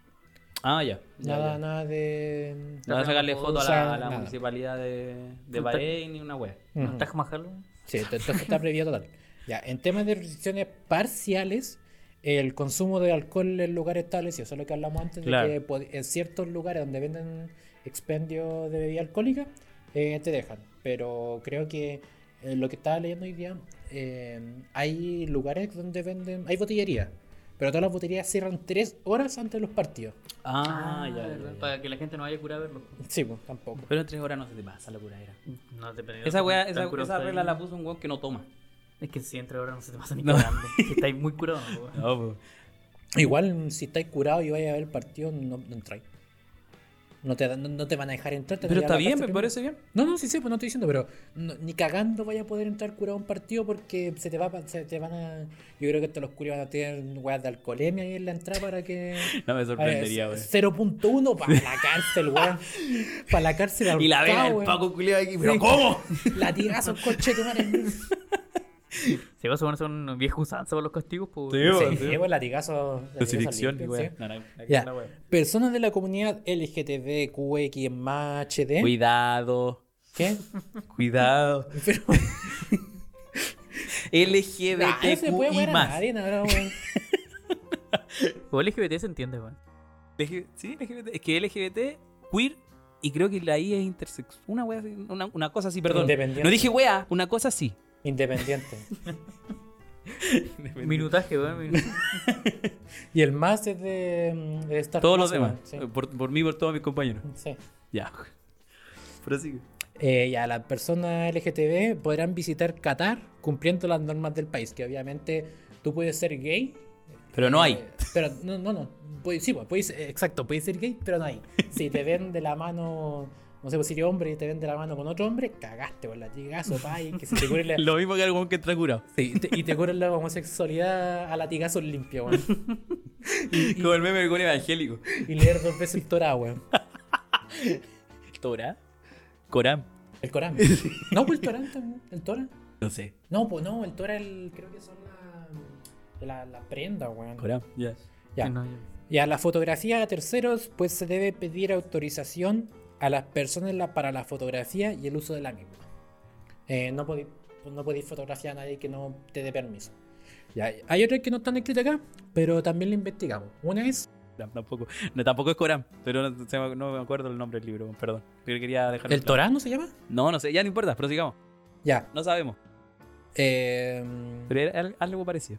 Speaker 2: Ah, ya. ya,
Speaker 3: Nada,
Speaker 2: ya.
Speaker 3: nada de.
Speaker 2: No vas a sacarle foto a
Speaker 3: usa
Speaker 2: la, a la
Speaker 3: nada.
Speaker 2: municipalidad de, de
Speaker 4: Puta.
Speaker 2: Bahrein ni una wea.
Speaker 4: No
Speaker 3: Ujú.
Speaker 4: estás majalo, weón.
Speaker 3: Sí, esto- esto está prohibido total. Ya, en temas de restricciones parciales, el consumo de alcohol en lugares establecidos, eso es lo que hablamos antes,
Speaker 2: Claro.
Speaker 3: de que pod- en ciertos lugares donde venden expendio de bebida alcohólica, eh, te dejan. Pero creo que eh, lo que estaba leyendo hoy día, eh, hay lugares donde venden, hay botillería, pero todas las botellerías cierran tres horas antes de los partidos.
Speaker 2: Ah, ya, ya,
Speaker 4: verdad,
Speaker 2: ya.
Speaker 4: Para que la gente no vaya a curar a verlo.
Speaker 3: Sí, pues tampoco.
Speaker 2: Pero en tres horas no se te pasa la curadera.
Speaker 4: No, dependiendo
Speaker 2: Esa,
Speaker 4: de
Speaker 2: wea,
Speaker 4: cuán
Speaker 2: esa,
Speaker 4: tan curado
Speaker 2: esa
Speaker 4: estás,
Speaker 2: regla la
Speaker 4: weón.
Speaker 2: puso un weón que no toma.
Speaker 4: Es que si entre ahora no se te pasa ni
Speaker 2: No.
Speaker 4: cagando. Si estáis muy curado, weón.
Speaker 2: No, pues.
Speaker 3: Igual, si estáis curado y vais a ver el partido, no, no entráis. No te, dan- no, no te van a dejar entrar. te van
Speaker 2: Pero
Speaker 3: a
Speaker 2: está
Speaker 3: llevar a la
Speaker 2: bien,
Speaker 3: cárcel
Speaker 2: me
Speaker 3: primero.
Speaker 2: parece bien.
Speaker 3: No, no, sí, sí, pues no estoy diciendo, pero no- ni cagando vaya a poder entrar curado a un partido porque se te va pa- se te van a. Yo creo que hasta los curios van a tener weas de alcoholemia ahí en la entrada para que. Eh,
Speaker 2: No me
Speaker 3: A ver, 0.1 para la cárcel, weón. Para la cárcel
Speaker 2: Y la vena
Speaker 3: ahorcado,
Speaker 2: del
Speaker 3: weón.
Speaker 2: Paco culiado aquí. ¿Pero cómo?
Speaker 3: Latigazo, coche de madre.
Speaker 4: Se va a son vieja usanza para los castigos, pues.
Speaker 6: Sí,
Speaker 4: weón.
Speaker 6: weón.
Speaker 3: Sí, pues latigazo.
Speaker 6: Crucifixión,
Speaker 3: limpio,
Speaker 6: weón.
Speaker 3: sí.
Speaker 2: No, no,
Speaker 3: Ya. Personas de la comunidad LGTBQX más HD.
Speaker 2: Cuidado.
Speaker 3: ¿Qué?
Speaker 2: Cuidado.
Speaker 3: Pero- Ah, no se puede
Speaker 2: LGBTQI
Speaker 3: wear a nadie, no, no, weón.
Speaker 4: O LGBT se entiende, weón.
Speaker 2: LG- Sí, LGBT. Es que LGBT, queer, y creo que la I es intersexual. Una, wea así, una, una cosa así, perdón.
Speaker 3: Independiente.
Speaker 2: No dije wea, una cosa así.
Speaker 3: Independiente.
Speaker 4: Minutaje, weón. minutaje.
Speaker 3: Y el más es de, mm, de Star
Speaker 2: Todos los
Speaker 3: Plus,
Speaker 2: demás.
Speaker 3: weón,
Speaker 2: Por, por mí, por todos mis compañeros.
Speaker 3: Sí. sí.
Speaker 2: Ya. Pero sí.
Speaker 3: Eh, ya, las personas LGTB podrán visitar Qatar cumpliendo las normas del país, que obviamente tú puedes ser gay.
Speaker 2: Pero no
Speaker 3: eh,
Speaker 2: hay.
Speaker 3: pero no, no, no. Puedes, sí, pues, puedes, eh, exacto, puedes ser gay, pero no hay. Si te ven de la mano, no sé, pues si eres hombre y te ven de la mano con otro hombre, cagaste, por la latigazo, pay, que se te cubre la,
Speaker 2: Lo mismo que algo que entra curado.
Speaker 3: Sí, y te- y te cobran la homosexualidad a latigazos limpios, weón.
Speaker 2: Como el meme con evangélico.
Speaker 3: Y leer dos veces el Torah, weón.
Speaker 2: Torá. Corán.
Speaker 3: El Corán. No, pues el Torán también. ¿El Torah?
Speaker 2: No sé.
Speaker 3: No, pues no, el Torah el, creo que son las la, la prenda, weón.
Speaker 2: Corán. Ya.
Speaker 3: Ya.
Speaker 4: Que no, yo-
Speaker 3: Y a la fotografía a terceros, pues se debe pedir autorización a las personas la- para la fotografía y el uso de la misma. Eh, no podéis no podéis fotografiar a nadie que no te dé permiso. Ya, hay otras que no están escritas acá, pero también la investigamos. Una es
Speaker 2: No, Tampoco, no, tampoco es Corán, pero no, se me- no me acuerdo el nombre del libro, perdón. Pero quería dejarlo.
Speaker 3: ¿El
Speaker 2: claro.
Speaker 3: Torá no se llama?
Speaker 2: No, no sé, ya no importa, pero sigamos.
Speaker 3: Ya.
Speaker 2: No sabemos,
Speaker 3: eh,
Speaker 2: pero era al- algo parecido.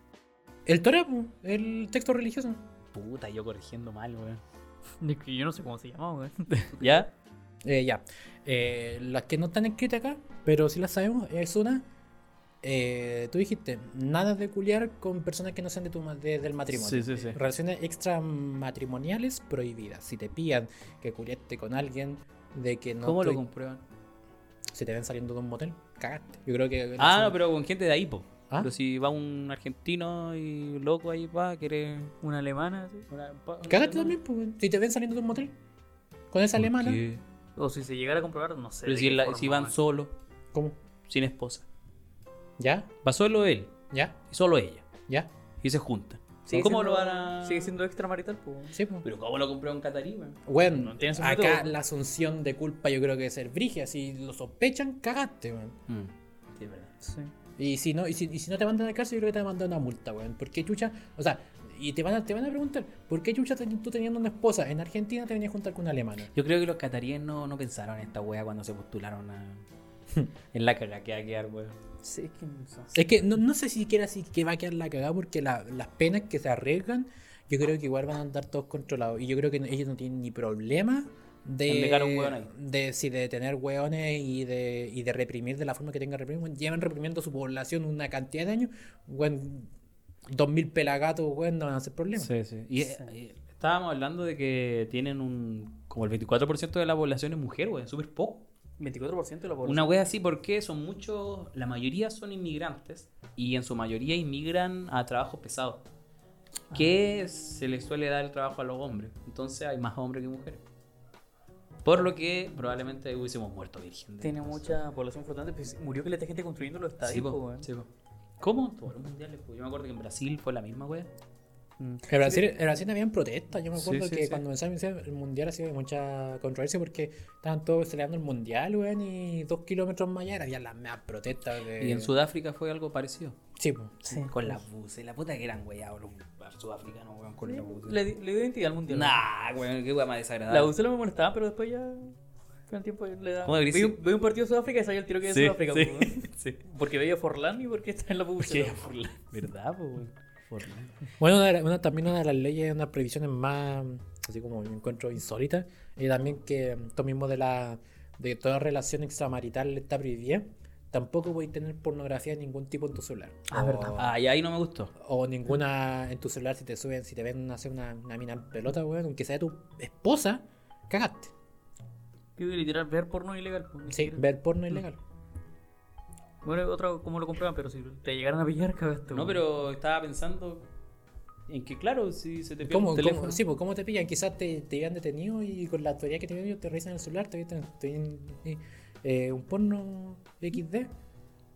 Speaker 3: el Torá, po, el texto religioso.
Speaker 2: Puta, yo corrigiendo mal, weón.
Speaker 4: Es que yo no sé cómo se llama, weón.
Speaker 2: ¿Ya?
Speaker 3: Eh, ya. Eh, las que no están escritas acá, pero sí las sabemos, es una. eh, tú dijiste, nada de culiar con personas que no sean de tu ma- de- del matrimonio.
Speaker 2: Sí, sí, sí.
Speaker 3: Relaciones extramatrimoniales prohibidas. Si te pillan que culiaste con alguien, de que no.
Speaker 2: ¿Cómo lo
Speaker 3: estoy-
Speaker 2: comprueban?
Speaker 3: Si te ven saliendo de un motel, cagaste. Yo creo que.
Speaker 2: Ah, no, pero con gente de ahí, po.
Speaker 3: ¿Ah?
Speaker 2: Pero si va un argentino y loco ahí, pa, quiere.
Speaker 4: Una alemana, así.
Speaker 3: Cagaste también, pues, weón. Si te ven saliendo de un motel, con esa alemana.
Speaker 2: Porque-
Speaker 4: O si se llegara a comprobar, no sé.
Speaker 2: Pero
Speaker 4: de
Speaker 2: si,
Speaker 4: qué
Speaker 2: la-
Speaker 4: forma,
Speaker 2: si van
Speaker 4: weón.
Speaker 2: solo,
Speaker 3: ¿Cómo?
Speaker 2: sin esposa.
Speaker 3: ¿Ya?
Speaker 2: Va solo él
Speaker 3: ¿Ya?
Speaker 2: y solo ella.
Speaker 3: ¿Ya?
Speaker 2: Y se juntan.
Speaker 4: Sigue
Speaker 2: ¿Cómo
Speaker 4: siendo-
Speaker 2: lo van a.?
Speaker 4: Sigue siendo extramarital, pues. weón.
Speaker 3: Sí, pues.
Speaker 2: Pero ¿cómo lo compró en Catarí, weón?
Speaker 3: Bueno,
Speaker 4: No tiene sentido.
Speaker 3: acá la asunción de culpa yo creo que es ser brigia. Si lo sospechan, cagaste, weón.
Speaker 2: Mm. Sí, verdad.
Speaker 4: Sí.
Speaker 3: Y si no, y si, y si no te mandan a la cárcel, yo creo que te van a mandar una multa, weón. ¿Por qué chucha? O sea, y te van a, te van a preguntar, ¿por qué chucha ten- tú teniendo una esposa en Argentina te venías a juntar con una alemana?
Speaker 2: Yo creo que los cataríes no, no pensaron en esta wea cuando se postularon a. en la caga que va a quedar, weón.
Speaker 4: Sí, es que no sé.
Speaker 3: Es que no, no sé siquiera si que va a quedar la cagada porque la- las penas que se arriesgan, yo creo que igual van a andar todos controlados. Y yo creo que no- ellos no tienen ni problema de,
Speaker 2: En dejar a un weón ahí.
Speaker 3: de, sí, de tener weones y de, y de reprimir de la forma que tengan que reprimir. Weón, llevan reprimiendo a su población una cantidad de años. Weón, 2000 pelagatos, weón, no van a hacer problema.
Speaker 2: Sí, sí. Y, eh, estábamos hablando de que tienen un. como el 24% de la población es mujer, weón. Súper poco.
Speaker 4: 24% de la población.
Speaker 2: Una wea así porque son muchos. la mayoría son inmigrantes y en su mayoría inmigran a trabajos pesados. Que
Speaker 4: Ah.
Speaker 2: se les suele dar el trabajo a los hombres. Entonces hay más hombres que mujeres. Por lo que probablemente hubiésemos muerto virgen. de
Speaker 4: Tiene
Speaker 2: estos.
Speaker 4: mucha población flotante, pues murió que le gente construyendo los estadios,
Speaker 2: Sí, po,
Speaker 4: po, weón.
Speaker 2: sí, po. ¿Cómo? Todos los mundiales, po. Yo me acuerdo que en Brasil fue la misma wea.
Speaker 3: En Brasil, en Brasil habían protestas. Yo me
Speaker 2: Sí,
Speaker 3: acuerdo
Speaker 2: sí,
Speaker 3: que
Speaker 2: sí.
Speaker 3: cuando empezaron a iniciar el mundial ha sido mucha controversia porque estaban todos celebrando el mundial, weón, y dos kilómetros más allá había las meas protestas. De...
Speaker 2: Y
Speaker 4: Eh.
Speaker 2: en Sudáfrica fue algo parecido.
Speaker 3: Sí, po.
Speaker 2: Con las buses, la puta que eran weyados los sudafricanos, weón, con las buses.
Speaker 4: Le, di- le dio identidad al mundial.
Speaker 2: Nah, weón, qué wea más
Speaker 3: Ah.
Speaker 4: La
Speaker 2: desagradable.
Speaker 4: UCL me molestaba, pero después ya. Con el tiempo le da.
Speaker 2: ¿Cómo gris?
Speaker 4: Veía un- veía un partido de Sudáfrica y sabía el tiro que era
Speaker 2: Sí,
Speaker 4: Sudáfrica,
Speaker 2: sí,
Speaker 4: po, weón. Porque veía Forlán y porque está en la publicidad.
Speaker 2: ¿Verdad, po, weón? Por la-
Speaker 3: Bueno, una de la- una- también una de las leyes, unas previsiones más, así como me encuentro insólita, y también que mm, esto mismo de la de toda relación extramarital está prohibida. Tampoco voy a tener pornografía de ningún tipo en tu celular.
Speaker 4: Ah, verdad.
Speaker 3: O-
Speaker 2: Ah, y ahí no me gustó.
Speaker 3: O ninguna en tu celular si te suben, si te ven hacer una, una mina en pelota, weón, aunque sea tu esposa, cagaste.
Speaker 4: Que literal, ver porno es ilegal. po, ni
Speaker 3: Sí,
Speaker 4: siquiera.
Speaker 3: ver porno ilegal.
Speaker 4: Bueno, otra, como lo comprueban, pero si te llegaran a pillar, cagaste.
Speaker 2: No,
Speaker 4: weón.
Speaker 2: pero estaba pensando en que, claro, si se te pierde
Speaker 3: ¿Cómo,
Speaker 2: el
Speaker 3: cómo-
Speaker 2: teléfono.
Speaker 3: sí, pues, ¿cómo te pillan? Quizás te, te llevan detenido y con la teoría que te eh, ellos te revisan el celular, te te- te- eh, un porno XD.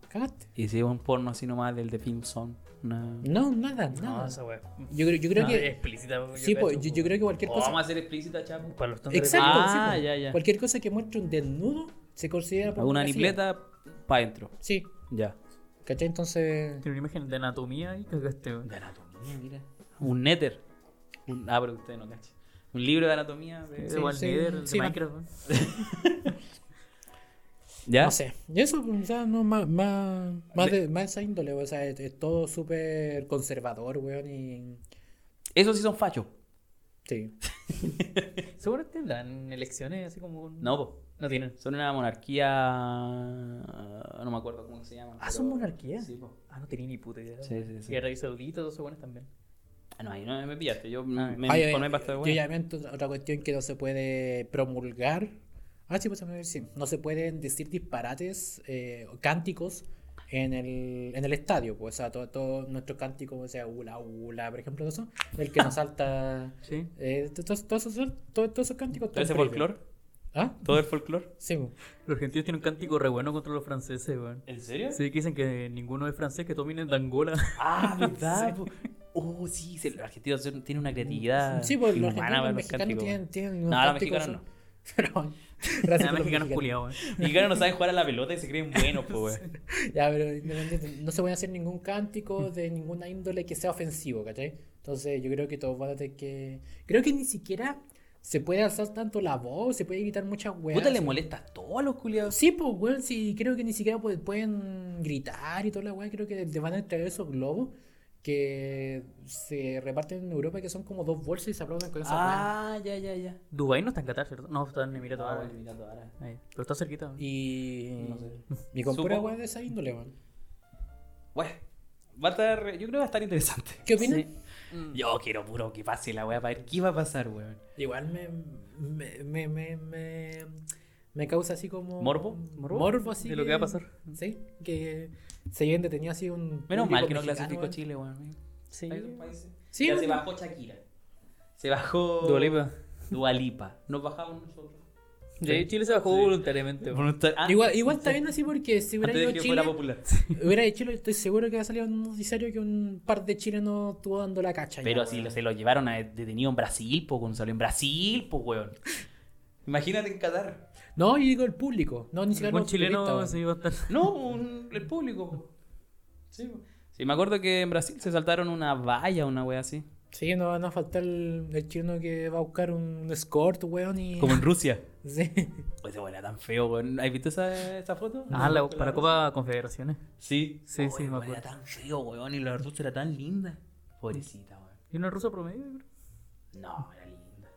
Speaker 3: cagaste.
Speaker 2: Hicimos un porno así nomás del de Simpson. Una...
Speaker 3: No, nada, nada.
Speaker 4: No, esa wea.
Speaker 3: yo, creo- yo creo
Speaker 4: No,
Speaker 3: que.
Speaker 4: es explícita. yo
Speaker 3: sí, po,
Speaker 4: cacho,
Speaker 3: yo, yo creo que cualquier
Speaker 2: O
Speaker 3: cosa.
Speaker 2: vamos a hacer explícita, chapo.
Speaker 4: Para los tontos.
Speaker 3: Exacto.
Speaker 2: Ah,
Speaker 3: sí, po.
Speaker 2: ya, ya.
Speaker 3: Cualquier cosa que muestre un desnudo se considera.
Speaker 2: Alguna
Speaker 3: pornografía.
Speaker 2: nipleta pa' dentro.
Speaker 3: Sí.
Speaker 2: Ya.
Speaker 3: ¿Cachai? Entonces.
Speaker 4: Tiene una imagen de anatomía y cagaste. weón.
Speaker 2: Un netter. Un- Ah, pero ustedes no cachan. Un libro de anatomía. de-
Speaker 4: De
Speaker 3: Sí,
Speaker 4: Wild
Speaker 3: sí,
Speaker 4: Leader, de
Speaker 3: sí, man.
Speaker 4: Minecraft. weón.
Speaker 2: ¿Ya?
Speaker 3: No sé. Y eso, o sea, no, más, más, más, de, más esa índole, o sea, es, es todo súper conservador, weón, y...
Speaker 2: Esos sí son fachos.
Speaker 3: Sí.
Speaker 4: Seguro tendrán elecciones así como. un-
Speaker 2: No, po.
Speaker 4: No tienen.
Speaker 2: Son una monarquía. No me acuerdo cómo se llama.
Speaker 4: Ah, son
Speaker 2: pero-
Speaker 4: monarquía.
Speaker 2: Sí, po.
Speaker 4: Ah, no tenía ni puta idea.
Speaker 2: Sí, sí, sí.
Speaker 4: Y Arabia Saudita, todos esos buenos también.
Speaker 2: Ah, no, ahí no me pillaste. Yo me me
Speaker 3: Ah, Ay, ay,
Speaker 2: informé bastante
Speaker 3: yo
Speaker 2: bueno.
Speaker 3: ya meto otra cuestión que no se puede promulgar. Ah, sí, pues, a ver, sí. No se pueden decir disparates, eh, o cánticos en el, en el estadio, pues, o sea, todo, todo nuestro cántico, o sea, ula, ula, por ejemplo, eso, el que nos salta...
Speaker 4: Sí.
Speaker 3: eh, todos todos esos todos- todos esos cánticos...
Speaker 2: ¿Todo ese
Speaker 3: están prohibidos.
Speaker 2: folclore?
Speaker 3: ¿Ah?
Speaker 2: ¿Todo el folclore?
Speaker 3: Sí, pues.
Speaker 4: Los argentinos tienen un cántico re bueno contra los franceses, weón.
Speaker 2: ¿En serio?
Speaker 4: Sí, que dicen que ninguno es francés, que todos vienen de Angola.
Speaker 2: Ah, ¿verdad? po? Oh, sí, se- los argentinos son- tienen una creatividad.
Speaker 3: Sí, pues los
Speaker 2: inhumana
Speaker 3: argentinos,
Speaker 2: para
Speaker 3: los mexicanos
Speaker 2: cánticos,
Speaker 3: tienen,
Speaker 2: weón.
Speaker 3: tienen
Speaker 2: No,
Speaker 3: unos
Speaker 2: los
Speaker 3: cánticos
Speaker 2: mexicanos
Speaker 3: son- Pero, bueno, gracias por los
Speaker 4: Nada mexicanos
Speaker 3: mexicanos.
Speaker 4: culiados, weón.
Speaker 2: Los mexicanos no saben jugar a la pelota y se creen buenos, po, weón.
Speaker 3: Ya, pero independiente, no se puede hacer ningún cántico de ninguna índole que sea ofensivo, ¿cachai? Entonces yo creo que todos van a tener que... Creo que ni siquiera se puede alzar tanto la voz, se puede gritar muchas weas.
Speaker 2: Puta, le
Speaker 3: así.
Speaker 2: molestas todo a los culiados.
Speaker 3: Sí, pues, weón, sí, creo que ni siquiera pu- pueden gritar y toda la weá, creo que les van a entregar esos globos que se reparten en Europa, que son como dos bolsas y se aplauden con esas weas.
Speaker 2: Ah, ya, ya, ya.
Speaker 4: Dubái no está en Qatar, ¿cierto? No, está en Emiratos
Speaker 2: Ah,
Speaker 4: Árabes.
Speaker 2: bueno, mira, ahora.
Speaker 4: Ahí. Pero está cerquita, weón.
Speaker 3: Y...
Speaker 2: No sé.
Speaker 3: Y con pura
Speaker 2: Supongo.
Speaker 3: weá de esa índole, weón.
Speaker 2: Bueno, va a estar, yo creo que va a estar interesante.
Speaker 3: ¿Qué opinas? Mm.
Speaker 2: Yo quiero puro que pase la weá para ver qué va a pasar, weón.
Speaker 3: Igual me, me, me, me, me, me causa así como...
Speaker 2: ¿Morbo?
Speaker 3: ¿Morbo? así
Speaker 4: De lo que va a pasar.
Speaker 3: Sí, que se lleven detenido así un...
Speaker 2: Menos
Speaker 3: público
Speaker 2: mal que no
Speaker 3: mexicano,
Speaker 2: clasificó
Speaker 3: weón.
Speaker 2: Chile, weón.
Speaker 4: Sí.
Speaker 2: Hay otros países.
Speaker 3: Sí,
Speaker 2: ya
Speaker 3: bueno.
Speaker 2: se bajó Shakira. Se bajó.
Speaker 4: Dualipa.
Speaker 2: Dualipa. Nos bajamos nosotros. Ah,
Speaker 4: De Chile se bajó voluntariamente, weón.
Speaker 3: Igual, igual está bien así porque si hubiera
Speaker 2: Antes
Speaker 3: ido
Speaker 2: de que fuera
Speaker 3: Chile,
Speaker 2: popular.
Speaker 3: hubiera ido Chile, estoy seguro que ha salido un noticiario que un par de chilenos estuvo dando la cacha. ya,
Speaker 2: Pero si
Speaker 3: weón.
Speaker 2: lo- se lo llevaron a detenido en Brasil, po, Gonzalo. En Brasil, po, weón. Imagínate en Qatar.
Speaker 3: No, yo digo el público, no, ni siquiera
Speaker 4: Un
Speaker 3: los periodistas,
Speaker 4: chileno
Speaker 3: weón.
Speaker 4: se iba a estar.
Speaker 2: No, un- el público. po. Sí, po. Sí, me acuerdo que en Brasil se saltaron una valla, una wea así.
Speaker 3: Sí, no van a faltar el, el chileno que va a buscar un escort, weón, y...
Speaker 2: Como en Rusia.
Speaker 3: Sí.
Speaker 2: Pues bueno, tan feo, weón. ¿Has visto esa, esa foto?
Speaker 4: Ah, la, para Copa Confederaciones.
Speaker 2: Sí.
Speaker 4: Sí, sí, me
Speaker 2: weón,
Speaker 4: acuerdo.
Speaker 2: Era tan feo, weón. Y la rusa era tan linda. Pobrecita, weón.
Speaker 4: ¿Y una rusa promedio? yo creo?
Speaker 2: No, era linda.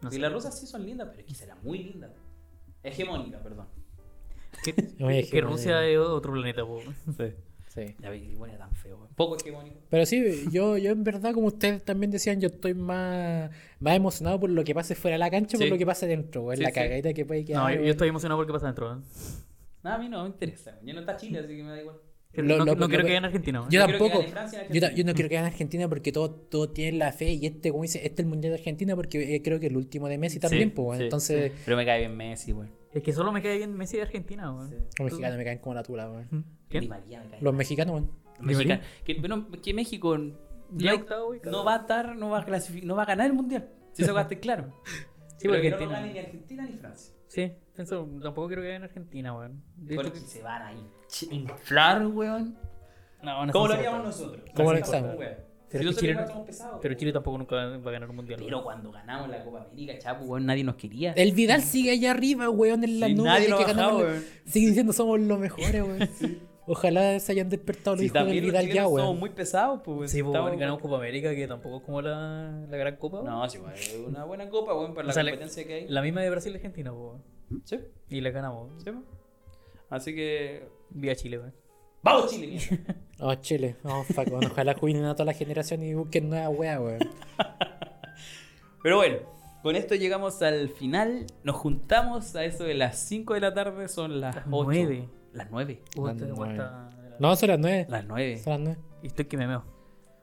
Speaker 4: No
Speaker 2: y
Speaker 4: sé.
Speaker 2: las rusas sí son lindas, pero es que esa era muy linda. Hegemónica, perdón.
Speaker 4: Que,
Speaker 3: Oye,
Speaker 4: que
Speaker 3: qué
Speaker 4: Rusia
Speaker 3: madre.
Speaker 4: es otro planeta, po.
Speaker 2: Sí.
Speaker 3: Sí.
Speaker 2: Ya vi, bueno, era tan feo, weón. Poco hegemónico.
Speaker 3: Pero sí, yo, yo en verdad, como ustedes también decían, yo estoy más, más emocionado por lo que pase fuera de la cancha,
Speaker 2: Sí.
Speaker 3: por lo que pase dentro, güey.
Speaker 2: Sí,
Speaker 3: la
Speaker 2: sí.
Speaker 3: cagadita que puede quedar.
Speaker 4: No, yo, yo
Speaker 3: güey.
Speaker 4: estoy emocionado porque pasa adentro. weón.
Speaker 2: No, a mí no me interesa. weón. Ya no está Chile, así que me da igual.
Speaker 4: Que
Speaker 3: Lo-
Speaker 4: no
Speaker 3: lo-
Speaker 4: no
Speaker 3: lo-
Speaker 4: quiero
Speaker 3: lo-
Speaker 4: que gane Argentina. weón.
Speaker 3: Yo
Speaker 2: Yo creo que
Speaker 3: tampoco.
Speaker 2: gane Francia,
Speaker 3: Yo, ta-
Speaker 2: Argentina.
Speaker 3: yo no quiero que gane Argentina porque todos todo tienen la fe y este, como dice, este es el mundial de Argentina porque eh, creo que el último de Messi también, pues, güey.
Speaker 2: sí,
Speaker 3: Entonces,
Speaker 2: Pero me cae bien Messi, weón.
Speaker 4: Es que solo me cae bien Messi de Argentina, weón.
Speaker 3: los mexicanos me caen como la tula, güey.
Speaker 2: Di
Speaker 4: ¿Quién?
Speaker 2: María me cae.
Speaker 3: Los mexicanos, güey.
Speaker 2: Los mexicanos. Que, bueno, que México
Speaker 4: Ya
Speaker 2: no-
Speaker 4: octavo y
Speaker 2: no va a estar, no va a clasificar, no va a ganar el mundial. Si eso gasté claro.
Speaker 4: Sí,
Speaker 2: Pero
Speaker 4: porque
Speaker 2: que no lo
Speaker 4: Argentina-
Speaker 2: gane ni Argentina ni Francia.
Speaker 4: Sí, pienso, tampoco quiero que gane Argentina, weón. De hecho,
Speaker 2: Porque se van a in- inflar, weón.
Speaker 4: no, no
Speaker 2: Como lo
Speaker 4: sé si va a
Speaker 2: haríamos
Speaker 4: pasar.
Speaker 2: nosotros.
Speaker 3: Como lo
Speaker 2: Así,
Speaker 3: hacemos.
Speaker 2: weón. Si
Speaker 4: Pero que
Speaker 2: nosotros
Speaker 4: Chile
Speaker 2: igual
Speaker 4: no-
Speaker 2: somos pesados,
Speaker 4: Pero
Speaker 2: weón.
Speaker 4: Chile tampoco nunca va va a ganar un mundial.
Speaker 2: Pero
Speaker 4: weón.
Speaker 2: cuando ganamos la Copa América, chapu, weón, nadie nos quería.
Speaker 3: El Vidal sigue allá arriba, güey, en la
Speaker 2: Sí,
Speaker 3: nube
Speaker 2: nadie
Speaker 3: de
Speaker 2: lo
Speaker 3: que
Speaker 2: ha
Speaker 3: ganamos.
Speaker 2: bajado,
Speaker 3: la-
Speaker 2: güey.
Speaker 3: Siguen diciendo somos los mejores, güey. Ojalá se hayan despertado los
Speaker 2: Sí,
Speaker 3: hijos del
Speaker 2: también los
Speaker 3: Vidal ya,
Speaker 2: chilenos
Speaker 3: güey.
Speaker 2: Somos muy pesados, pues. weón.
Speaker 4: Sí, pues,
Speaker 2: Estamos-
Speaker 4: weón, ganamos Copa América, que tampoco es como la, la gran copa. weón.
Speaker 2: No, sí, weón, es una buena copa, weón, para
Speaker 4: O
Speaker 2: la
Speaker 4: sea, le-
Speaker 2: competencia que hay.
Speaker 4: La misma de Brasil y Argentina, po, weón.
Speaker 2: Sí,
Speaker 4: Y la ganamos.
Speaker 2: sí, weón. Así que.
Speaker 4: Vía Chile, weón.
Speaker 2: ¡Vamos, Chile! mierda!
Speaker 3: Oh, Chile, oh, fuck, weón. ojalá jubilen a toda la generación y busquen nueva wea, weón.
Speaker 2: Pero bueno, con esto llegamos al final. Nos juntamos a eso de las 5 de la tarde, son las
Speaker 4: Las
Speaker 2: 8.
Speaker 4: nueve.
Speaker 2: Las 9.
Speaker 4: Uy,
Speaker 3: Ando
Speaker 4: esta-
Speaker 3: mal.
Speaker 4: esta- la-
Speaker 3: No, son las nueve.
Speaker 2: Las 9.
Speaker 3: Son las nueve.
Speaker 4: Y estoy que me meo.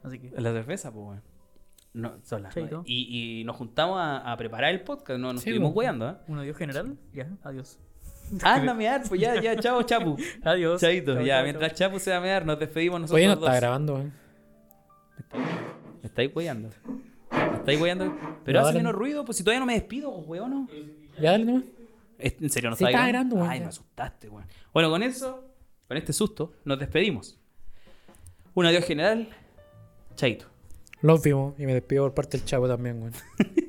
Speaker 4: Así que.
Speaker 2: La cerveza, pues, weón. No, son las
Speaker 4: Chaito.
Speaker 2: nueve. Y, y nos juntamos a, a preparar el podcast, no nos
Speaker 3: Sí,
Speaker 2: estuvimos
Speaker 3: weón.
Speaker 2: weando, ¿eh?
Speaker 4: Un adiós general. Ya, adiós.
Speaker 2: Anda a mear, pues ya, ya, chao, Chapu.
Speaker 4: Adiós.
Speaker 2: Chaito,
Speaker 4: Chao,
Speaker 2: ya,
Speaker 4: chao,
Speaker 2: mientras
Speaker 4: chao.
Speaker 2: Chapu se va a mear, nos despedimos nosotros.
Speaker 3: Oye, no
Speaker 2: dos.
Speaker 3: está grabando, eh.
Speaker 2: Me estáis hueando. Me estáis hueando. Pero
Speaker 3: No,
Speaker 2: hace
Speaker 3: dale.
Speaker 2: menos ruido, pues si todavía no me despido, weón. ¿no?
Speaker 3: Ya dale nomás.
Speaker 2: ¿Es- ¿En serio no
Speaker 3: Sí,
Speaker 2: estaba
Speaker 3: estaba grabando, weón,
Speaker 2: Ay,
Speaker 3: ya.
Speaker 2: me asustaste, weón. Bueno, con eso, con este susto, nos despedimos. Un adiós general. Chaito.
Speaker 3: Los vimos y me despido por parte del chavo también, güey.